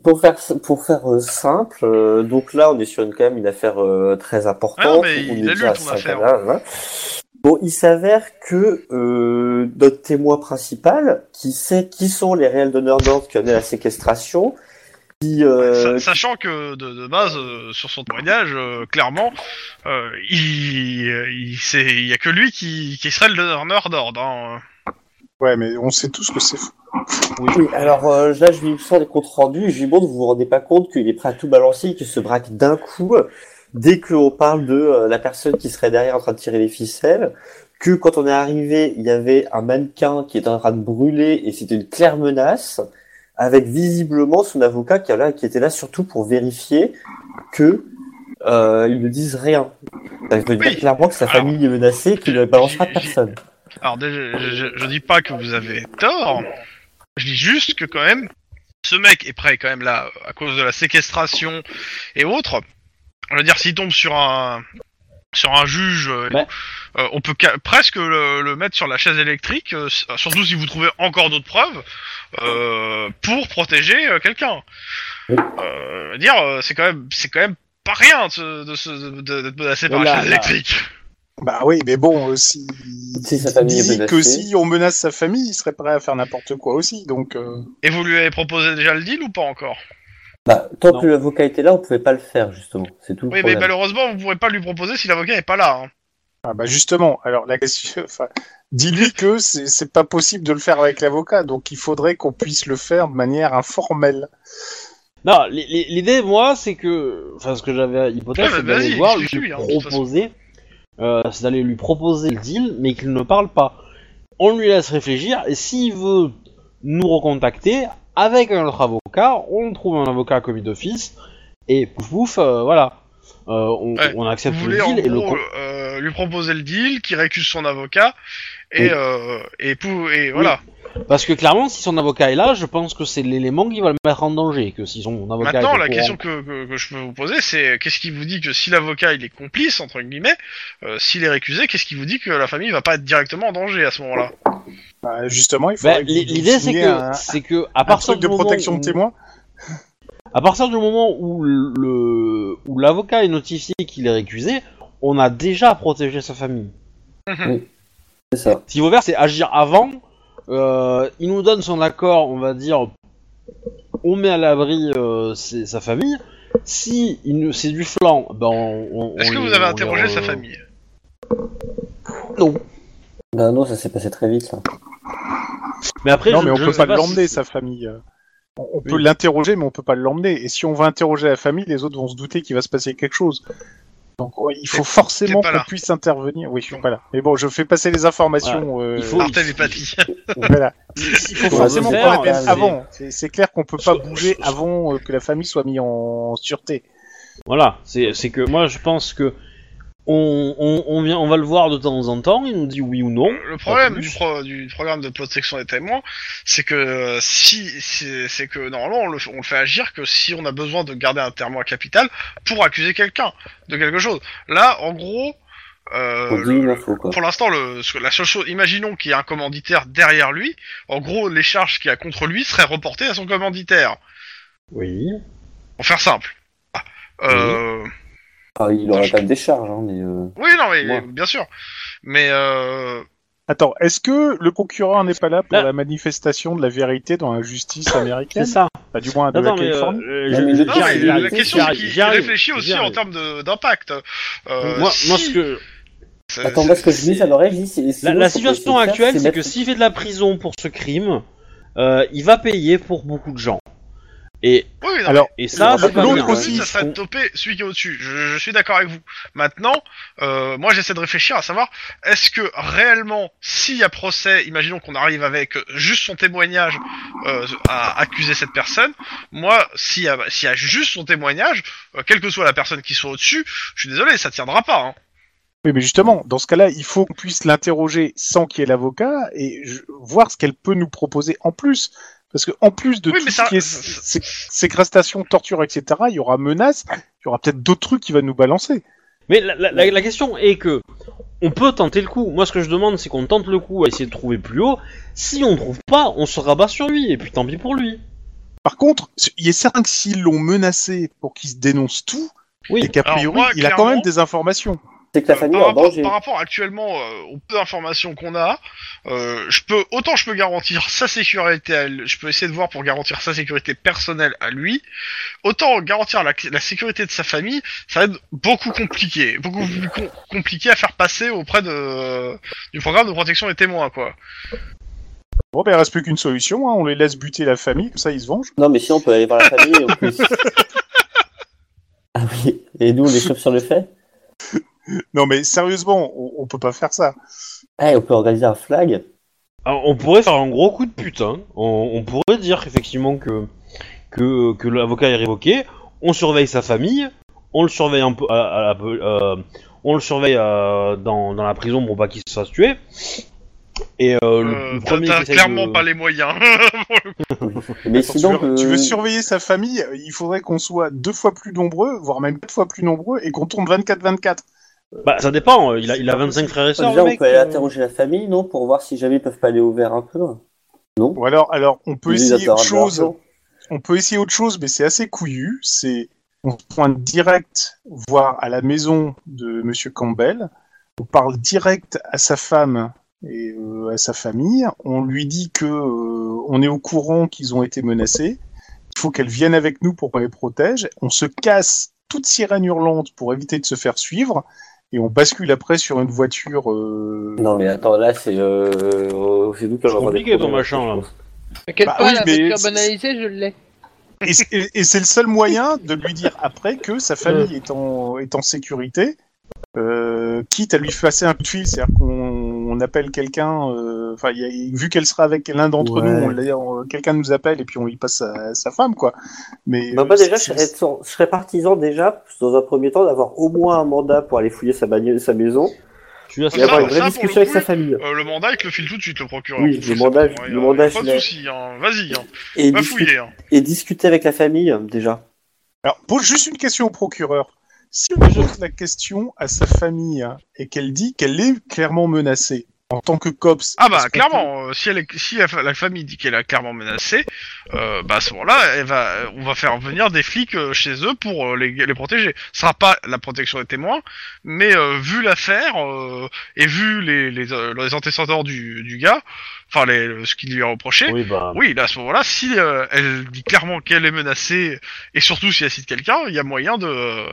Pour faire pour faire euh, simple, euh, donc là on est sur une quand même une affaire euh, très importante.
Ah non, mais
on
il
est
a
déjà
lu
à
ton
cinq
affaire.
à l'âge, hein. Bon, il s'avère que euh, notre témoin principal, qui sait qui sont les réels donneurs d'ordre qui ont donné la séquestration, qui euh,
Sa- Sachant que de, de base, euh, sur son témoignage, euh, clairement, euh, il, il, c'est- il y a que lui qui, qui serait le donneur d'ordre. hein.
Ouais, mais on sait tous que c'est fou.
Oui, alors euh, là, je lui sors les comptes rendus et je lui montre, vous vous rendez pas compte qu'il est prêt à tout balancer, qu'il se braque d'un coup, euh, dès qu'on parle de euh, la personne qui serait derrière en train de tirer les ficelles, que quand on est arrivé, il y avait un mannequin qui était en train de brûler et c'était une claire menace, avec visiblement son avocat qui, a là, qui était là surtout pour vérifier que euh, ils ne disent rien. Ça veut dire
Oui.
clairement que sa
Alors,
famille est menacée et qu'il ne balancera
j'ai- j'ai-
personne.
Alors, déjà, je, je, je dis pas que vous avez tort, je dis juste que quand même, ce mec est prêt quand même là, à cause de la séquestration et autres. Je veux dire, s'il tombe sur un sur un juge, euh,
Ouais.
euh, on peut ca- presque le, le mettre sur la chaise électrique, euh, s- surtout si vous trouvez encore d'autres preuves, euh, pour protéger euh, quelqu'un.
Oui.
Euh, je veux dire, euh, c'est quand même c'est quand même pas rien de se- de se- de- d'être menacé par
Là,
la chaise
là.
électrique.
Bah oui, mais bon, euh, si.
Si sa famille
il
est
dit
menacée.
que si on menace sa famille, il serait prêt à faire n'importe quoi aussi. Donc, euh,
Et vous lui avez proposé déjà le deal ou pas encore
Bah, tant
Non.
que l'avocat était là, on pouvait pas le faire justement. C'est tout. le
Oui, mais
problème.
malheureusement, vous pourrez pas lui proposer si l'avocat est pas là. hein.
ah bah justement, alors la question. Enfin, dis-lui que c'est c'est pas possible de le faire avec l'avocat. Donc, il faudrait qu'on puisse le faire de manière informelle.
Non, l- l- l'idée, moi, c'est que. Enfin, ce que j'avais hypothèse,
Ouais,
c'est
bah,
d'aller
vas-y,
voir, lui
explique-lui, hein, de toute
proposer. euh, c'est d'aller lui proposer le deal, mais qu'il ne parle pas. On lui laisse réfléchir, et s'il veut nous recontacter avec un autre avocat, on trouve un avocat commis d'office, et pouf pouf, euh, voilà. Euh, on,
Ouais.
on
Vous
accepte le
voulez en
deal et le.
gros
con-
euh, lui proposer le deal, qui récuse son avocat et
Oui.
euh, et, pou- et voilà.
Parce que clairement, si son avocat est là, je pense que c'est l'élément qui va le mettre en danger. Que si son avocat est
Maintenant,
au
la
courant-
question que, que, que je peux vous poser, c'est euh, qu'est-ce qui vous dit que si l'avocat il est complice entre guillemets, euh, s'il est récusé, qu'est-ce qui vous dit que la famille va pas être directement en danger à ce moment-là
Bah, justement, il
Bah,
faudrait. que
l'i-
vous
L'idée, c'est
signiez
que,
un-
c'est que à
un
partir
truc
du
de
moment
protection
où-
de témoin.
À partir du moment où le où l'avocat est notifié qu'il est récusé, on a déjà protégé sa famille.
C'est ça.
Ce qu'il faut faire, c'est agir avant. euh, il nous donne son accord, on va dire. On met à l'abri euh, ses- sa famille. Si il nous- c'est du flanc, ben on. on-
Est-ce
on
que
les-
vous avez
on les
interrogé
re-
sa famille
Non.
Ben non, ça s'est passé très vite. Là.
Mais après,
Non,
je-
mais on
je
peut
sais
pas l'emmener,
si-
sa famille. euh. On on peut
Oui.
l'interroger, mais on peut pas l'emmener. Et si on va interroger la famille, les autres vont se douter qu'il va se passer quelque chose. Donc ouais, il faut forcément
t'es pas
qu'on
là.
puisse intervenir. Oui, je suis
Donc.
pas là. Mais bon, je fais passer les informations. euh,
Il faut-
Artel et Patty.
voilà. Il faut
faut
forcément
le
qu'on
faire,
l'appelle
là, mais-
avant. C'est c'est clair qu'on peut pas bouger avant euh, que la famille soit mise en sûreté.
Voilà, c'est c'est que moi je pense que on, on, on vient, on va le voir de temps en temps, il nous dit oui ou non.
Le problème
pas
du,
plus.
pro- du programme de protection des témoins, c'est que euh, si c'est c'est que normalement on le, on le fait agir que si on a besoin de garder un témoin capital pour accuser quelqu'un de quelque chose. Là, en gros, euh,
On dit
le-
une info, quoi.
pour l'instant, le- ce que- la seule chose, imaginons qu'il y ait un commanditaire derrière lui. En gros, les charges qu'il y a contre lui seraient reportées à son commanditaire.
Oui.
Pour faire simple. Ah, euh,
Ah, il aurait quand même des charges, hein, mais. Euh...
oui, non, mais
Moi.
bien sûr. Mais euh,
Attends, est-ce que le concurrent n'est pas là pour
Là.
la manifestation de la vérité dans la justice américaine
Bah- C'est ça.
Enfin, Du moins de
Non,
la
non, mais,
Californie.
euh,
Non,
je-
mais
je-
le
Non,
J'y
mais
arrive,
j'y
la
arrive,
j'y arrive,
question,
j'y
c'est
arrive, j'y
qu'il
arrive,
réfléchit
j'y
aussi en
arrive.
termes de- d'impact. Euh,
moi, moi,
si-
ce que
c'est-
Attends,
Euh, c'est-
moi, ce que je dis à l'oreille, je dis, c'est.
la,
sinon,
la
ce qu'on peut
situation
essayer de faire,
actuelle, c'est
mettre-
que s'il fait de la prison pour ce crime, euh, il va payer pour beaucoup de gens. Et,
Oui, non,
Alors,
et ça,
L'autre
c'est pas
Ah, l'autre
bien.
aussi,
aussi,
ça serait de toper celui qui est au-dessus. Je, je suis d'accord avec vous. Maintenant, euh, moi j'essaie de réfléchir à savoir est-ce que réellement, s'il y a procès, imaginons qu'on arrive avec juste son témoignage euh, à accuser cette personne, moi, s'il y, a- s'il y a juste son témoignage, euh, quelle que soit la personne qui soit au-dessus, je suis désolé, ça tiendra pas. Hein.
Oui, mais justement, dans ce cas-là, il faut qu'on puisse l'interroger sans qu'il y ait l'avocat et je- voir ce qu'elle peut nous proposer en plus. Parce que en plus de
Oui,
tout
mais
ce
ça-
qui est
ça-
sé- séquestration, torture, etc., il y aura menace, il y aura peut-être d'autres trucs qui va nous balancer.
Mais la, la- la- la question est que on peut tenter le coup. Moi, ce que je demande, c'est qu'on tente le coup à essayer de trouver plus haut. Si on trouve pas, on se rabat sur lui, et puis tant pis pour lui.
Par contre, il est certain que s'ils l'ont menacé pour qu'il se dénonce tout,
Oui.
et qu'a
Alors,
priori,
moi,
il a quand
clairement-
même des informations.
C'est que la
Euh,
famille
par,
est en
rapport,
danger.
par rapport actuellement euh, aux peu d'informations qu'on a, euh, je peux autant je peux garantir sa sécurité, à l- je peux essayer de voir pour garantir sa sécurité personnelle à lui, autant garantir la, la sécurité de sa famille, ça va être beaucoup compliqué, beaucoup plus com- compliqué à faire passer auprès de du programme de protection des témoins quoi.
Bon, ben, il reste plus qu'une solution, hein, on les laisse buter la famille, comme ça ils se vengent.
Non, mais si, on peut aller voir la famille. et on peut- ah oui, et nous, on les chope sur le fait
Non, mais sérieusement, on, on peut pas faire ça.
Eh, on peut organiser un flag.
Alors, Ah, on pourrait faire un gros coup de pute. hein. On, on pourrait dire effectivement que, que, que l'avocat est révoqué. On surveille sa famille. On le surveille un peu. à- à la peu- euh, on le surveille euh, dans, dans la prison pour pas qu'il se fasse tuer. Et euh, le,
Euh,
le
t'as-
premier qui
T'as
essaye
clairement
de-
pas les moyens.
Mais
Attends,
sinon,
tu, veux, tu
euh,
veux surveiller sa famille, il faudrait qu'on soit deux fois plus nombreux, voire même quatre fois plus nombreux, et qu'on tourne 24-24.
Bah, ça dépend. Il a, il a 25 frères et sœurs.
déjà,
le
on
mec,
peut aller
euh.
interroger la famille, non Pour voir si jamais ils peuvent pas aller au vert un peu. hein. Non
Ou alors, alors on peut
Ils disent,
essayer
attends,
autre chose.
attends.
On peut essayer autre chose, mais c'est assez couillu. C'est on se pointe direct, voire à la maison de Monsieur Campbell. On parle direct à sa femme et euh, à sa famille. On lui dit que euh, on est au courant qu'ils ont été menacés. Il faut qu'elle vienne avec nous pour qu'on les protège. On se casse toute sirène hurlante pour éviter de se faire suivre. Et on bascule après sur une voiture. euh,
Non, mais attends, là, c'est euh... c'est nous qui allons avoir des
compliqué, ton
problèmes,
machin, là.
je pense.
T'inquiète
Bah
pas,
oui,
la
mais
voiture
c'est-
banalisée, je l'ai.
Et c'est- Et, et c'est le seul moyen de lui dire après que sa famille est en, est en sécurité, euh, quitte à lui passer un coup de fil, c'est-à-dire qu'on on appelle quelqu'un, euh, enfin, il y a- vu qu'elle sera avec l'un d'entre
Ouais.
nous, on l'a- on- quelqu'un nous appelle et puis on lui passe sa, sa femme, quoi. Mais
Bah,
euh,
moi, déjà, je
c'est-
serais, je serais partisan, déjà, dans un premier temps, d'avoir au moins un mandat pour aller fouiller sa bagnole, sa maison,
Tu as
et avoir
Ça,
une vraie
ça, pour
discussion
le
avec
coup,
sa famille.
Euh, le mandat, il te le file tout de suite le procureur.
Oui, le mandat, le
euh,
mandat,
Pas
je
de
l'ai.
soucis, hein. vas-y, hein.
Et,
va
discu-
fouiller. hein.
et discuter avec la famille, euh, déjà.
Alors, pose juste une question au procureur. Si on pose la question à sa famille hein, et qu'elle dit qu'elle est clairement menacée en tant que cops,
Ah bah
est-ce qu'on peut-
clairement, euh, si, elle est- si la, fa- la famille dit qu'elle a clairement menacée, euh, bah à ce moment-là, elle va, euh, on va faire venir des flics euh, chez eux pour euh, les, les protéger. Ce sera pas la protection des témoins, mais euh, vu l'affaire euh, et vu les, les, euh, les antécédents du, du gars, enfin les- le- ce qui lui est reproché,
Oui, bah.
oui, là à ce moment-là, si euh, elle dit clairement qu'elle est menacée et surtout si elle cite quelqu'un, il y a moyen de, euh,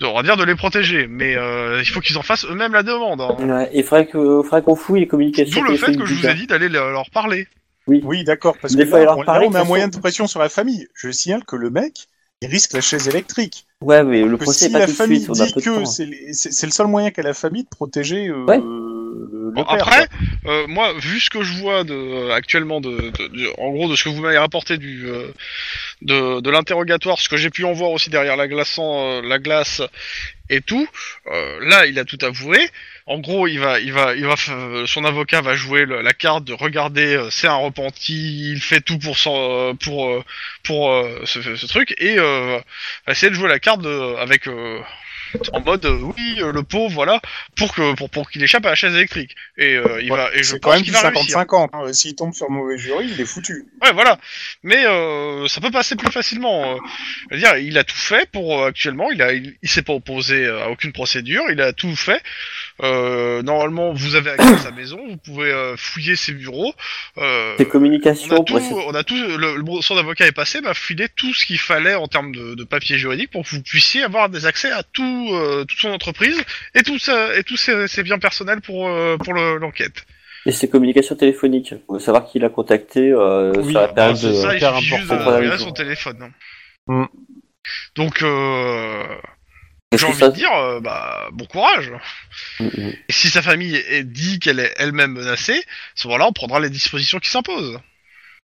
de, on va dire, de les protéger. Mais euh, il faut qu'ils en fassent eux-mêmes la demande. hein.
Ouais, et il faudrait que- faudrait qu'on fouille les communications.
D'où le fait
téléphoniques
que je
du
vous ai
gars.
dit d'aller le- leur parler.
Oui, d'accord, parce
Des
que
fois, il
là,
leur
on, là,
paraît
on
que
a un
ça
moyen
se-
de pression sur la famille. Je signale que le mec, il risque la chaise électrique.
Ouais, mais le
Que
procès
si
est pas
la
tout de
famille
suite, on a
dit
peu de temps. hein.
que c'est les- c'est c'est le seul moyen qu'a la famille de protéger euh,
Ouais.
le, le
Bon,
père.
après,
quoi.
euh, moi, vu ce que je vois de, euh, actuellement, de, de- de- en gros, de ce que vous m'avez rapporté du, euh, de, de l'interrogatoire, ce que j'ai pu en voir aussi derrière la glace, euh, la glace et tout, euh, là, il a tout avoué. En gros, il va, il va, il va, f- son avocat va jouer le- la carte de regarder, euh, c'est un repenti, il fait tout pour s'en- euh, pour euh, pour euh, ce, ce truc et euh, va essayer de jouer la carte de, avec. euh, en mode euh, oui euh, le pauvre voilà pour que pour pour qu'il échappe à la chaise électrique et euh, il va et je
C'est quand
pense
même
qu'il
du
va réussir
55 ans. hein. S'il tombe sur le mauvais jury, il est foutu.
ouais voilà mais euh, ça peut passer plus facilement euh. Je veux dire il a tout fait pour euh, actuellement il a il, il s'est pas opposé euh, à aucune procédure il a tout fait Euh, normalement vous avez accès à sa maison vous pouvez euh, fouiller ses bureaux euh,
Ces
on a
communications,
tout,
pour essayer-
on a tout, le, le son d'avocat est passé, bah, filez tout ce qu'il fallait en termes de, de papier juridique pour que vous puissiez avoir des accès à tout, euh, toute son entreprise et tout ça, et tous ses, ses biens personnels pour, euh, pour le- l'enquête.
et ces communications téléphoniques. Faut savoir qui l'a contacté euh,
Oui,
sur la
bah,
période
c'est
de-
ça, il
faire
suffit juste de
important.
regarder son téléphone. hein.
Mm.
Donc, euh,
Est-ce
j'ai
que
envie
ça-
de dire, euh, bah, bon courage.
Mm, mm.
Et si sa famille est, dit qu'elle est elle-même menacée, à ce moment-là, on prendra les dispositions qui s'imposent.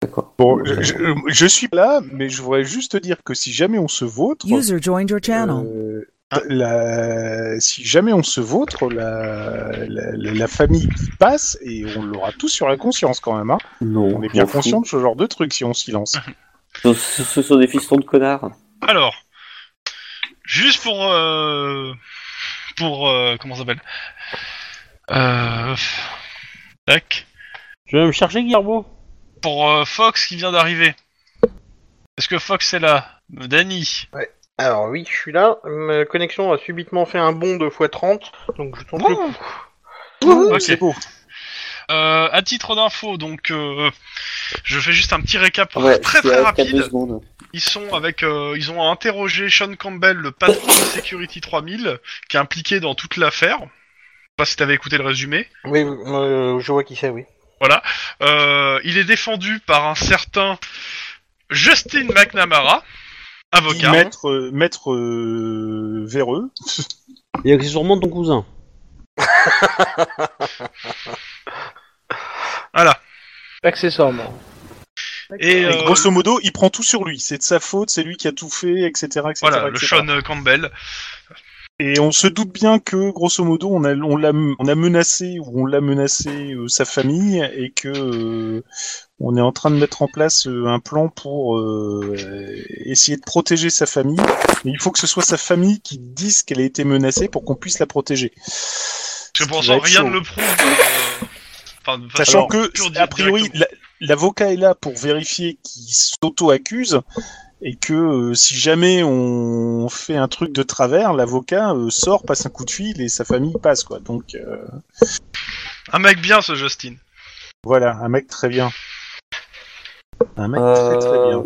D'accord.
Bon, je, Euh, je- je suis là, mais je voudrais juste te dire que si jamais on se vautre,
User joined your channel.
euh, la- si jamais on se vautre, la, la, la- la famille qui passe et on l'aura tous sur la conscience quand même. hein.
Non,
On est bien
je m'en
conscient de ce genre de truc si on s'y lance.
fous. Ce, ce sont des fistons de connards.
Alors, juste pour euh, pour euh, comment ça s'appelle Euh... Tac.
Tu vas me chercher, Guillermo
Pour euh, Fox qui vient d'arriver. Est-ce que Fox est là Danny
Alors oui, je suis là. Ma connexion a subitement fait un bond de x30, donc je tente le coup.
Ok.
C'est beau.
Euh, à titre d'info, donc euh, je fais juste un petit récap
Ouais,
très
c'est
très
à 4
rapide.
secondes.
Ils sont avec, euh, ils ont interrogé Sean Campbell, le patron de Security 3000, qui est impliqué dans toute l'affaire. Je sais pas si t'avais écouté le résumé.
Oui, euh, je vois qui c'est, oui.
Euh, il est défendu par un certain Justin McNamara,
Dit
avocat.
Maître, euh, maître euh, véreux.
Et accessoirement ton cousin.
Accessoirement.
Et,
Et
euh,
grosso modo, il prend tout sur lui. C'est de sa faute, c'est lui qui a tout fait, etc. etc.,
Voilà, le
etc..
Sean Campbell.
Et on se doute bien que, grosso modo, on a, on l'a, on a menacé ou on l'a menacé euh, sa famille et que euh, on est en train de mettre en place euh, un plan pour euh, essayer de protéger sa famille. Mais il faut que ce soit sa famille qui dise qu'elle a été menacée pour qu'on puisse la protéger.
Parce que pour
Ce qui
l'instant,
va être
rien
chaud.
ne le prouve. euh, Enfin, de façon
Sachant
pure
que,
dire-
a priori,
directement.
la- l'avocat est là pour vérifier qu'il s'auto-accuse et que euh, si jamais on fait un truc de travers, l'avocat euh, sort, passe un coup de fil et sa famille passe, quoi. Donc, euh,
un mec bien, ce Justin.
voilà, un mec très bien. Un mec très très
Euh,
bien.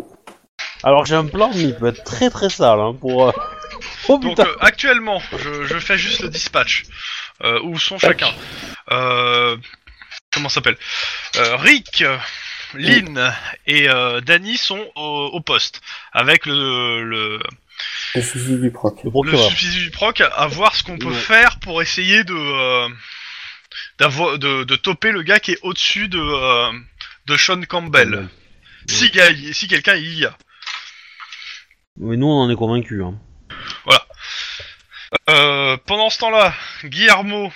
Alors j'ai un plan, mais il peut être très très sale hein, pour. euh, Oh
Donc
putain
euh, actuellement, je, je fais juste le dispatch. Euh, où sont chacun euh, Comment ça s'appelle Euh, Rick, euh, Lynn et euh, Danny sont au, au poste avec le, le,
Je suis du proc.
Le
le
procureur.
substitut du proc à, à voir ce qu'on peut
Ouais.
faire pour essayer de, euh, d'avo- de de toper le gars qui est au-dessus de euh, de Sean Campbell. Si, gars- si quelqu'un y a.
Mais nous on en est convaincus. Hein.
Euh, pendant ce temps-là, Guillermo,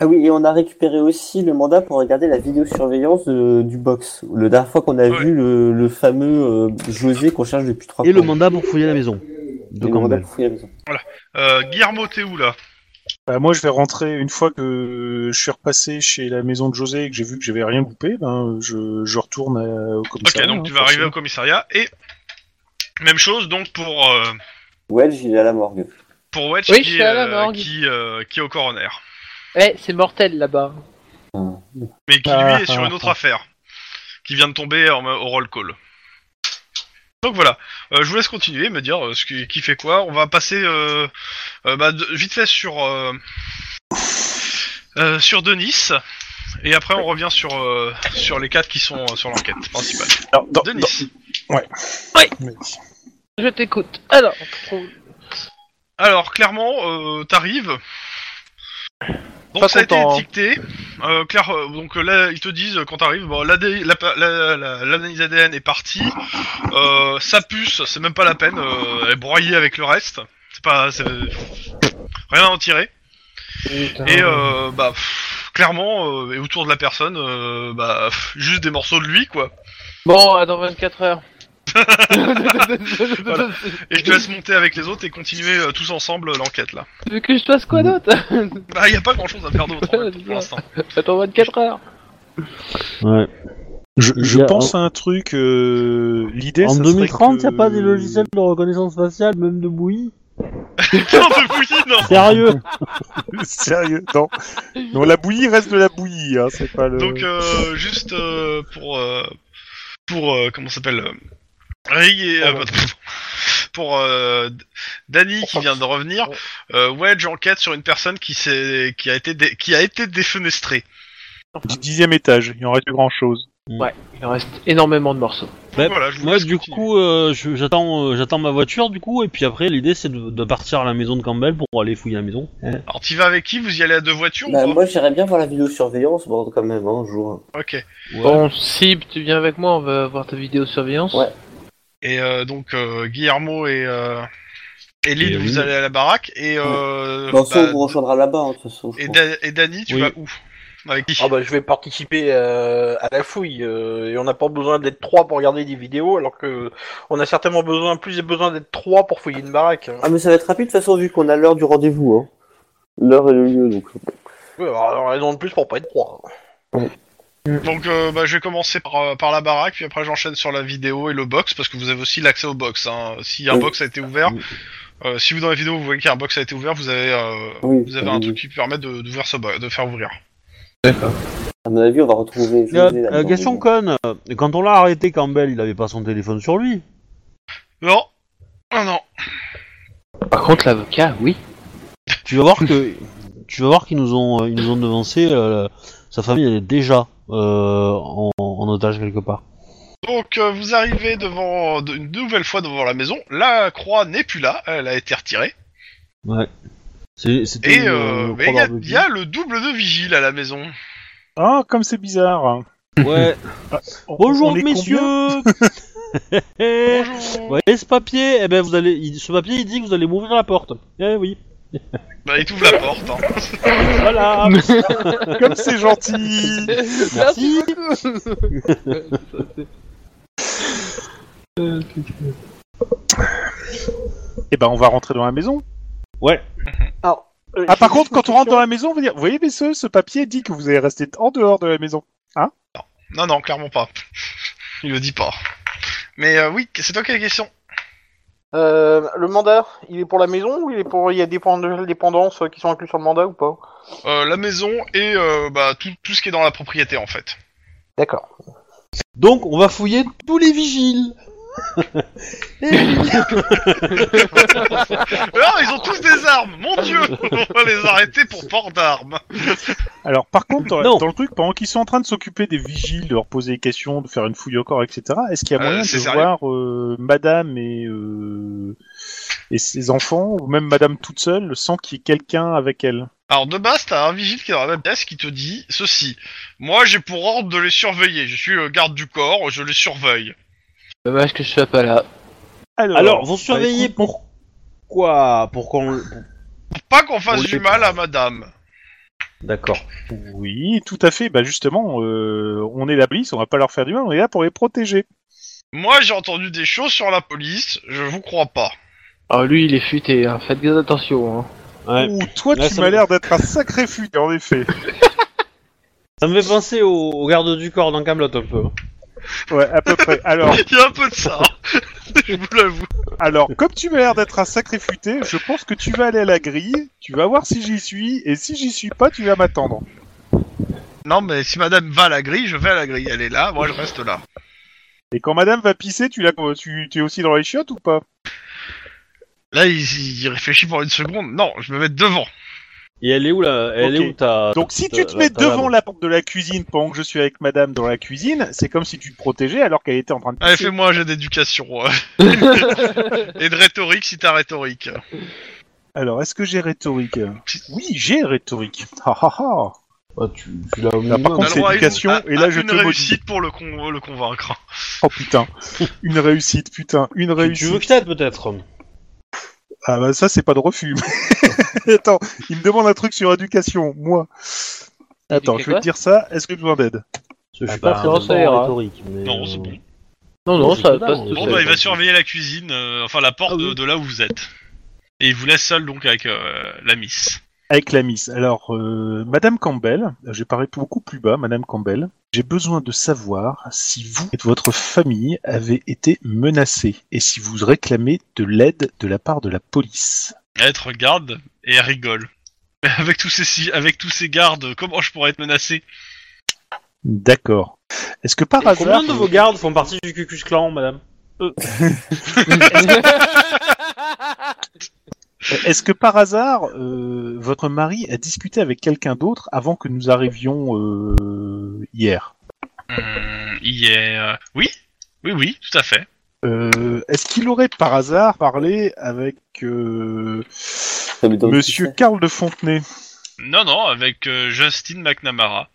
Ah oui, et on a récupéré aussi le mandat pour regarder la vidéosurveillance euh, du box. La dernière fois qu'on a
Ouais.
vu le, le fameux euh, José qu'on cherche depuis trois
Et le
mois.
mandat pour fouiller la maison. De
Et le mandat
Campbell.
pour fouiller la maison.
euh, Guillermo, t'es où là
Bah, moi, je vais rentrer une fois que je suis repassé chez la maison de José et que j'ai vu que j'avais rien coupé, ben je, je retourne euh, au
Ok,
commissariat.
donc
hein,
tu vas arriver
forcément.
au commissariat et même chose donc pour euh,
Welch, il est à la morgue.
pour Wedge
Oui, je
qui,
suis
est,
à la
euh,
morgue.
qui, euh, qui est au coroner,
Eh, c'est mortel là-bas.
mais qui
Ah,
lui est sur
ah,
une autre affaire qui vient de tomber en- au roll call. Donc voilà, Euh, je vous laisse continuer, me dire euh, ce qui, qui fait quoi. On va passer euh, euh, bah, de- vite fait sur euh, euh, sur Denis et après on revient sur euh, sur les quatre qui sont euh, sur l'enquête principale.
Alors, dans-
Denis.
dans- mais-
Je t'écoute. Alors, trop-
Alors clairement, euh, t'arrives. Donc
Pas
ça a
content, hein.
été étiqueté. Euh, clair, euh, donc euh, là ils te disent euh, quand t'arrives, bon, l'AD la pa- la- la- l'analyse ADN est partie. Euh, sa puce, c'est même pas la peine, euh, elle est broyée avec le reste. C'est pas, c'est- rien à en tirer. Et euh, bah pff, clairement, euh, et autour de la personne, euh, bah pff, juste des morceaux de lui quoi.
Bon, à dans 24 heures.
Voilà. Et je te laisse monter avec les autres et continuer euh, tous ensemble euh, l'enquête là.
Tu veux que je fasse quoi d'autre
Bah y a pas grand chose à faire d'autre en fait, pour l'instant.
Attends 24 heures.
Ouais.
Je, je
Il y a
pense à un truc. euh, L'idée.
En
ça serait
2030,
que-
y a pas des logiciels de reconnaissance faciale, même de bouillie
Putain de bouillie,
Euh.
non
Sérieux
Sérieux Non. Non, la bouillie reste de la bouillie. Hein, c'est pas le.
Donc euh, juste euh, pour euh, pour euh, comment ça s'appelle euh, Ray et
Ah,
euh,
Pardon.
pour euh, D- Danny qui vient de revenir, euh, Wedge enquête sur une personne qui s'est qui a été dé- qui a été défenestrée.
Du dixième étage. Il en reste grand chose.
Il en reste énormément de morceaux.
Bah,
voilà, je vous
Moi,
laisse
du
continuer.
coup, euh, je- j'attends, euh, j'attends ma voiture, du coup, et puis après, l'idée, c'est de, de partir à la maison de Campbell pour aller fouiller la maison.
Alors tu vas avec qui Vous y allez à deux voitures
Bah,
ou pas
moi, j'irais bien voir la vidéosurveillance, bon, quand même, hein, un jour.
Ok.
Bon, Sib, tu viens avec moi, on va voir ta vidéosurveillance.
Ouais.
Et euh, donc euh, Guillermo et euh, et Lynn,
Et
vous
Lynn.
allez à la baraque et euh,
Dans ce,
bah,
on vous rejoindra là-bas, hein, de toute façon. je
et,
pense.
Da- et Danny, tu
Oui.
vas où Avec qui
Ah bah je vais participer euh, à la fouille euh, et on n'a pas besoin d'être trois pour regarder des vidéos alors que on a certainement besoin plus besoin d'être trois pour fouiller une baraque. hein.
Ah, mais ça va être rapide, de toute façon, vu qu'on a l'heure du rendez-vous. Hein. L'heure et le lieu, donc.
Oui, alors, raison de plus pour pas être trois.
Donc euh, bah, je vais commencer par, euh, par la baraque, puis après j'enchaîne sur la vidéo et le box, parce que vous avez aussi l'accès au box. Hein. Si un
Oui.
box a été ouvert, euh, si vous dans la vidéo vous voyez qu'un box a été ouvert, vous avez, euh,
Oui,
vous avez un truc qui permet de, d'ouvrir ce bo- de faire ouvrir.
À mon avis, on va retrouver.
Euh,
José là-dedans.
euh, question conne, euh, quand on l'a arrêté Campbell, il avait pas son téléphone sur lui.
Non Ah non
Par contre, l'avocat, oui.
Tu vas voir que tu vas voir qu'ils nous ont euh, ils nous ont devancé. euh, sa famille elle est déjà euh, en, en otage quelque part.
Donc euh, vous arrivez devant de- une nouvelle fois devant la maison, la croix n'est plus là, elle a été retirée,
C'est- c'était
et
une,
euh,
une
mais il y,
croix
a-
barbecue.
il y a le double de vigile à la maison.
Ah, comme c'est bizarre.
Ouais.
On-
Bonjour
on est
messieurs.
Bonjour
Voyez ce papier, eh ben vous allez, il- ce papier il dit que vous allez m'ouvrir la porte. Eh oui.
Bah il t'ouvre la porte. Hein.
Voilà.
combien Comme c'est gentil.
Merci.
Eh ben, on va rentrer dans la maison.
Ouais.
Euh,
Ah, par contre, quand on rentre dans la maison, on va dire, vous voyez messieurs, ce papier dit que vous allez rester en dehors de la maison.
Non non clairement pas. Il le dit pas. Mais euh, oui, c'est toi qui as la question.
Euh, le mandat, il est pour la maison ou il est pour il y a des points de dépendance euh, qui sont inclus sur le mandat ou pas
Euh, la maison et euh, bah, tout, tout ce qui est dans la propriété en fait.
D'accord.
Donc on va fouiller tous les vigiles. Eh oui.
Ah, ils ont tous des armes, mon dieu On va les arrêter pour port d'armes.
Alors, par contre, dans,
Non.
dans le truc, pendant qu'ils sont en train de s'occuper des vigiles, de leur poser des questions, de faire une fouille au corps, etc., est-ce qu'il y a
Euh,
moyen
c'est
de
sérieux
voir euh, Madame et, euh, et ses enfants, ou même Madame toute seule, sans qu'il y ait quelqu'un avec elle
Alors de base, t'as un vigile qui est dans la même pièce qui te dit ceci. Moi j'ai pour ordre de les surveiller, je suis le garde du corps, je les surveille.
Dommage Euh, bah, que je sois pas là.
Alors vous
surveillez
surveillez pourquoi Pour qu'on.
Pour pas qu'on fasse
Oui.
du mal à madame.
D'accord.
Oui, tout à fait. Bah justement, euh, on est la police, on va pas leur faire du mal, on est là pour les protéger.
Moi j'ai entendu des choses sur la police, je vous crois pas.
Alors Ah, lui, il est futé, hein. faites bien attention. Hein.
Ouais.
Ouh, toi,
Ouais,
tu
ça
m'as
me-
l'air d'être un sacré futé, en effet.
Ça me fait penser au, au garde du corps dans Camelot un peu.
Ouais, à peu près. Alors,
Il y a un peu de ça, je vous l'avoue.
alors, comme tu m'as l'air d'être un sacré futé, je pense que tu vas aller à la grille, tu vas voir si j'y suis, et si j'y suis pas, tu vas m'attendre.
Non mais si madame va à la grille, je vais à la grille, elle est là, moi je reste là.
Et quand madame va pisser, tu, la... tu... tu es aussi dans les chiottes ou pas
Là il, il réfléchit pendant une seconde, non, je me mets devant.
Et elle est où là Elle
Ok.
est où ta
Donc si
ta-
Euh,
tu te
la-
mets
ta lame
devant la porte de la cuisine pendant que je suis avec madame dans la cuisine, c'est comme si tu te protégeais alors qu'elle était en train de
Allez,
pisser.
fais-moi un jeu d'éducation. euh. Et de rhétorique si t'as rhétorique.
Alors, est-ce que j'ai rhétorique Oui, j'ai rhétorique. Ah, ah, ah.
Ah, tu, tu l'as au
par
minimum.
On a
contre,
le
c'est
droit à une-
éducation,
à-
et là,
à
je
une
te maudis.
réussite pour le, con- le convaincre.
Oh putain. Une réussite, putain. Une
Tu-
réussite.
Tu veux que je t'aide peut-être
Ah bah ça, c'est pas de refus. Attends, il me demande un truc sur éducation, moi. Attends,
Éduquer
je vais
quoi
te dire ça. Est-ce que j'ai besoin d'aide
Parce que je suis
bah,
pas très
non,
bon
ça ira.
en rhétorique. mais,
Non, c'est
euh,
bon.
Non, non,
Je
ça
sais pas,
passe
on-
tout
Bon,
savez
bah,
seul.
il va surveiller la cuisine, euh, enfin la porte
Ah
de-
oui.
de, là où vous êtes. Et il vous laisse seul donc avec euh, la miss.
Avec la miss. Alors, euh, Madame Campbell, j'ai parlé beaucoup plus bas, Madame Campbell. J'ai besoin de savoir si vous et votre famille avez été menacés et si vous réclamez de l'aide de la part de la police.
Elle te regarde et elle rigole. Mais Avec tous ces, si- avec tous ces gardes, comment je pourrais être menacé
D'accord. Est-ce que par hasard,
Combien de vos gardes font partie du Cucus Clan, madame
est-ce que par hasard, euh, votre mari a discuté avec quelqu'un d'autre avant que nous arrivions euh, hier
Hum, Il est. euh, Oui Oui, oui, tout à fait.
Euh, Est-ce qu'il aurait par hasard parlé avec euh,
Ça m'étonne que
Monsieur
ça.
Karl de Fontenay
Non, non, avec euh, Justin McNamara.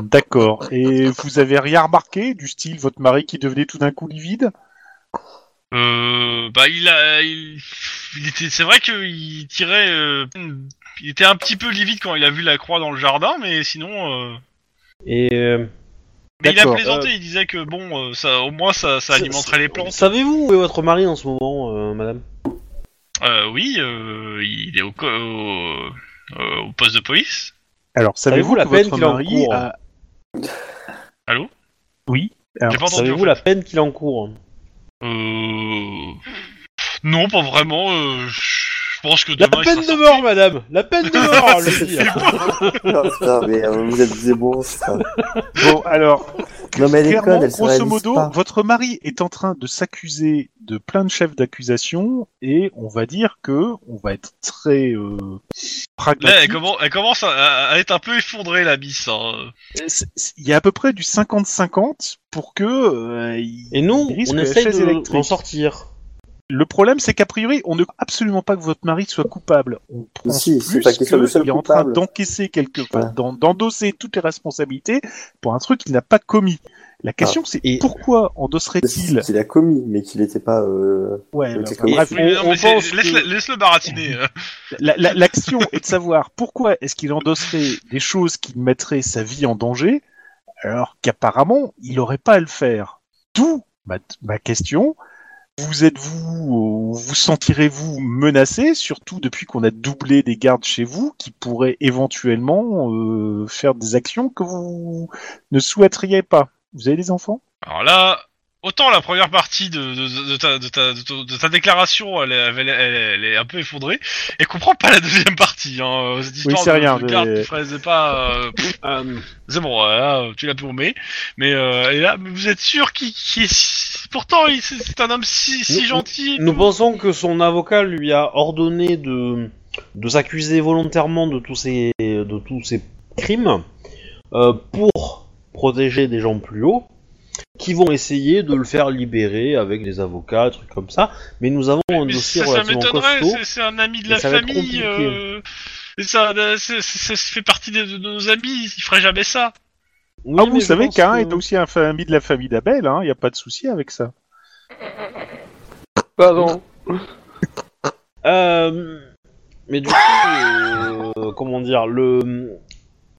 D'accord. Et vous avez rien remarqué du style votre mari qui devenait tout d'un coup livide
Euh, bah il a, il, il était, c'est vrai qu'il tirait, euh, il était un petit peu livide quand il a vu la croix dans le jardin, mais sinon, euh,
Et euh,
mais il a
D'accord,
plaisanté, il disait que bon, euh, ça, au moins ça, ça
C'est-
alimenterait les plantes.
savez-vous où est votre mari en ce moment, euh, madame
Euh, oui, euh, il est au, co- au- euh, au poste de police
Alors, savez-vous
Savez-vous la
que
peine
votre
qu'il
mari
encourt
a-
Allô
Oui. Alors,
J'ai pas entendu.
Savez-vous
en
la
fait.
peine qu'il encourt
Euh... Non, pas vraiment. euh, Je pense que
La
demain... il sera
peine de
sorti.
mort, madame La peine de mort, le
C'est
dit.
Ah, putain, mais euh, vous êtes des monstres.
Bon, alors,
Non, mais elle est
clairement,
conne, elle se
grosso
réalise
modo,
pas.
votre mari est en train de s'accuser de plein de chefs d'accusation et on va dire que on va être très euh, pragmatique.
Là, elle commence, Eh, elle commence à, à- à être un peu effondrée, la miss. hein.
Euh, C'est- c'est- Il y a à peu près du 50-50 pour que. euh, il-
Et nous,
il risque
on
la
essaye
chaise
de
électrique.
d'en sortir.
Le problème, c'est qu'a priori, on ne croit absolument pas que votre mari soit coupable. On prend
Si, c'est
plus
pas question de
qu'il
seul
est en train
coupable.
d'encaisser quelque part,
Voilà.
d'en- d'endosser toutes les responsabilités pour un truc qu'il n'a pas commis. La question,
Ah.
c'est
et-
pourquoi endosserait-il
Qu'il a commis, mais qu'il n'était pas. Euh...
Ouais,
Mais
bah,
c'est
bah,
comme-
bref,
Oui, mais non,
on- on
mais c'est-
pense
laisse-le
que
laisse-le baratiner. hein.
la- la- l'action est de savoir pourquoi est-ce qu'il endosserait des choses qui mettraient sa vie en danger, alors qu'apparemment, il n'aurait pas à le faire. D'où ma, ma question. Vous êtes-vous, vous sentirez-vous menacé, surtout depuis qu'on a doublé des gardes chez vous, qui pourraient éventuellement euh, faire des actions que vous ne souhaiteriez pas Vous avez des enfants
Alors là, autant la première partie de, de- de ta, de ta- de ta- de ta déclaration, elle, est- elle est- elle est- elle est un peu effondrée, et comprend pas la deuxième partie. Hein, cette histoire
c'est
de,
rien,
de
mais-
garde qui faisait pas. euh, pff, euh, c'est bon, euh, là, tu l'as plombé. Mais euh, et là, mais vous êtes sûr qu'il qu'il est. si- Pourtant, il- c'est c'est un homme si, si
Nous-
gentil. et
Nous
tout.
pensons que son avocat lui a ordonné de, de s'accuser volontairement de tous ces, de tous ces crimes euh, pour protéger des gens plus hauts qui vont essayer de le faire libérer avec des avocats, des trucs comme ça. Mais nous avons un
Mais
dossier
ça, ça
relativement
m'étonnerait,
costaud.
c'est- c'est un ami de
mais
la
ça va être
famille.
compliqué.
euh, et ça, euh, c'est- c'est- ça fait partie de, de nos amis, il ferait jamais ça.
Oui,
Ah,
mais
vous
je
savez
pense
qu'un
que-
est aussi un ami de la famille d'Abel, hein, il n'y a pas de souci avec ça.
Pardon.
Euh, mais du coup, euh, comment dire, le,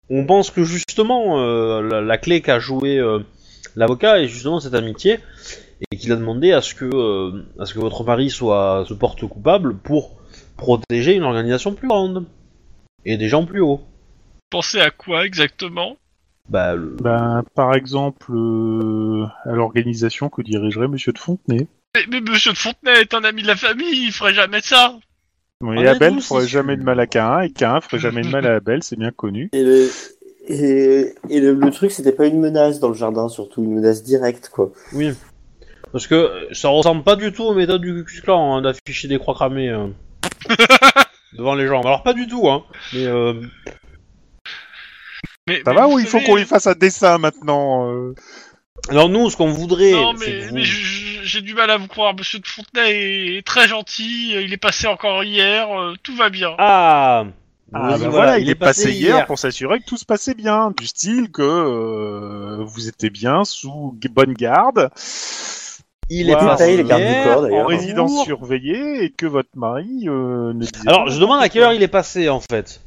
on pense que justement euh, la, la clé qu'a joué euh, l'avocat est justement cette amitié et qu'il a demandé à ce que, euh, à ce que votre mari soit se porte coupable pour protéger une organisation plus grande et des gens plus hauts.
Pensez à quoi exactement
Bah, le-
Ben, par exemple, euh, à l'organisation que dirigerait Monsieur de Fontenay.
Mais, mais Monsieur de Fontenay est un ami de la famille, il ferait jamais ça.
Oui,
On est
Abel
tous
ferait
issus.
jamais de mal à Cain, et Cain ferait jamais de mal à Abel, c'est bien connu.
Et le, et, et le, le truc, c'était pas une menace dans le jardin, surtout une menace directe, quoi.
oui, parce que euh, ça ressemble pas du tout aux méthodes du Ku Klux Klan hein, d'afficher des croix cramées euh, devant les gens. Alors pas du tout, hein. Mais euh,
Mais,
Ça
mais
va
vous
ou il faut
savez-
qu'on lui fasse un dessin maintenant euh
alors nous, ce qu'on voudrait,
Non,
c'est
mais,
que vous-
mais je- je- j'ai du mal à vous croire. Monsieur de Fontenay est, est très gentil, il est passé encore hier, euh, tout va bien.
Ah,
Ah, ben
Vas-y,
voilà, il, est passé, hier, pour s'assurer que tout se passait bien, du style que euh, vous étiez bien sous g- bonne garde,
Il
Voilà.
est passé
Détaillé, les gardes du
hier,
corps,
en
d'ailleurs.
résidence
Bonjour.
surveillée, et que votre mari euh, ne disait
Alors,
pas
je demande à quelle heure il est passé en fait.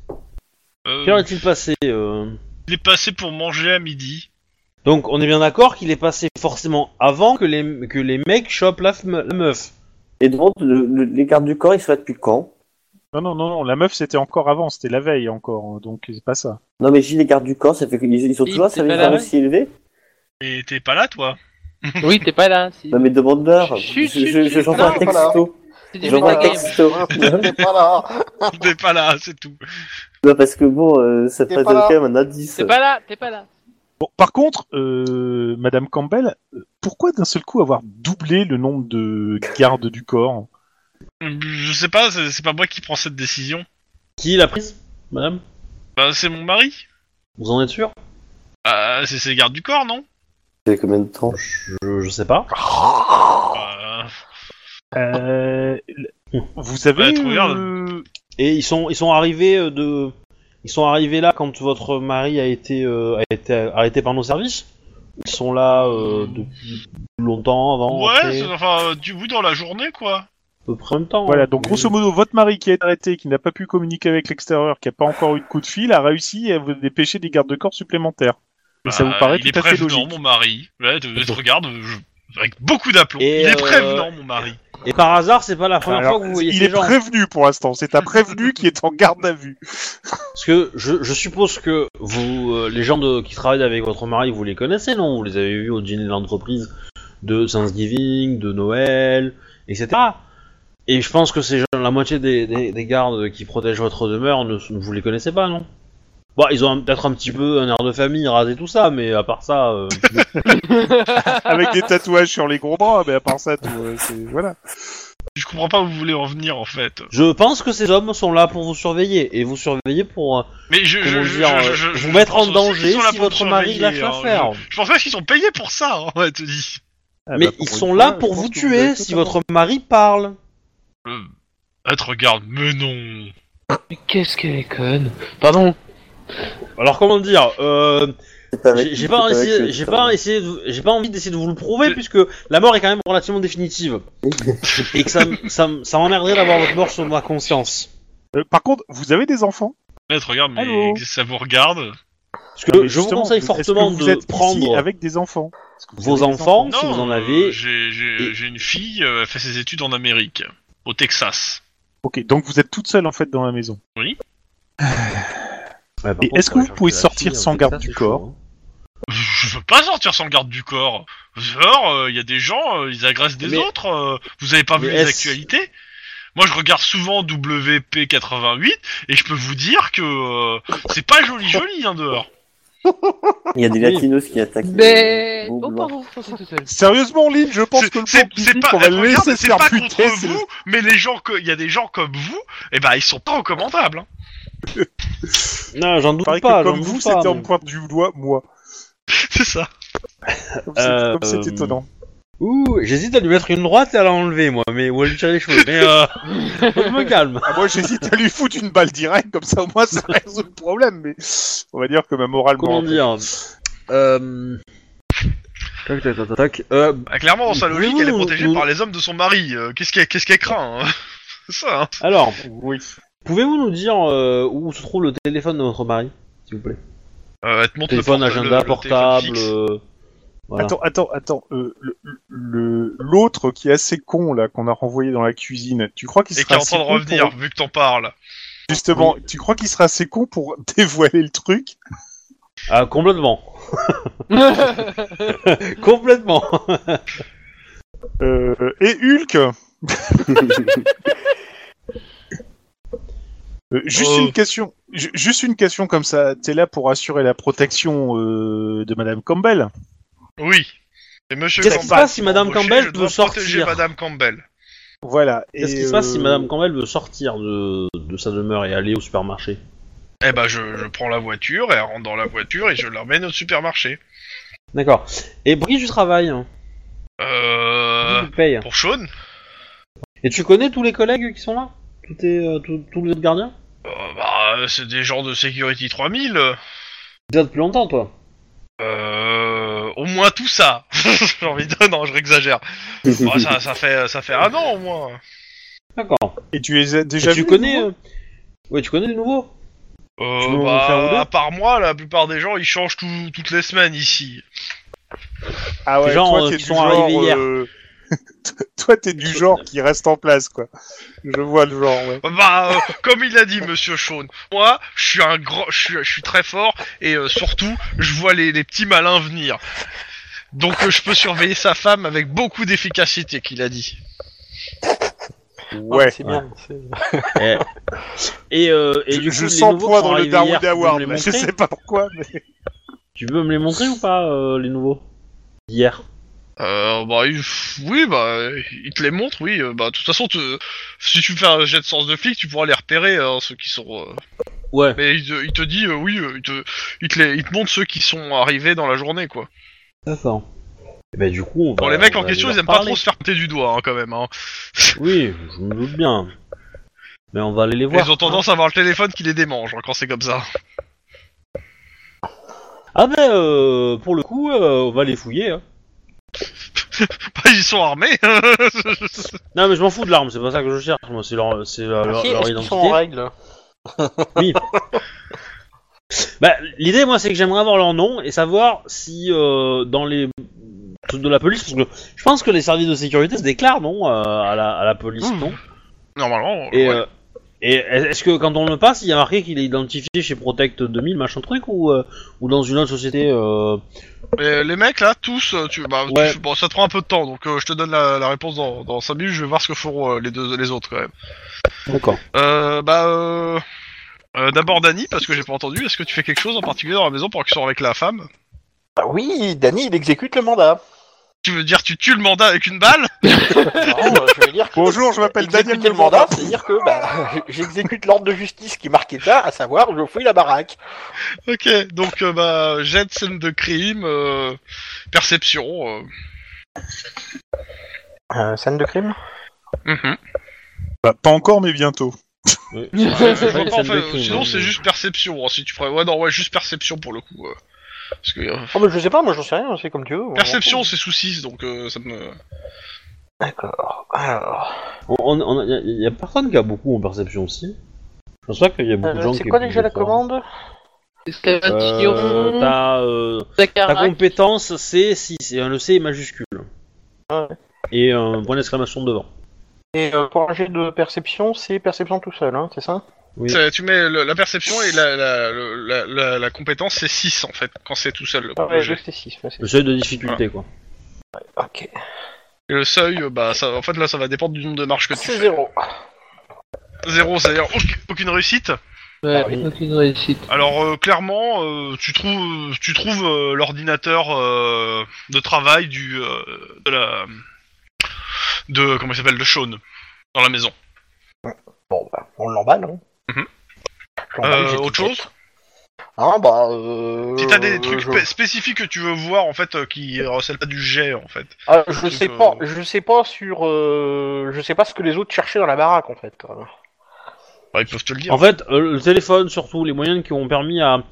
Euh,
Quelle heure est-il passé euh
il est passé pour manger à midi.
Donc, on est bien d'accord qu'il est passé forcément avant que les, que les mecs chopent la, fme- la meuf.
Et demande le- le- les gardes du corps, ils sont là depuis quand
Non, non, non, non, la meuf c'était encore avant, c'était la veille encore, hein, donc c'est pas ça.
Non, mais j'ai les gardes du corps, ça fait qu'ils ils sont
Ils
toujours là,
étaient
ça fait
pas
qu'ils
là,
arrivent
ouais.
si élevés.
Et t'es pas là, toi
oui, t'es pas là. Si.
Non, mais demande-leur.
Chut,
Je-
chut,
je-
chut.
je- J'envoie un
Ah, voilà.
texto.
C'est des
J'envoie un
métagames.
texto.
T'es pas là.
T'es pas là, c'est tout.
Non, parce que bon, euh, ça
T'es
peut
pas
donner
là.
quand même un indice.
T'es pas là, t'es pas là.
Bon, par contre, euh, Madame Campbell, euh, pourquoi d'un seul coup avoir doublé le nombre de gardes du corps
Je sais pas, c'est c'est pas moi qui prends cette décision.
Qui l'a prise, madame
Bah, c'est mon mari.
Vous en êtes sûr
Ah, c'est ses gardes du corps, non
C'est combien de temps
je, je sais pas.
Bah,
Euh, l- Vous savez,
Ouais, trop bien, là.
euh,
Et ils sont, ils sont arrivés euh, de. Ils sont arrivés là quand votre mari a été, euh, a été arrêté par nos services Ils sont là euh, depuis longtemps, avant,
Ouais,
après,
c'est-
à
enfin, euh, du bout dans la journée, quoi.
peu près en même temps.
voilà,
hein.
donc grosso modo, votre mari qui est arrêté, qui n'a pas pu communiquer avec l'extérieur, qui n'a pas encore eu de coup de fil, a réussi à vous dépêcher des gardes de corps supplémentaires. Et ça
Bah,
vous paraît
il est
tout à fait
prévenant,
logique.
mon mari. Ouais, te, te regarde, je... Avec beaucoup d'aplomb.
Et,
Il est
euh,
prévenant, mon mari.
Et par hasard, c'est pas la première
Alors,
fois que vous voyez
il
ces
est
gens. hein.
prévenu pour l'instant. C'est un prévenu qui est en garde à vue.
Parce que je, je suppose que vous, euh, les gens de, qui travaillent avec votre mari, vous les connaissez, non Vous les avez vus au dîner de l'entreprise de Thanksgiving, de Noël, etc. Et je pense que ces gens, la moitié des, des- des gardes qui protègent votre demeure, ne, vous les connaissez pas, non Bon, ils ont un- peut-être un petit peu un air de famille, rasé tout ça, mais à part ça, euh,
Avec des tatouages sur les gros bras, mais à part ça, tout, euh, c'est- voilà.
Je comprends pas où vous voulez en venir, en fait.
je pense que ces hommes sont là pour vous surveiller et vous surveiller pour euh,
Mais je, je,
comment
je-
dire,
je-
euh,
je- je
vous mettre en
pense aussi qu'ils
danger
sont là
si
pour
votre mari
surveiller,
lâche
hein.
l'affaire.
Je, je pense pas qu'ils sont payés pour ça, hein, on te dit.
Ah bah,
Mais ils sont là Ah bah, pour vous tuer si votre mari parle.
Euh, elle te regarde, mais non.
Mais qu'est-ce qu'elle est conne Pardon
Alors comment dire euh,
C'est pas
J'ai
avec-
j'ai
c'est
pas,
avec
essayé-
le-
j'ai pas essayé de vous- j'ai pas envie d'essayer de vous le prouver
Mais-
puisque la mort est quand même relativement définitive et que ça, m- ça, m- ça m'emmerderait d'avoir votre mort sur ma conscience.
Euh, par contre, vous avez des enfants
Elle te regarde, mais
Allô
ça vous regarde.
Parce que
Mais
je vous
justement,
conseille
est-ce que
fortement
vous
de
êtes ici
prendre
avec des enfants. Est-ce que vous
vos
avez des
enfants si
Non,
vous en
euh,
avez.
j'ai- J'ai
Et-
j'ai une fille, euh, elle fait ses études en Amérique, au Texas.
Ok, donc vous êtes toute seule en fait dans la maison.
Ouais, bah, par
Et
contre,
est-ce que vous
chercher
pouvez
la
sortir
fille,
sans
euh,
garde
ça,
du
c'est
corps
chaud, hein.
Je veux pas sortir sans garde du corps. Genre, il y a des gens, euh, ils agressent des
Mais-
autres. euh, vous avez pas vu
Mais
les
est-ce-
actualités Moi, je regarde souvent WP88 et je peux vous dire que euh, c'est pas joli joli hein, dehors.
Il y a des
Oui.
latinos qui attaquent.
Mais...
les gros
Oh
blancs.
pardon, je pensais tout seul.
Sérieusement, Lynn, je pense que le
C'est
plan
c'est
public,
pas,
on va
eh,
le
regarde,
laisser se
c'est
faire
pas
buter.
contre
c'est-
vous, mais les gens que, il y a des gens comme vous, et ben ils sont pas recommandables. hein.
Non, j'en
Il paraît que
doute pas. j'en
comme
doute
vous,
pas,
c'était en
mais-
pointe du doigt, moi.
C'est ça.
Comme c'est-
Euh,
comme c'est
euh,
étonnant.
Ouh, j'hésite à lui mettre une droite et à l'enlever moi, mais ou à lui tirer les cheveux. Mais euh, je me calme.
Ah, moi, j'hésite à lui foutre une balle directe, comme ça, au moins, ça résout le problème. Mais on va dire que ma morale
Comment
m'en-
dire euh... Tac tac tac tac. Euh,
Ah, clairement, dans sa
Vous
logique,
voulez
elle est
vous-
protégée
vous-
par les hommes de son mari. Euh, Qu'est-ce qu'elle qu'est-ce qu'elle craint hein C'est ça. hein.
alors,
Oui.
Pouvez-vous nous dire euh, où se trouve le téléphone de votre mari, s'il vous plaît
Euh, elle te montre le
Téléphone,
porte- le-
agenda,
le téléphone
portable.
fixe.
euh, voilà.
Attends, attends, attends. euh, le- le- L'autre qui est assez con, là, qu'on a renvoyé dans la cuisine, tu crois qu'il
Et
sera
qui est en
assez
train de
con pour-
revenir, vu que t'en parles.
Justement, tu crois qu'il sera assez con pour dévoiler le truc
Ah, complètement. complètement.
Euh, Et Hulk Euh, Juste
Oh.
une question, ju- juste une question comme ça. T'es là pour assurer la protection euh, de Madame Campbell.
Oui. Et monsieur
Qu'est-ce qui
Campbell
se passe si
m'a
Madame
embauché,
Campbell
je
veut
dois protéger
sortir
Madame Campbell.
Voilà.
Qu'est-ce
et,
qui se passe si
euh,
Madame Campbell veut sortir de, de sa demeure et aller au supermarché
Eh ben, je, je prends la voiture, elle rentre dans la voiture et je l'emmène au supermarché.
D'accord. Et Brice du travail, hein.
Euh.
Brice du paye.
Pour Sean
Et tu connais tous les collègues qui sont là Tous tes, euh, tous- tous les autres gardiens
Euh, Bah, c'est des gens de Security 3000. euh,
Tu les as depuis longtemps, toi
Euh. Au moins tout ça. J'ai envie de. Non, je réexagère. Bah, ça, ça, fait, ça fait un an au moins.
D'accord.
Et tu les as
Et
déjà
Tu
vus,
connais
non
euh, Ouais, tu connais les nouveaux Tu veux
Euh,
en faire un ou deux
bah, à part moi, la plupart des gens, ils changent tout- toutes les semaines ici.
Ah
les gens, euh,
t'es
qui
du
sont arrivés hier.
euh, toi, t'es du genre qui reste en place, quoi. Je vois le genre. Ouais.
Bah, euh, comme il a dit, Monsieur Sean, moi, je suis un grand, je suis, je suis très fort et euh, surtout, je vois les, les petits malins venir. Donc, euh, je peux surveiller sa femme avec beaucoup d'efficacité, qu'il a dit.
Ouais.
C'est bien. c'est-
Et, et, euh, et
je
du coup,
je
les
sens
nouveaux
poids
qui sont
dans le
arrivés
Darwin
hier, tu peux me
Award.
les
là. Je
montrer
sais pas pourquoi, mais
Tu veux me les montrer ou pas, euh, les nouveaux Hier.
Euh, bah, il- oui, bah, il te les montre, oui. euh, bah, de toute façon, te- si tu fais un jet de sens de flic, tu pourras les repérer, hein, ceux qui sont. euh,
Ouais.
Mais il te, il te dit, euh, oui, euh, il te, il te, les- il te montre ceux qui sont arrivés dans la journée, quoi.
D'accord. Et bah du coup, on va,
Bon, les mecs
on
en
va
question,
leur
ils aiment pas
parler.
trop se faire péter du doigt, hein, quand même. Hein.
Oui, je me doute bien. Mais on va aller les voir.
Ils ont tendance à avoir le téléphone qui les démange hein, quand c'est comme ça.
Ah ben, euh, pour le coup, euh, on va les fouiller. hein.
Bah, ils sont armés. hein.
Non mais je m'en fous de l'arme, c'est pas ça que je cherche. Moi, c'est leur, c'est euh, leur, leur-
Si,
leur
Est-ce qu'ils sont
identité.
en règle
Bah, l'idée, moi, c'est que j'aimerais avoir leur nom et savoir si euh, dans les de la police parce que je pense que les services de sécurité se déclarent non euh, à, la, à la police
Mmh.
non
Normalement,
et,
ouais.
euh, et est-ce que quand on le passe il y a marqué qu'il est identifié chez Protect 2000 machin truc ou euh, ou dans une autre société euh,
Mais les mecs là, tous, euh, tu, bah, tu-
Ouais.
bon, ça te prend un peu de temps, donc euh, je te donne la, la réponse dans, dans 5 minutes. Je vais voir ce que feront euh, les deux, les autres quand même.
d'accord
Euh, bah, euh, euh, d'abord Dani, parce que j'ai pas entendu. Est-ce que tu fais quelque chose en particulier dans la maison pour qu'ils soient avec la femme
Bah oui, Danny, il exécute le mandat.
Tu veux dire, tu tues le mandat avec une balle
Non, euh, je veux dire que-
Bonjour, je m'appelle
Exécuter
Daniel
le mandat,
Lemandat.
c'est-à-dire que bah, j'exécute l'ordre de justice qui marquait ça, à savoir je fouille la baraque.
Ok, donc euh, bah, jette scène de crime, euh, perception. euh.
Euh, scène de crime
Mhm.
Bah, pas encore, mais bientôt.
Ouais.
Euh, je
Ouais,
vois pas,
ça
enfin,
me décrit,
euh, sinon
ouais.
c'est juste perception. hein, si tu ferais, ouais non ouais juste perception pour le coup. euh, parce que euh,
Oh, mais je sais pas, moi j'en sais rien, c'est comme tu veux. moi,
perception c'est soucis, donc euh, ça me.
j'en fous. D'accord. Alors.
On- on- on a- y a- y a personne qui a beaucoup en perception aussi je pense pas qu'il y a beaucoup de gens
Euh, c'est
qui
quoi
aient
déjà la
beaucoup de
commande
ça.
Escavation,
euh, t'as euh, Ta compétence, c'est si c'est un le C est majuscule.
Ouais.
Et un point d'exclamation devant.
Et euh, pour un jet de perception, c'est perception tout seul, hein, c'est ça
Oui.
Ça, tu mets le- la perception et la, la, le- la, la- la compétence c'est 6 en fait, quand c'est tout seul. le-
Ah,
le
ouais,
jet.
c'est 6.
Le seuil de difficulté, quoi.
Ok.
Et le seuil, euh, bah ça, en fait là ça va dépendre du nombre de marches que tu
C'est
fais.
zéro. Ah,
Zéro, c'est-à-dire auc- aucune réussite.
Ouais,
Ah oui.
aucune réussite.
Alors euh, clairement, euh, tu trouves, tu trouves euh, l'ordinateur euh, de travail du euh, de la de comment il s'appelle de Sean dans la maison.
Bon, bah, on l'emballe, hein.
Mhm.
Je l'emballe,
Euh,
j'ai
autre
ticket.
chose
Hein, bah. Euh,
Si t'as des trucs
je-
spé- spécifiques que tu veux voir en fait euh, qui recèlent pas du jet en fait.
Ah, je sais
Donc,
pas,
euh,
je sais pas sur, euh, je sais pas ce que les autres cherchaient dans la baraque en fait.
Bah, ils peuvent te le dire.
En fait, euh, le téléphone, surtout, les moyens qui ont permis à.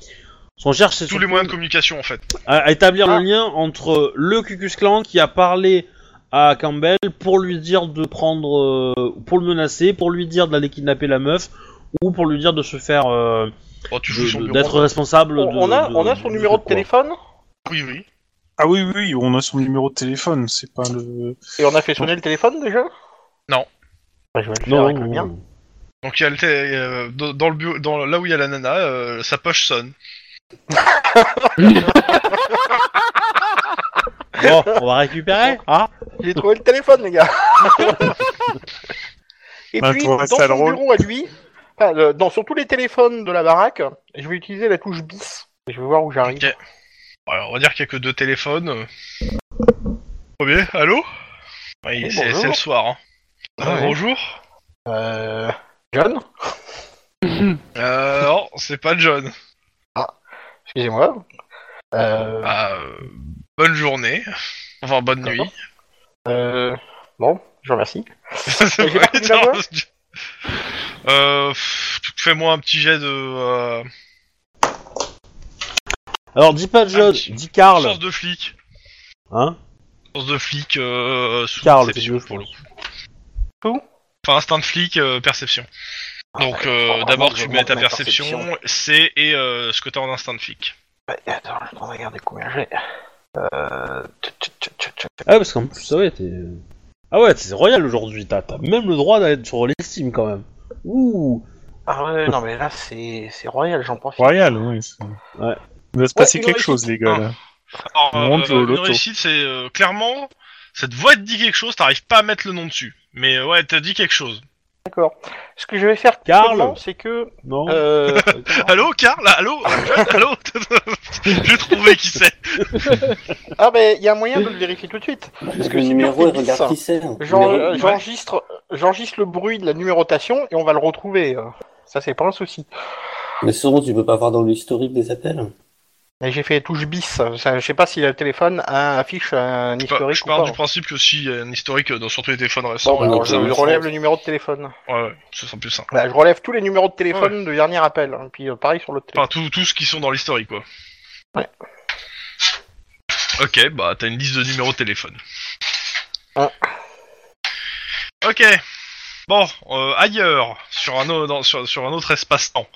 Son cherche, c'est
Tous
surtout
les moyens de communication en fait.
à, à établir
Ah.
le lien entre le Cucus Clan qui a parlé à Campbell pour lui dire de prendre. euh, pour le menacer, pour lui dire d'aller kidnapper la meuf, ou pour lui dire de se faire. euh,
Bon, Oh, tu
de-
fous son
de-
bureau.
d'être responsable.
On,
de-
on a,
de-
on a son
de-
numéro de
quoi.
téléphone
Oui, oui.
Ah oui, oui, on a son numéro de téléphone, c'est pas le.
et on a fait sonner le téléphone déjà.
Non.
Bah, je vais le faire
Non,
avec
non,
le
non,
mien.
non.
Donc il y a le té- euh, dans dans le bu- dans là où il y a la nana, euh, sa poche sonne.
Bon, on va récupérer, ah
J'ai trouvé le téléphone les gars. et
Bah,
puis
toi,
dans
ça
son
drôle.
bureau à lui, enfin, euh, dans sur tous les téléphones de la baraque, je vais utiliser la touche bis. Et Je vais voir où j'arrive.
Ok. Alors, on va dire qu'il y a que deux téléphones. euh. Premier, allô Oui,
Oui,
c'est
Oh, bonjour.
c'est le soir. hein.
Ah
Euh,
oui.
Bonjour.
Euh, John,
Euh, non, c'est pas John.
excusez-moi. Euh,
Bah, euh, bonne journée. Enfin, bonne nuit.
euh, bon, je vous remercie.
C'est
J'ai
vrai,
pas connu
non,
la voix
c'est- Euh, pff, fais-moi un petit jet de euh,
Alors, dis pas
Ah,
John,
mais-
dis Carl.
source de flic,
Hein
source de flic euh, sous
Carl,
perception
c'est mieux,
pour le
je
coup.
Tout
Enfin instinct de flic, euh, perception. Donc euh,
Ah,
d'abord
bah,
tu
je
mets ta
augmente ma
perception,
perception.
C et euh, ce que t'as en instinct de flic.
Ouais, attends, je vais regarder combien j'ai. Euh... tch, tch, tch, tch, tch.
Ah ouais, parce qu'en plus, ah ouais, t'es... Ah ouais, c'est royal aujourd'hui, t'as, t'as même le droit d'être sur l'estime quand même. Ouh
Ah ouais, non mais là c'est c'est royal, j'en pense.
Royal, oui. c'est-
Ouais.
Il va se
Ouais,
passer
une
quelque
réussite.
chose, les gars. Là.
Alors, euh,
Ah, Monte au
une
loto.
réussite, c'est euh, clairement, ça te voix te dit quelque chose, t'arrives pas à mettre le nom dessus. Mais euh, ouais, elle te dit quelque chose.
D'accord. Ce que je vais faire,
Karl.
seulement, c'est que
Non
Ah,
euh...
Allô, Karl Allô Allô J'ai trouvé qui c'est.
ah mais il y a moyen de le vérifier tout de suite.
Parce
que
que le
si
numéro,
tu
il regarde
dis
qui c'est. hein.
J'en-
Numéro-
euh, J'enregistre j'enregistre le bruit de la numérotation et on va le retrouver. euh. Ça c'est pas un souci.
Mais sûrement, tu peux pas voir dans l'historique des appels.
Et j'ai fait les touches bis. Ça, je sais pas si le téléphone a- affiche un historique
Bah, je
ou pas.
pars du principe que si y a un historique euh, dans, sur tous les téléphones récents,
Bon, bah,
ouais,
alors,
Ouais,
je
ça-
ouais.
relève le numéro de téléphone.
ouais, ouais, ce sera plus simple.
Bah, je relève tous les numéros de téléphone de dernier appel. hein, Puis euh, pareil sur l'autre téléphone.
Enfin, tous tous ceux qui sont dans l'historique, quoi.
Ouais.
Ok, bah t'as une liste de numéros de téléphone.
Ouais.
Ok. Bon, euh, ailleurs, sur un, au- dans- sur, sur un autre espace-temps,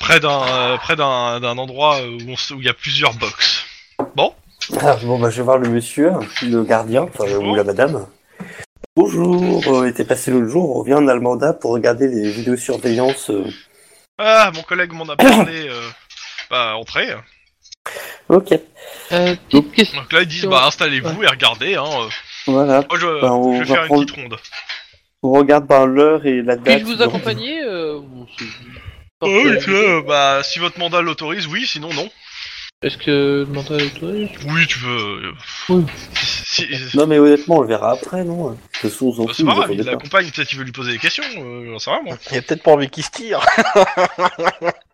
près d'un euh, près d'un d'un endroit euh, où on se- où il y a plusieurs box. Bon,
Alors, bon, bah, je vais voir le monsieur, le gardien, enfin, ou la madame. Bonjour, euh, était passé l'autre jour, on revient en Almanda pour regarder les vidéosurveillances. euh.
Ah, mon collègue m'en a parlé. euh, bah, entrez.
Ok,
Euh, petite question.
Donc là, ils disent, bah, installez-vous et regardez. Hein, euh.
voilà.
Moi, je,
Bah, on
je vais
va
faire une
prendre-
petite ronde.
On regarde par l'heure et la date.
Puis-je vous
de-
accompagner euh, bon, c'est-
Ah oui, tu vois, bah, si votre mandat l'autorise, oui, sinon, non.
Est-ce que le mental est autorisé
Oui, tu veux. euh,
Oui.
si- si-
Non, mais honnêtement, on le verra après, non hein. De toute façon, on s'en
bah,
fout,
c'est
vous hein.
pas grave, il
attendez pas.
l'accompagne, peut-être qu'il veut lui poser des questions, euh, j'en sais rien, moi.
Il y a peut-être pas envie qu'il se tire.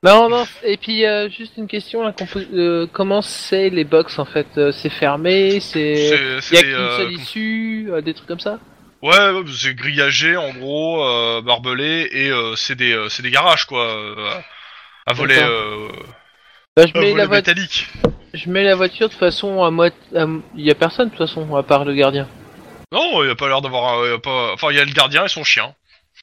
Non, non, et puis euh, juste une question, là, qu'on peut- euh, comment c'est les box en fait Euh, C'est fermé, c'est...
C'est-
Y'a
c'est,
qu'une
euh,
seule issue, euh, des trucs comme ça
Ouais, ouais, c'est grillagé en gros, euh, barbelé et euh, c'est des euh, c'est des garages quoi, euh, à volet,
D'accord.
euh,
Bah, je
à
mets
volet
la voiture.
métallique.
Je mets la voiture de toute façon à moi. Il y a personne de toute façon à part le gardien.
Non, il a pas l'air d'avoir, un- y a pas, enfin il y a le gardien et son chien.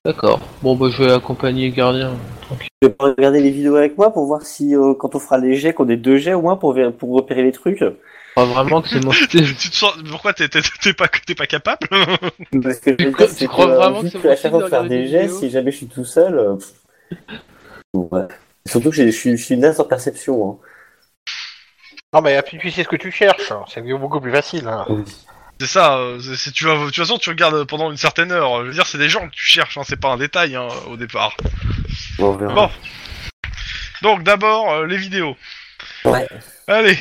D'accord. Bon bah je vais accompagner le gardien.
Tu veux pas regarder les vidéos avec moi pour voir si, euh, quand on fera les jets, qu'on ait deux jets au moins pour, ver- pour repérer les trucs
Pas vraiment que c'est mon style.
tu te sens, pourquoi t'es t'es- t'es pas t'es pas capable
Parce que je veux
crois-
dire,
tu
c'est
crois
que, euh,
vraiment
vu
que c'est
à
possible
chaque fois
de
faut faire
regarder
des
des
jets,
vidéos
si jamais je suis tout seul. euh, pff. Ouais. Surtout que j'ai- je suis, je suis naze en perception. hein.
Non, mais tu tu sais ce que tu cherches. hein. C'est beaucoup plus facile. hein.
Hein.
C'est ça, euh, c'est- c'est- tu vas, de toute façon tu regardes pendant une certaine heure. Je veux dire, c'est des gens que tu cherches, hein, c'est pas un détail hein, au départ.
Bon, on verra.
Bon. Donc d'abord euh, les vidéos.
Ouais.
Allez,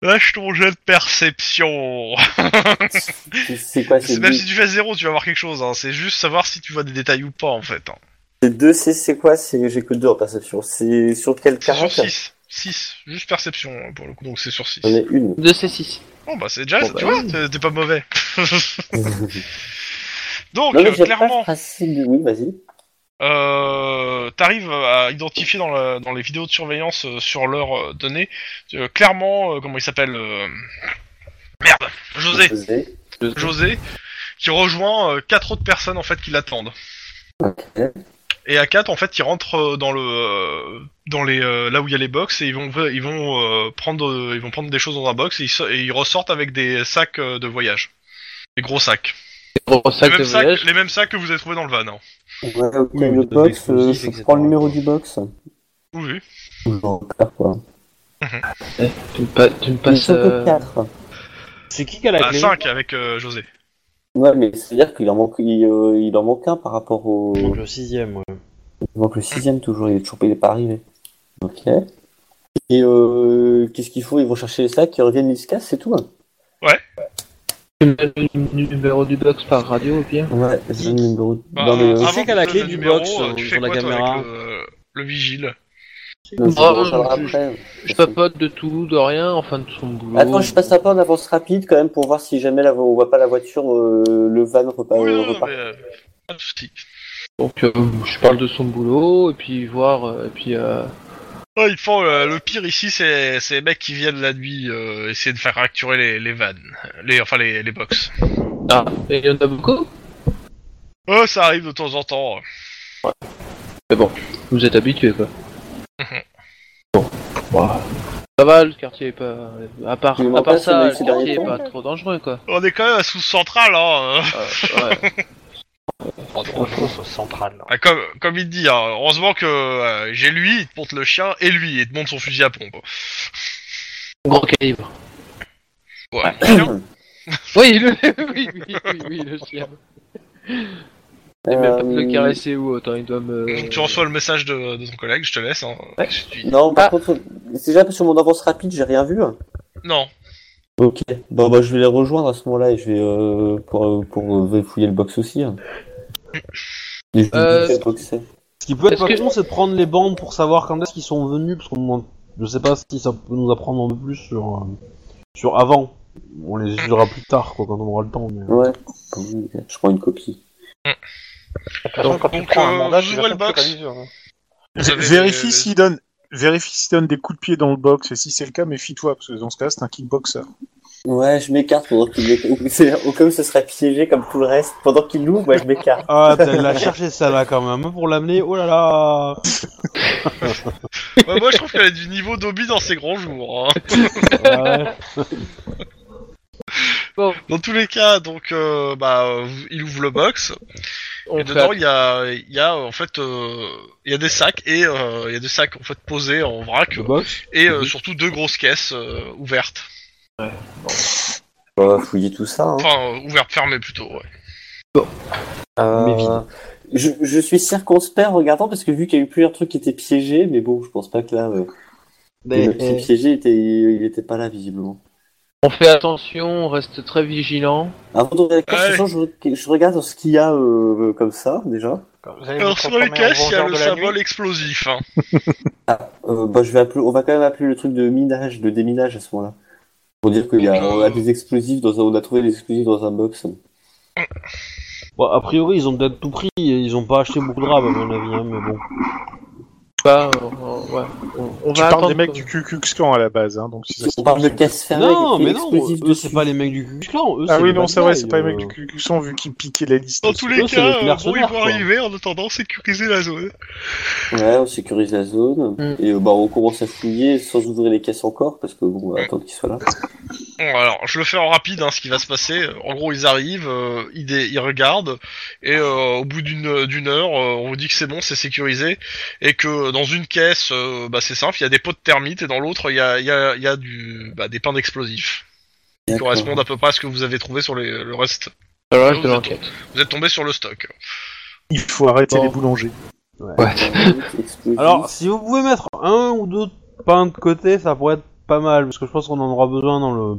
lâche ton jet de perception.
C'est- C'est quoi Ah, C'est
C'est- Même
deux,
si tu fais zéro, tu vas voir quelque chose. hein. C'est juste savoir si tu vois des détails ou pas, en fait. Hein.
c'est deux c'est- c'est quoi C'est- J'ai que deux en perception. C'est sur quel
C'est sur
caractère
6. 6. Juste perception, hein, pour le coup. Donc c'est sur 6.
J'en ai une.
2 C6.
Bon, bah c'est déjà...
Bon,
ça,
bah
tu vois, t'es- t'es pas mauvais. Donc,
non, mais
euh,
j'ai pas le
clairement,
principe du- Oui, vas-y.
euh, t'arrives à identifier dans, la- dans les vidéos de surveillance euh, sur l'heure euh, donnée, euh, clairement, euh, comment il s'appelle euh, Merde José
José.
José, qui rejoint euh, quatre autres personnes, en fait, qui l'attendent.
Ok.
Et à 4, en fait, ils rentrent euh, dans le euh, dans les euh, là où il y a les box et ils vont ils vont euh, prendre euh, ils vont prendre des choses dans un box et ils, so- et ils ressortent avec des sacs euh, de voyage. Des gros sacs.
Gros
Les
sac de
mêmes sacs,
voyage.
les mêmes sacs que vous avez trouvé dans le van. hein.
Ouais, ok,
Oui,
le
des
box,
explosifs,
euh, je
etc.
prends le numéro du box.
Oui. oui.
Bon, clair, quoi.
Tu me, pa- tu me
Ils
passes.
sont que
euh,
quatre.
C'est qui qui a la
À
clé
5 avec euh, José.
Ouais, mais c'est-à-dire qu'il en manque, il, euh, il en manque un par rapport au.
Il manque le sixième, ouais.
Il manque le sixième toujours, il est toujours il est pas arrivé. Ok. Et euh, qu'est-ce qu'il faut Ils vont chercher les sacs, ils reviennent, ils se cassent, c'est tout. hein.
Tu me donnes le numéro du box par radio au pire.
Ouais, je donne le numéro.
Bah,
non, mais,
euh,
euh,
avant
qui c'est qu'à
de
la
te
clé
donner
du
le numéro,
box,
euh,
euh,
tu
sur
fais
la
quoi, toi,
caméra
avec le, le vigile
non, je
Ah,
vous en parlerai
je-
après.
Je tapote de tout, de rien, enfin de son boulot.
Attends, je passe un peu en avance rapide quand même pour voir si jamais la, on voit pas la voiture, euh, le van repas,
Oui, non, non,
repart.
mais, euh, pas de soucis.
Donc euh, je parle de son boulot et puis voir euh, et puis. Euh...
Ouais, ils font, euh, le pire ici, c'est c'est les mecs qui viennent la nuit euh, essayer de faire fracturer les, les vannes, les enfin les, les box.
Ah, et il y en a beaucoup.
Oh, ça arrive de temps en temps.
Vous êtes habitués quoi. bon. Bah, Ça va, le quartier est pas. À part,
Il
à part
m'empêche, on
ça,
a eu
le
ces derniers
quartier est
temps.
pas trop dangereux quoi.
On est quand même à sous centrale, hein. euh.
Euh, ouais.
centrale.
Ah, Comme, comme il dit, hein, heureusement que euh, j'ai lui, il te monte le chien, et lui, il te monte son fusil à pompe.
Grand calibre.
Ouais. Chien,
Oui, le... oui, oui, oui, oui, le chien. Il même pas de
Euh,
le caresser ou autant, il doit me.
Tu reçois le message de, de ton collègue, je te laisse. Hein.
Ouais.
Je suis-
Non, par
Ah.
contre, c'est déjà sur mon avance rapide, j'ai rien vu.
Non.
Ok. Bon, bah, je vais les rejoindre à ce moment-là et je vais euh, pour, euh, pour euh, fouiller le box aussi. hein. Et je vous dis
Euh,
quel box c'est.
Ce qui peut être
Est-ce
pas
que-
con, c'est de prendre les bandes pour savoir quand est-ce qu'ils sont venus, parce qu'on je sais pas si ça peut nous apprendre un peu plus sur, euh, sur avant. On les étudiera plus tard, quoi, quand on aura le temps. Mais...
Ouais. Je prends une copie.
Donc,
quand tu
donc,
prends un
euh,
mandat,
vous
tu
ouvrez
vas
le box.
focaliser, hein.
Vous avez-
Vérifie s'il donne. Vérifie s'il donne des coups de pied dans le box, et si c'est le cas, méfie-toi, parce que dans ce cas, c'est un kickboxer.
Ouais, je m'écarte pendant qu'il m'éc- c'est- Au cas où ce serait piégé comme tout le reste. Pendant qu'il l'ouvre, ouais, je m'écarte.
Ah, t'as la cherché ça là quand même pour l'amener. Oh là là.
Ouais, moi, je trouve qu'elle est du niveau d'Obi dans ses grands jours. hein.
Ouais.
Bon,
Dans tous les cas, donc, euh, bah, euh, il ouvre le box.
on
et
fait
dedans, il y a, il y a euh, en fait, euh, il y a des sacs et euh, il y a des sacs en fait posés en vrac
Le box.
et euh, surtout deux grosses caisses euh, ouvertes.
On va fouiller tout ça. Hein.
Enfin, euh, ouvertes fermées plutôt. Ouais.
Euh,
Mais vide.
Je, je suis circonspect en regardant parce que vu qu'il y a eu plusieurs trucs qui étaient piégés, mais bon, je pense pas que là, euh,
Mais,
le petit
euh,
piégé était, il était pas là visiblement.
On fait attention, on reste très vigilant.
Avant d'ouvrir la caisse,
Ouais.
je, je- je regarde ce qu'il y a euh, comme ça déjà.
Vous allez vous
Alors sur les
transformer en
caisses, il y a
vengeur
le
de la nuit.
symbole explosif. hein.
Euh, bah, je vais appeler, on va quand même appeler le truc de minage, de déminage à ce moment-là. Pour dire qu'il y a,
Donc, euh,
on a des explosifs dans un- on a trouvé des explosifs dans un box.
bon, Bah, a priori, ils ont peut-être tout pris. et Ils ont pas acheté beaucoup de rab à mon avis, hein, mais bon.
Bah, on, on- ouais, on- on
Tu
va
parles
attendre.
des mecs du QQX Clan à la base, hein, donc si ça se
On
trouve,
parle de
c'est-
caisse fermée.
Non,
avec
mais
des
non.
explosifs
Eux,
dessus.
c'est pas les mecs du Ku Clan. Eux,
Ah
c'est
oui,
les
non,
bad
c'est vrai,
guys,
c'est pas les mecs du
euh.
QQX Clan vu qu'ils piquaient la liste.
Dans tous les
eux, c'est
cas,
les
euh, bon, ils
mercenaires,
vont
quoi.
arriver en attendant sécuriser la zone.
Ouais, on sécurise la zone
Mm.
et euh, bah on commence à fouiller sans ouvrir les caisses encore parce que bon, on va
Mm.
attendre qu'ils soient là.
Bon, alors, je le fais en rapide, hein, ce qui va se passer. En gros, ils arrivent, euh, ils, dé- ils regardent, et euh, au bout d'une d'une heure, euh, on vous dit que c'est bon, c'est sécurisé, et que dans une caisse, euh, bah, c'est simple, il y a des pots de termites, et dans l'autre, il y a, il y a, il y a du, bah, des pains d'explosifs, qui
D'accord.
correspondent à peu près à ce que vous avez trouvé sur les- le reste.
Dans le reste de
Vous êtes-
l'enquête.
Vous êtes tombé sur le stock.
Il faut arrêter
Bon.
les boulangers.
Explosifs.
Alors, si vous pouvez mettre un ou deux pains de côté, ça pourrait être pas mal, parce que je pense qu'on en aura besoin dans le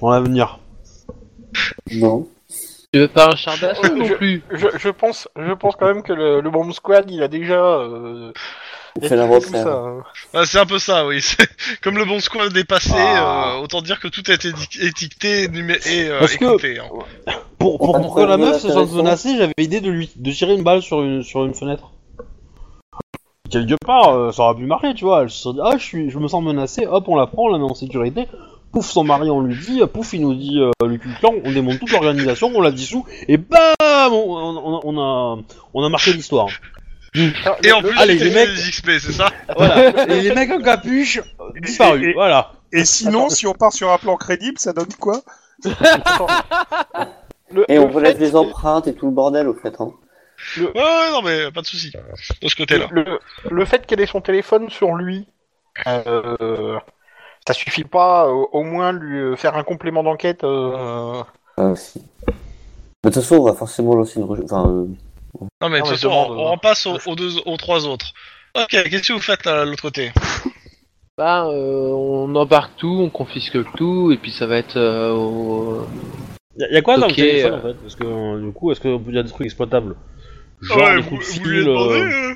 dans l'avenir.
non.
Tu veux pas un char d'assaut
Je-
non plus
Je, je pense, je pense quand même que le, le bomb squad, il a déjà. Euh,
On fait la
tout ça,
refaire.
hein.
Ah, c'est un peu ça, oui. c'est- Comme le bon squad est passé,
Ah.
euh, autant dire que tout a été éti- étiqueté numé- et euh,
Parce que-
écouté. hein.
Pour, pour, pour que
Ouais,
la meuf se
intéressant.
sente menacée, j'avais idée de lui de tirer une balle sur une sur une fenêtre. Quelque part, euh, ça aurait pu marcher, tu vois. Elle se serait dit, ah, je suis, je me sens menacée. Hop, on la prend, on la met en sécurité. Pouf, son mari, on lui dit. Pouf, il nous dit euh, le Ku Clan, on démonte toute l'organisation, on la dissout. Et bam, on, on- on a on a marqué l'histoire.
Ah,
Et
le-
en plus,
Allez,
t'as
les
fait
mecs-
des XP, c'est ça
Voilà. Et les mecs en capuche euh, disparus.
Et- et-
Voilà.
Et sinon, si on part sur un plan crédible, ça donne quoi
le-
Et
le
on relève
fait-
les empreintes et tout le bordel au fait. Hein.
Ouais, ouais, non, mais pas de soucis. De ce côté-là.
Le, le fait qu'elle ait son téléphone sur lui, euh, ça suffit pas euh, au moins lui euh, faire un complément d'enquête. euh,
Ah, si. De toute façon, on va forcément lancer une. recherche. Enfin, euh,
Non mais, euh, de
Non,
toute
mais
façon,
demande,
on, on
hein.
en passe aux, aux deux, aux trois autres. Ok, qu'est-ce que vous faites là, de l'autre côté
Bah, euh, on embarque tout, on confisque tout, et puis ça va être euh, au-
Y'a y a quoi dans
Ok,
le téléphone
euh.
en fait Parce que euh, du coup, est-ce qu'il y a des trucs exploitables Genre
Ah Ouais,
des
vous,
coups de
vous
fil.
lui demandez
euh,
euh,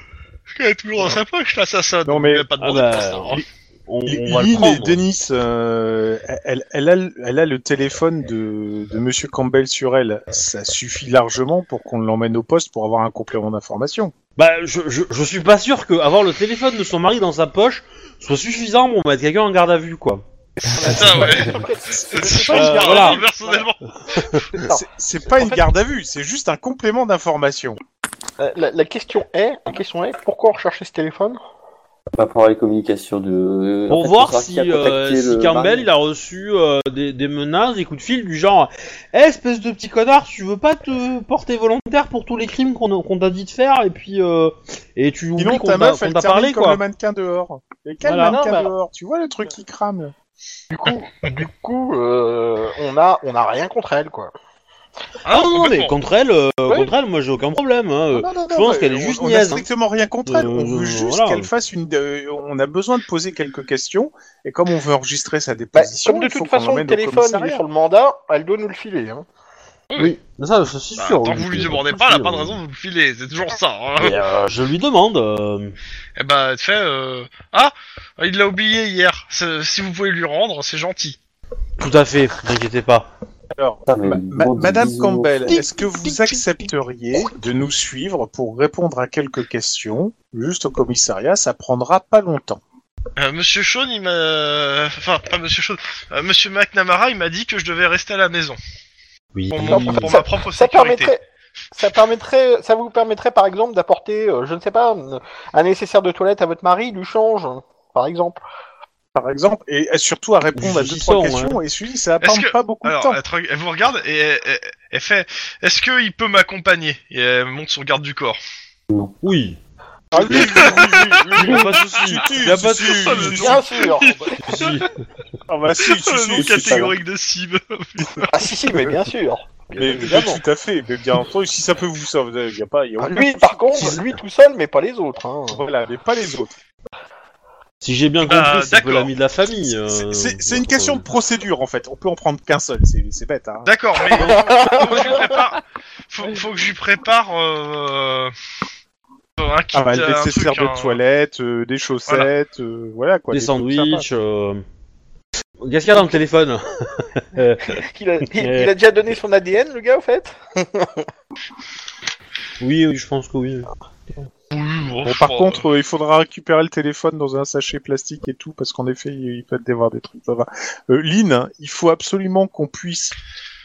qu'elle est toujours dans sa poche, l'assassin.
Non, mais-
Vous l'avez pas demandé
Ah bah,
pour l'instant, hein.
on, on va
Lynn
le
et
prendre.
Denis, euh, elle, elle, a, le- elle a le téléphone de, de Monsieur Campbell sur elle. Ça suffit largement pour qu'on l'emmène au poste pour avoir un complément d'information.
Bah, je, je, je suis pas sûr que avoir le téléphone de son mari dans sa poche soit suffisant pour mettre quelqu'un en garde à vue, quoi.
C'est ça, ouais. C'est ça,
Euh,
je garde
voilà.
ça, personnellement.
C'est- C'est pas une garde à vue, c'est juste un complément d'information.
euh, la, la question est, la question est, pourquoi rechercher ce téléphone
pas pour les communications de.
Pour
En fait,
voir
savoir
si,
qui a contacté
euh,
le
si Campbell
mari.
il a reçu euh, des, des menaces, des coups de fil du genre Eh, espèce de petit connard, tu veux pas te porter volontaire pour tous les crimes qu'on qu'on t'a dit de faire et puis euh, et tu oublies
Sinon,
qu'on
ta
t'a
meuf,
qu'on
elle
t'a
termine
parlé
comme
quoi.
le mannequin dehors. Et quel
Voilà.
mannequin
Non, bah-
dehors Tu vois le truc qui crame
Du coup, du coup, euh, on a, on a rien contre elle, quoi.
Ah non, non, mais
complètement.
contre elle, euh,
Ouais.
contre elle, moi j'ai aucun problème. Hein. euh,
Non, non, non,
je pense
mais
qu'elle est
on-
juste
On a
niaise, hein.
strictement rien contre elle. On
Euh,
veut juste
voilà.
qu'elle fasse une. euh, on a besoin de poser quelques questions. Et comme on veut enregistrer sa
Bah,
déposition,
comme de
il faut
toute
qu'on
façon le
l'emmène au
téléphone il est
commissariat.
sur le mandat, elle doit nous le filer. Hein.
Oui, mais ça, je suis
Bah,
sûr. euh,
tant
je-
que vous lui
je-
demandez
je-
pas, elle a
je-
pas de raison de vous le filer, c'est toujours ça. Hein.
Mais, euh, je lui demande. euh,
Et bah, tu fais... Euh... Ah, il l'a oublié hier. C'est- Si vous pouvez lui rendre, c'est gentil.
Tout à fait, n'inquiétez pas.
Alors,
Putain, mais
ma- ma-
bon,
Madame
bisous.
Campbell, est-ce que vous accepteriez de nous suivre pour répondre à quelques questions juste au commissariat Ça prendra pas longtemps.
Euh, Monsieur Sean, il m'a... Enfin, pas Monsieur Sean. euh, Monsieur McNamara, il m'a dit que je devais rester à la maison.
Oui.
Pour, mon- pour ma propre
Ça
sécurité.
permettrait, ça permettrait, ça vous permettrait par exemple d'apporter, euh, je ne sais pas, un- un nécessaire de toilette à votre mari, du change, par exemple.
par exemple, et et surtout à répondre à
J'y
deux trois
sens,
questions. Et celui, ça
Est-ce
prend
que-
pas beaucoup de
Alors,
temps.
elle, te- elle vous regarde et elle, elle- elle fait Est-ce qu'il peut m'accompagner Et elle monte son garde du corps.
Oui.
Ah oui, oui, oui,
Il
oui,
a
oui.
pas de souci.
Si,
Il a pas de
si,
souci.
Ah, mais
Bien sûr.
Si.
Ah bah si, si, si,
Le nom
si, si, ça va.
catégorique de cible.
ah si si, mais bien sûr.
Mais,
Bien
mais
évidemment.
tout à fait, mais bien entendu, si ça peut vous sauver, il y a pas, y a
Ah,
aucun
Lui,
souci.
par contre, lui tout seul, mais pas les autres. hein.
voilà, mais pas les autres.
Si j'ai bien
Ah,
compris, c'est un peu
d'accord.
l'ami de la famille.
C'est-
euh,
C'est c'est une
votre-
question de procédure en fait. On peut en prendre qu'un seul, c'est c'est bête. Hein.
D'accord, mais faut que je lui prépare. Faut, faut que je lui prépare. euh, un kit,
Ah bah,
un
des
truc, hein.
serres de
un-
toilette, euh, des chaussettes, euh, voilà quoi.
Des
trucs sympas.
sandwichs. Euh... Qu'est-ce qu'il y a dans le téléphone
Il, a, il-
Mais-
il a déjà donné son ADN, le gars, au fait.
Oui, oui, je pense que oui.
Oui, bon,
Bon,
je
par
crois.
contre, euh, il faudra récupérer le téléphone dans un sachet plastique et tout, parce qu'en effet, il il peut y avoir des trucs. Ça va. Euh, Lynn, hein, il faut absolument qu'on puisse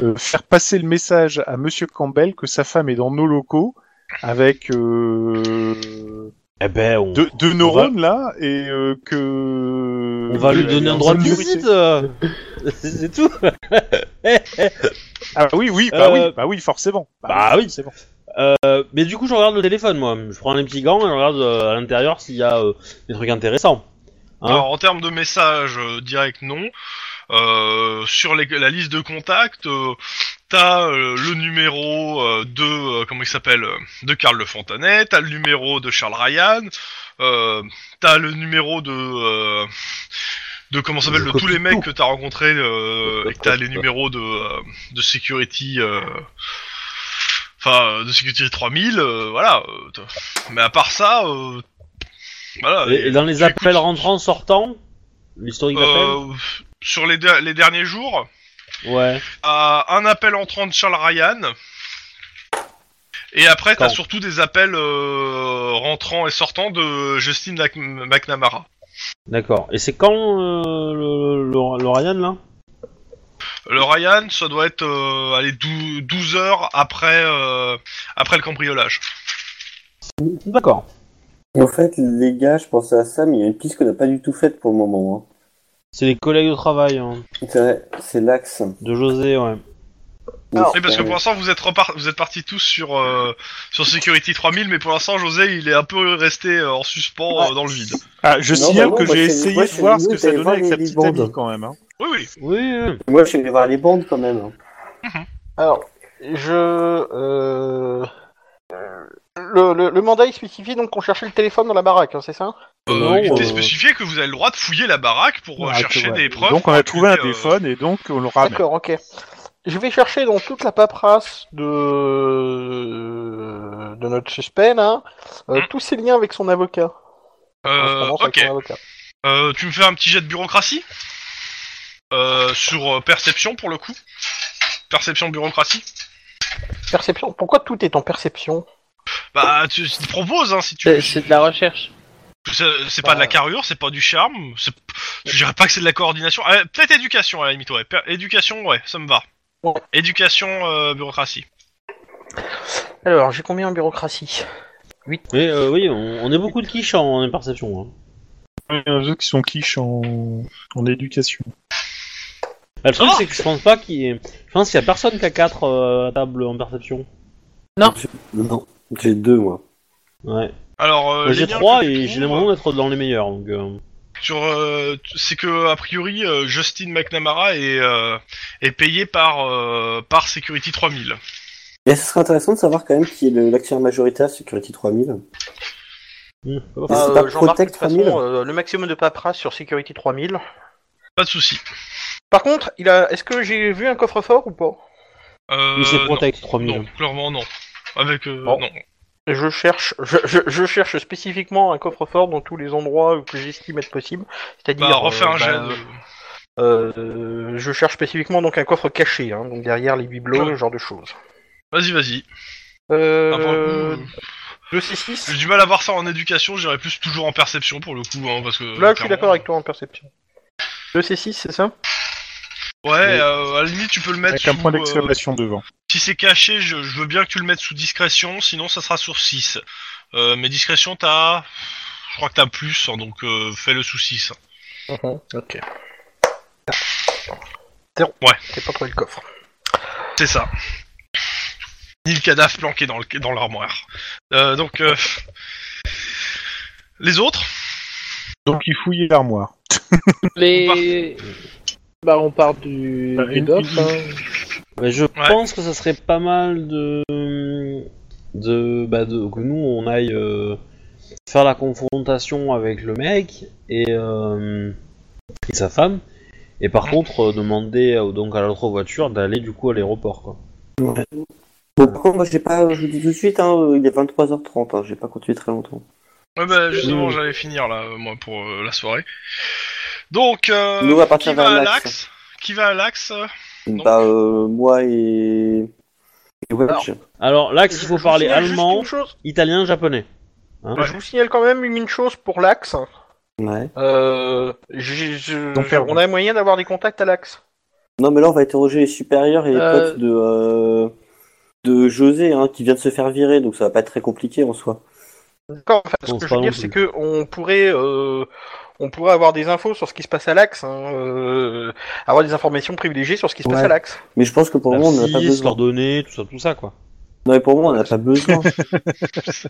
euh, faire passer le message à Monsieur Campbell que sa femme est dans nos locaux avec euh,
Eh ben, on,
deux, deux neurones là et euh, que
on va lui donner un droit de
Sécurité.
visite. euh. c'est c'est tout.
Ah oui, oui, bah
Euh,
oui, bah oui, forcément.
bah oui.
forcément.
Euh, mais du coup, je regarde le téléphone, moi. Je prends les petits gants et je regarde euh, à l'intérieur s'il y a euh, des trucs intéressants. Hein
Alors, en termes de messages euh, directs, non. Euh, sur les- la liste de contacts, euh, t'as euh, le numéro euh, de euh, comment il s'appelle euh, de Karl Le Fontanet, t'as le numéro de Charles Ryan, euh, t'as le numéro de euh, de comment ça s'appelle
Je
de
copie
tous les mecs
tout.
que t'as rencontrés euh, et que t'as les numéros de euh, de security. euh, Enfin, euh, de security 3000, euh, voilà. euh, t'as- Mais à part ça, euh,
Ah,
voilà.
Et, et dans les
tu écoutes-
appels rentrants, sortants L'historique
euh, sur les, de- les derniers jours,
d'appels Ouais.
à un appel entrant de Charles Ryan. Et après, t'as
Quand
surtout des appels euh, rentrants et sortants de Justin Lac- McNamara.
D'accord. Et c'est quand euh, le, le- le Ryan là
Le Ryan, ça doit être euh, allez, dou- 12 heures après, euh, après le cambriolage.
D'accord.
Et en fait, les gars, je pensais à ça, mais il y a une piste qu'on n'a pas du tout faite pour le moment.
C'est les collègues de travail hein,
hein. C'est vrai, c'est l'axe. euh,
de José, ouais.
Alors,
Ah,
Oh.
Oui, parce que pour l'instant, vous êtes, repar- vous êtes partis tous sur, euh, sur Security 3000, mais pour l'instant, José, il est un peu resté euh, en suspens euh, dans le vide.
Ah, je
Non,
signale
bah non,
que
moi,
j'ai
c'est-
essayé
moi,
de
c'est
voir
le
ce que
goût,
ça
t'allais
donnait
voir
avec
les
sa petite
bandes.
amie quand même. Hein.
Oui, oui.
Oui, oui.
Moi, je suis allé voir les bandes quand même. hein.
Alors, je. euh, euh, Le, le- le mandat, il spécifie donc qu'on cherchait le téléphone dans la baraque, hein, c'est ça
Euh,
Non,
il était
euh,
spécifié que vous avez le droit de fouiller la baraque pour euh,
Ah,
chercher
ouais.
des preuves.
Donc on a trouvé un
euh,
téléphone et donc on le
Ah,
ramène.
D'accord, ok. Je vais chercher dans toute la paperasse de, de notre suspect, là, euh,
Hmm.
tous ses liens avec son avocat.
Euh,
correspondance avec
ok.
son avocat.
Euh, tu me fais un petit jet de bureaucratie Euh, Sur euh, perception pour le coup Perception bureaucratie
Perception. Pourquoi tout est en perception
Bah, tu, tu te proposes hein, si tu.
C'est c'est de la recherche.
C'est c'est pas de la
Bah.
carrure, c'est pas du charme. c'est- Je dirais pas que c'est de la coordination. Ah, Peut-être éducation à la limite, ouais. Per- Éducation, ouais, ça me va.
Ouais.
Éducation, euh, bureaucratie.
Alors, j'ai combien en bureaucratie
Mais euh, oui, on, on est beaucoup de quiches en, en perception. hein.
Il y en a d'autres qui sont quiches en, en éducation.
Bah, le truc
Ah
c'est que je pense pas qu'il y ait... Je pense qu'il y a personne qui a 4 à la table en perception.
Non, j'ai deux, moi.
Ouais.
Alors, euh,
Moi,
les
j'ai
liens
3
que tu
et j'ai
trouves,
l'impression d'être dans les meilleurs. Donc, euh,
sur euh, tu- c'est que a priori euh, Justin McNamara est, euh, est payé par euh, par Security 3000.
Et ce serait intéressant de savoir quand même qui est le- l'actionnaire majoritaire Security 3000.
hmm, ça va
Ah,
Euh,
pas.
c'est
euh,
pas Protect 3000.
le maximum de paperasse sur Security 3000.
Pas de souci.
Par contre, il a. Est-ce que j'ai vu un coffre-fort ou pas
Euh,
Mais c'est
non,
Protect 3000.
non, clairement non. Avec euh,
Bon.
non.
Je cherche, je, je, je cherche spécifiquement un coffre-fort dans tous les endroits que j'estime être possible. C'est-à-dire.
Bah, refais
euh,
un jet.
bah,
de-
euh, je cherche spécifiquement donc un coffre caché, hein, donc derrière les bibelots,
Ouais.
ce genre de choses.
Vas-y, vas-y.
Euh,
Ah, pour le coup, euh,
Je sais 6.
J'ai du mal à voir ça en éducation, j'irais plus toujours en perception pour le coup, hein, parce que...
Là, je suis
clairement,
d'accord avec toi en perception. Le C6, c'est ça
Ouais, euh, à la limite, tu peux le mettre
Avec un
sous,
point
euh,
d'exclamation devant.
si c'est caché, je, je veux bien que tu le mettes sous discrétion, sinon ça sera sur 6. Euh, mais discrétion, t'as... Je crois que t'as plus, hein, donc euh, fais-le sous 6.
Mhm, Ok. Zéro.
Ouais.
T'as pas trouvé le coffre.
C'est ça. Ni le cadavre planqué dans le- dans l'armoire. Euh, donc... euh, Les autres
Donc il fouille l'armoire.
Les... Bah, on part du,
Bah,
du
une-
dof,
une-
hein.
Mais je pense que ça serait pas mal de. de, bah de que nous on aille euh, faire la confrontation avec le mec et, euh, et sa femme. Et par contre, euh, demander euh, donc à l'autre voiture d'aller du coup à l'aéroport. Quoi.
Bon, par contre, moi, j'ai pas, je vous dis tout de suite, hein, euh, il est 23h30, hein, j'ai pas continué très longtemps.
Ouais, bah justement,
Oui.
j'allais finir là, euh, moi, pour euh, la soirée. Donc, euh,
Nous, on va partir
qui va
vers
à
l'axe.
l'axe Qui va à l'axe Non.
Bah, euh, moi et. et Welch.
Alors là, qu'il
Je-
faut
je vous
parler
signale juste
allemand,
une chose.
italien, japonais. Hein
Ouais.
Je vous signale quand même une chose pour l'axe.
Ouais.
Euh, j'ai- je-
Donc,
je-
pardon.
on a moyen d'avoir des contacts à l'axe.
Non, mais là, on va interroger les supérieurs et les
Euh.
potes de, euh, de José, hein, qui vient de se faire virer, donc ça va pas être très compliqué en soi.
D'accord. enfin, ce
Bon,
que
c'est
je veux
pas
dire,
non
c'est que on pourrait, euh, on pourrait avoir des infos sur ce qui se passe à l'axe, hein, euh, avoir des informations privilégiées sur ce qui se passe
Ouais.
à l'axe.
Mais je pense que pour le
La
moment, on n'a pas
fille,
besoin.
coordonnées, tout ça, tout ça quoi.
Non, mais pour le moment, on n'a pas besoin.
Bah,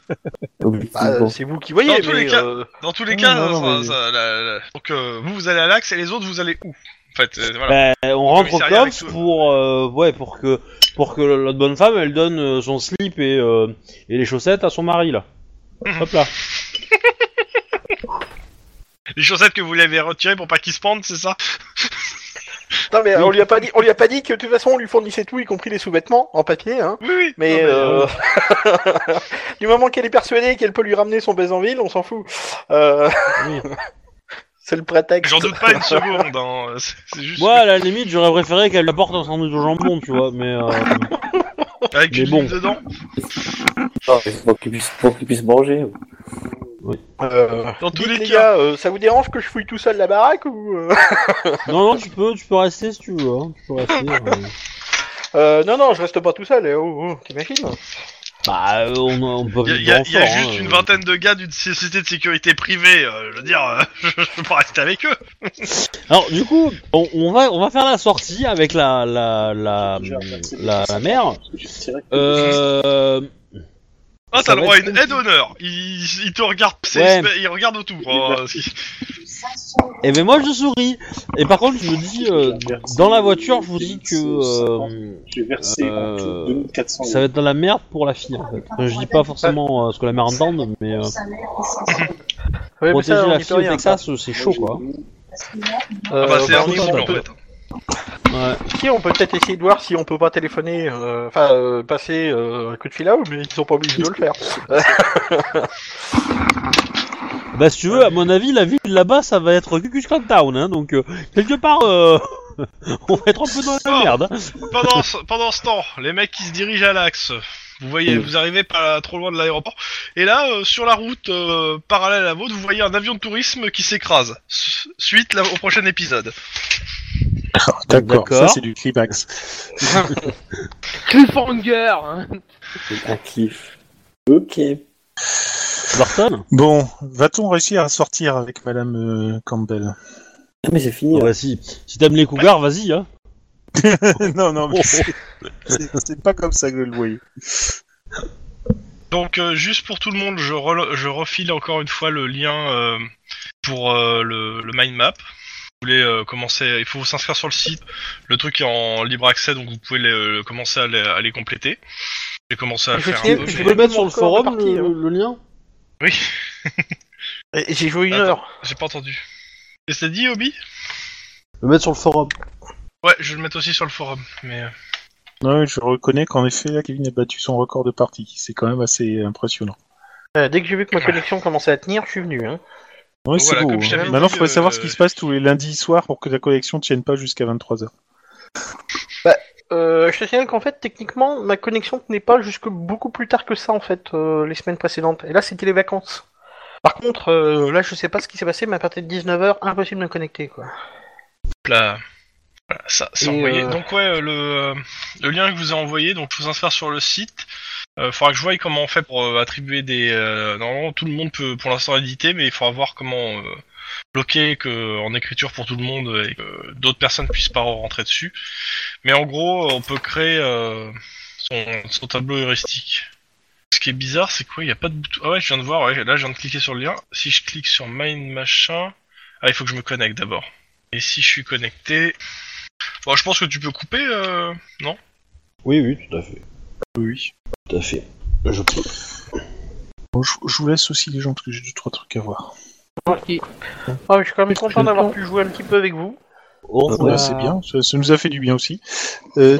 euh,
Objectivement.
c'est vous qui voyez,
Dans tous
mais,
les cas-
euh,
Dans tous les
Non,
cas,
non, non,
ça-
mais-
ça- la- la- donc euh, vous, vous allez à l'axe et les autres, vous allez où En fait, euh, voilà.
Bah, on rentre au
commissariat avec
cops
tout-
pour euh, ouais pour que pour que l'autre bonne femme elle donne euh, son slip et, euh, et les chaussettes à son mari là.
Mhm.
Hop là.
Les chaussettes que vous lui avez retirées pour pas qu'ils se pendent, c'est ça
non, mais, euh, on lui a pas dit, on lui a pas dit que de toute façon on lui fournissait tout, y compris les sous-vêtements en papier, hein.
Oui, oui.
Mais,
Non,
euh, du moment qu'elle est persuadée qu'elle peut lui ramener son baise en ville, on s'en fout. Euh,
Oui.
C'est le prétexte.
J'en doute pas une seconde, hein. c'est c'est juste
Moi à la limite j'aurais préféré qu'elle lui apporte un sandwich au jambon tu vois mais euh,
avec
mais
une
bon.
ligne dedans.
Ah, mais c'est Pour qu'ils puissent, pour qu'ils puissent manger.
Euh,
Dans tous
dites,
les
les
cas.
gars, euh, ça vous dérange que je fouille tout seul la baraque ou euh
non non tu peux tu peux rester si tu veux hein. tu peux rester. euh.
Euh, Non, non, je reste pas tout seul. eh, Oh, oh, t'imagines
Bah euh, on, on peut
Il
vivre
y a,
ensemble,
y a
hein,
juste une
euh.
vingtaine de gars d'une société de sécurité privée, euh, je veux dire, euh, je, je peux pas rester avec eux.
Alors du coup on, on va on va faire la sortie avec la la la la, la mère. Euh,
Ah,
Ça
t'as le
va
droit à
être
une
compliqué.
aide d'honneur. Il, il te regarde,
Ouais.
c'est il regarde autour. hein, euh, si-
Et ben moi je souris. Et par contre je me dis euh, dans la voiture je vous dis que euh,
J'ai versé
en tout
2400
ça va être dans la merde pour la fille en fait. Enfin, je dis pas forcément euh, ce que la mère entende mais euh,
Ouais, mais
protéger
ça, on
la
y peut
fille au
rien.
Texas euh, c'est chaud quoi.
Euh,
Ah bah, c'est
bah,
un
on y-
impossible
on
en
peut-
fait.
Ouais.
Si, on peut peut-être essayer de voir si on peut pas téléphoner, euh, enfin euh, passer euh, un coup de fil à eux, mais ils sont pas obligés de le faire.
Bah si tu veux à mon avis la ville là-bas ça va être Cucus Clan Town hein donc euh, quelque part euh, on va être un peu dans la merde. hein.
pendant, ce, pendant ce temps, les mecs qui se dirigent à l'axe, vous voyez, vous arrivez pas trop loin de l'aéroport, et là, euh, sur la route euh, parallèle à la vôtre, vous voyez un avion de tourisme qui s'écrase. Su- Suite là, au prochain épisode.
D'accord, ça
D'accord.
c'est du climax.
Cliffhanger hein.
Un kiff. Ok.
Burton.
Bon, va-t-on réussir à sortir avec Madame euh, Campbell
Non, mais c'est fini.
Oh,
là.
bah si si t'aimes les cougars vas-y hein.
Non, non,
Oh,
mais
oh.
c'est c'est pas comme ça que je le voyais.
Donc, euh, juste pour tout le monde, je, relo- je refile encore une fois le lien euh, pour euh, le, le mind map. Vous voulez euh, commencer, il faut s'inscrire sur le site. Le truc est en libre accès, donc vous pouvez les, euh, commencer à les, à les compléter. J'ai commencé à
Je
faire
sais-
un peu,
je
Tu
mais-
peux le mettre sur le
Mon corps est
forum
parti,
le,
hein.
le- le lien.
Oui,
Et J'ai joué une
Attends.
heure.
j'ai pas entendu. Et c'est dit, Obi
Le mettre sur le forum.
Ouais, je vais le mettre aussi sur le forum. Mais euh,
Non, mais je reconnais qu'en effet, là, Kevin a battu son record de partie. C'est quand même assez impressionnant.
Euh, dès que j'ai vu que ma connexion commençait à tenir, je suis venu. Hein.
Ouais, c'est
Voilà,
beau.
comme je
hein.
t'avais
Maintenant,
dit,
il faudrait savoir
euh,
ce qui se passe tous les lundis soirs pour que la collection ne tienne pas jusqu'à 23h.
Euh, je te signale qu'en fait, techniquement, ma connexion n'est pas jusque beaucoup plus tard que ça, en fait, euh, les semaines précédentes. Et là, c'était les vacances. Par contre, euh, là, je sais pas ce qui s'est passé, mais à partir de 19h, impossible de me connecter, quoi.
Là, voilà, ça, c'est
Et,
envoyé.
euh,
Donc ouais, euh, le, euh, le lien que je vous ai envoyé, donc je vous inscrire sur le site. Euh, faudra que je voie comment on fait pour euh, attribuer des. euh, normalement, tout le monde peut pour l'instant éditer, mais il faudra voir comment euh, bloquer que en écriture pour tout le monde et que d'autres personnes puissent pas rentrer dessus. Mais en gros, euh, on peut créer euh, son, son tableau heuristique. Ce qui est bizarre, c'est quoi Il n'y a pas de bouton. Ah ouais, je viens de voir. ouais, là, je viens de cliquer sur le lien. Si je clique sur Mind Machin, ah, il faut que je me connecte d'abord. Et si je suis connecté, Bon, je pense que tu peux couper, euh, non
Oui, oui, tout à fait.
Oui.
Tout à fait. Bah, Je peux.
Bon, je, je vous laisse aussi les gens parce que j'ai deux trois trucs à voir.
Ah, je suis quand même content d'avoir pu jouer un petit peu avec vous.
Oh,
bah, Voilà, c'est bien, ça, ça nous a fait du bien aussi. Euh,